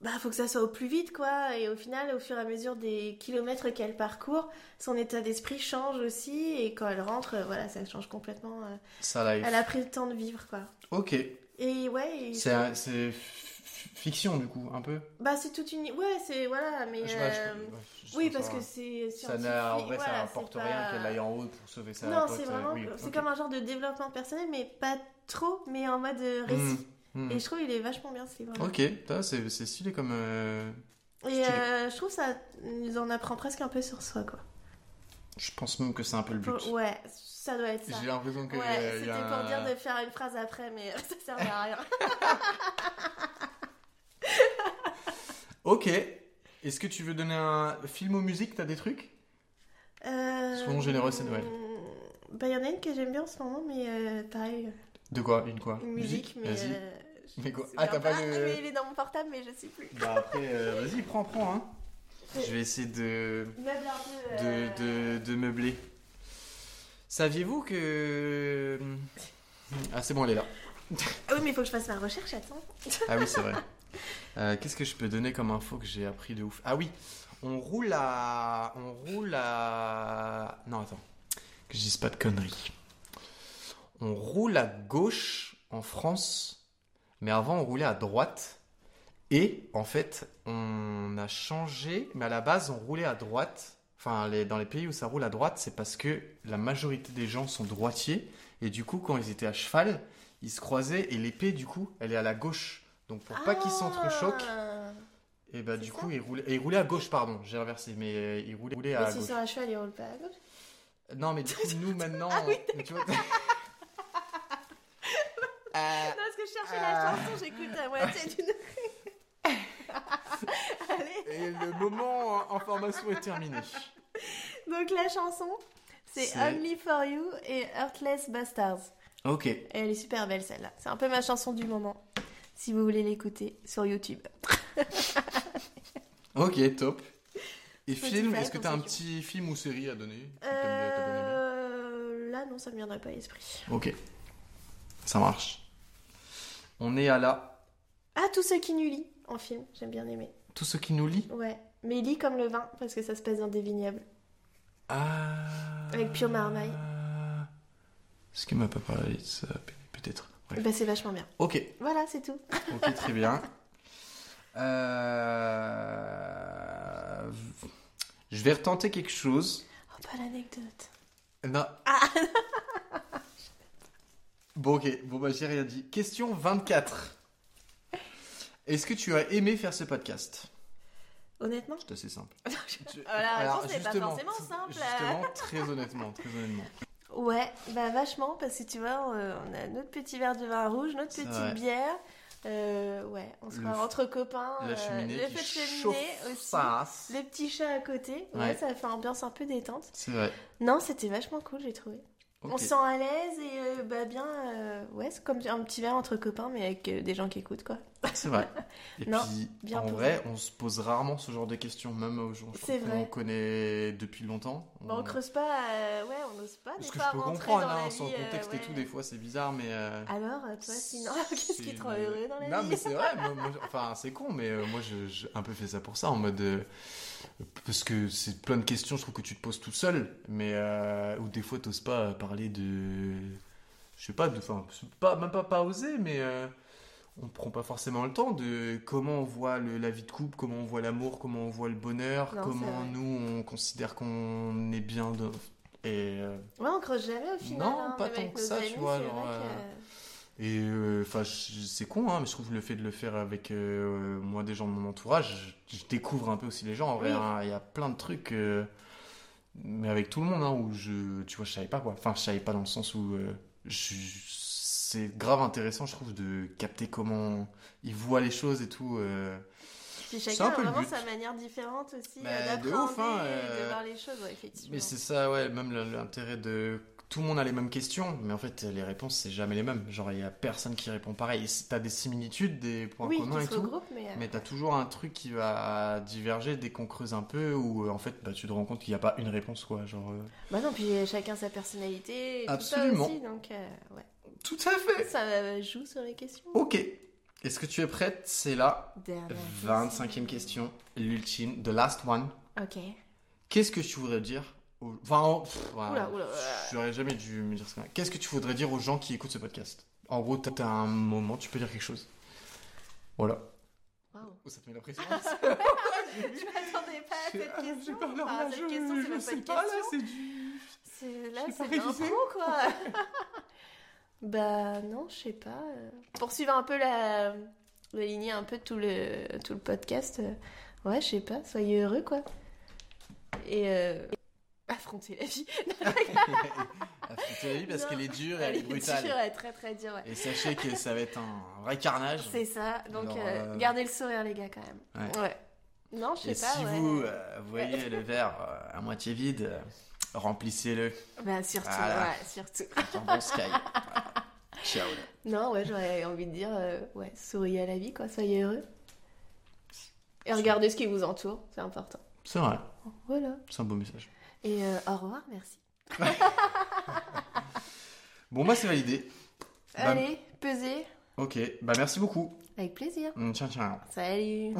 S3: bah, faut que ça soit au plus vite, quoi. Et au final, au fur et à mesure des kilomètres qu'elle parcourt, son état d'esprit change aussi. Et quand elle rentre, euh, voilà, ça change complètement. euh,
S2: Ça live.
S3: elle a pris le temps de vivre, quoi.
S2: Ok.
S3: Et ouais. et-
S2: C'est un- c'est f- f- fiction, du coup, un peu.
S3: Bah, c'est toute une. Ouais, c'est. Voilà, mais.
S2: Je- ouais,
S3: euh,
S2: je- ouais, je- je
S3: oui,
S2: trouve
S3: parce
S2: ça-
S3: que c'est.
S2: Ça n'a- en
S3: scientifique,
S2: vrai,
S3: voilà,
S2: ça n'apporte
S3: c'est
S2: rien
S3: pas-
S2: qu'elle aille en haut pour sauver sa
S3: Non,
S2: pote.
S3: c'est
S2: euh,
S3: vraiment.
S2: oui,
S3: c'est
S2: ok.
S3: comme un genre de développement personnel, mais pas trop, mais en mode euh,
S2: Hmm,
S3: récit.
S2: hmm.
S3: Et je trouve il est vachement bien ce livre.
S2: Ok, putain, c'est c'est stylé comme. euh,
S3: Et
S2: stylé.
S3: euh, je trouve ça nous en apprend presque un peu sur soi quoi.
S2: Je pense même que c'est un peu le but.
S3: Pour- Ouais, ça doit être ça.
S2: J'ai l'impression que.
S3: Ouais,
S2: euh, il y
S3: c'était
S2: a un-
S3: pour dire de faire une phrase après, mais ça servait à rien.
S2: Ok. Est-ce que tu veux donner un film ou musique T'as des trucs
S3: Euh...
S2: Soyons généreux, c'est Noël.
S3: Bah, il y en a une que j'aime bien en ce moment, mais euh, pareil,
S2: De quoi Une quoi
S3: une musique, mais.
S2: Vas-y.
S3: euh, je
S2: Mais quoi
S3: sais
S2: Ah, t'as pas le-
S3: Mais il est dans mon portable, mais je sais plus.
S2: Bah après, euh, vas-y, prends, prends. Hein. Je vais essayer de,
S3: Meuble un peu. euh,
S2: de, de, de meubler. Saviez-vous que. Ah, c'est bon, elle est là.
S3: Ah oui, mais il faut que je fasse ma recherche, attends.
S2: Ah oui, c'est vrai. Euh, Qu'est-ce que je peux donner comme info que j'ai appris de ouf Ah oui, on roule à. On roule à. Non, attends. Que je dise pas de conneries. On roule à gauche en France, mais avant on roulait à droite. Et en fait, on a changé, mais à la base on roulait à droite. Enfin, les- dans les pays où ça roule à droite, c'est parce que la majorité des gens sont droitiers. Et du coup, quand ils étaient à cheval, ils se croisaient et l'épée, du coup, elle est à la gauche. Donc pour pas qu'ils
S3: Ah.
S2: s'entrechoquent, et bah
S3: C'est
S2: du
S3: ça
S2: coup, ils roulaient, et ils roulaient à gauche, pardon, j'ai inversé, mais euh, ils roulaient, roulaient
S3: Mais
S2: à
S3: si
S2: gauche.
S3: sur un cheval, il roule pas à gauche.
S2: Non, mais du coup, nous maintenant.
S3: Ah
S2: on- tu vois, Euh,
S3: Non, parce que je cherchais
S2: Ah.
S3: la chanson, j'écoute la moitié d'une. Allez,
S2: et le moment en en formation est terminé.
S3: donc la chanson, c'est
S2: C'est-
S3: Only for You et Heartless Bastards.
S2: Ok.
S3: Et elle est super belle celle-là. C'est un peu ma chanson du moment. Si vous voulez l'écouter sur YouTube.
S2: Ok, top. Et
S3: Spotify,
S2: film, est-ce que
S3: comme
S2: t'as
S3: ça,
S2: un
S3: tu
S2: petit film ou série à donner que t'aimes bien- t'as bien aimé
S3: Euh... Là, non, ça me viendrait pas à l'esprit.
S2: Euh, Ok. Ça marche. On est à la.
S3: Ah, Tout ceux qui nous lit en film, j'aime bien aimer.
S2: Tout ce qui nous lit.
S3: Ouais, mais lit comme le vin, parce que ça se passe dans des vignobles.
S2: Ah.
S3: Avec Pio Marmaille.
S2: Est-ce qu'il m'a pas parlé de ça Pe- Peut-être. Ouais.
S3: Bah, c'est vachement bien.
S2: Ok.
S3: Voilà, c'est tout.
S2: Ok, très bien. Euh, Je vais retenter quelque chose.
S3: Oh, pas l'anecdote.
S2: Non.
S3: Ah.
S2: Bon, ok. Bon, bah, j'ai rien dit. Question 24. Est-ce que tu as aimé faire ce podcast
S3: Honnêtement
S2: C'est assez simple. Tu-
S3: Ah, la
S2: Alors,
S3: réponse n'est pas
S2: justement,
S3: forcément
S2: t-
S3: simple.
S2: Justement, très honnêtement, très honnêtement.
S3: Ouais, bah vachement, parce que tu vois, on, on a notre petit verre de vin rouge, notre
S2: C'est
S3: petite
S2: vrai.
S3: bière. Euh, ouais, on se
S2: Le
S3: croit
S2: f-
S3: entre copains. euh,
S2: La cheminée
S3: le
S2: qui
S3: feu de
S2: chauffe
S3: cheminée aussi.
S2: sa race.
S3: Le petit chat à côté. Ouais,
S2: Ouais.
S3: ça fait ambiance un peu détente.
S2: C'est vrai.
S3: Non, c'était vachement cool, j'ai trouvé. On
S2: Ok.
S3: se sent à l'aise et euh, bah bien. euh, ouais, c'est comme un petit verre entre copains, mais avec euh, des gens qui écoutent, quoi.
S2: C'est vrai. Et
S3: Non,
S2: puis,
S3: bien
S2: en
S3: posé.
S2: vrai, on se pose rarement ce genre de questions, même aujourd'hui.
S3: C'est
S2: On
S3: vrai.
S2: connaît depuis longtemps.
S3: Bah, on
S2: On-
S3: creuse pas, euh, ouais, on n'ose pas.
S2: Ce
S3: Des
S2: que
S3: fois,
S2: je peux
S3: rentrer
S2: comprendre,
S3: dans la
S2: hein,
S3: vie,
S2: sans
S3: euh,
S2: contexte et
S3: ouais.
S2: tout, des fois, c'est bizarre, mais. euh,
S3: Alors, toi, sinon, qu'est-ce qui te rend
S2: c'est-
S3: heureux dans la
S2: Non,
S3: vie
S2: mais c'est vrai, moi- moi, je- enfin, c'est con, mais euh, moi, je- j'ai un peu fait ça pour ça, en mode. euh, parce que c'est plein de questions, je trouve que tu te poses tout seul, mais. euh, ou des fois, t'oses pas parler de. Je sais pas, de- enfin, c'est pas, même pas, pas oser, mais. euh, on prend pas forcément le temps de comment on voit le- la vie de couple, comment on voit l'amour, comment on voit le bonheur,
S3: Non, c'est
S2: comment
S3: vrai.
S2: nous, on considère qu'on est bien. dans- Et. euh,
S3: Ouais, on creuse jamais au final.
S2: Non,
S3: hein,
S2: pas
S3: même
S2: tant
S3: avec
S2: que
S3: nos
S2: ça, tu
S3: amis,
S2: vois,
S3: c'est
S2: genre,
S3: vrai que-
S2: euh, Et euh, enfin, c'est con, hein, mais je trouve le fait de le faire avec euh, moi des gens de mon entourage, je, je découvre un peu aussi les gens. En vrai,
S3: Oui.
S2: hein, il y a plein de trucs, euh, mais avec tout le monde, hein, où je, tu vois, je savais pas quoi. Enfin, je savais pas dans le sens où euh, je- je- c'est grave intéressant, je trouve, de capter comment ils voient les choses et tout. euh.
S3: Puis
S2: C'est un
S3: chacun
S2: peu
S3: a
S2: le
S3: vraiment
S2: but.
S3: sa manière différente aussi
S2: Mais
S3: euh,
S2: de ouf, hein,
S3: d'appréhender et
S2: euh,
S3: de voir les choses, ouais, effectivement.
S2: Mais c'est ça, ouais, même le- l'intérêt de tout le monde a les mêmes questions, mais en fait, les réponses, c'est jamais les mêmes. Genre, il y a personne qui répond pareil. Et c'est- T'as des similitudes, des points
S3: oui,
S2: communs
S3: qui
S2: et
S3: se
S2: tout.
S3: regroupent, mais, euh,
S2: Mais t'as toujours un truc qui va diverger dès qu'on creuse un peu, ou euh, en fait, bah, tu te rends compte qu'il n'y a pas une réponse, quoi. Genre, euh,
S3: bah non, puis chacun sa personnalité et
S2: Absolument.
S3: tout ça aussi, donc euh, ouais.
S2: Tout à fait
S3: Ça euh, joue sur les questions.
S2: Ok. Est-ce que tu es prête C'est la
S3: Dernière question.
S2: 25e question, l'ultime, the last one.
S3: Ok.
S2: Qu'est-ce que tu voudrais dire aux... Enfin, en- pff, ouais,
S3: Oula, oula.
S2: j'aurais jamais dû me dire ça. Qu'est-ce que tu voudrais dire aux gens qui écoutent ce podcast En gros, t'as t'as un moment, tu peux dire quelque chose. Voilà.
S3: Waouh.
S2: Oh, ça te met la pression
S3: Je m'attendais pas à cette
S2: J'ai- j'ai
S3: question.
S2: pas
S3: Enfin,
S2: l'arnaque,
S3: cette question, c'est
S2: je
S3: même pas
S2: sais
S3: une
S2: pas là,
S3: question.
S2: c'est du...
S3: C'est là,
S2: J'ai pas
S3: c'est de
S2: révisé.
S3: l'impro, quoi. bah non, je sais pas. euh, Poursuivre un peu la, la lignée un peu de tout le tout le podcast. euh, Ouais, je sais pas. Soyez heureux, quoi. Et euh, affronter la vie.
S2: Affrontez la vie Ah, parce
S3: Non.
S2: qu'elle est dure et elle est brutale.
S3: dure, elle est très très dure. ouais.
S2: Et sachez que ça va être un vrai carnage.
S3: C'est ça. Donc
S2: Alors,
S3: euh,
S2: euh,
S3: gardez le sourire, les gars, quand même.
S2: Ouais.
S3: Ouais. Non, je
S2: Et
S3: sais pas.
S2: si
S3: ouais.
S2: vous euh, voyez le verre euh, à moitié vide, euh, remplissez-le.
S3: Bah surtout,
S2: Voilà.
S3: ouais, surtout.
S2: C'est un bon sky. Voilà. Ciao. là.
S3: Non, ouais, j'aurais envie de dire, euh, ouais, souriez à la vie, quoi, soyez heureux. Et regardez ce qui vous entoure, c'est important.
S2: C'est vrai,
S3: Voilà.
S2: c'est un beau message.
S3: Et euh, au revoir, merci.
S2: Bon, bah, c'est validé. Bah,
S3: Allez, pesez,
S2: Ok, bah, merci beaucoup.
S3: avec plaisir.
S2: Mm, Ciao, ciao.
S3: Salut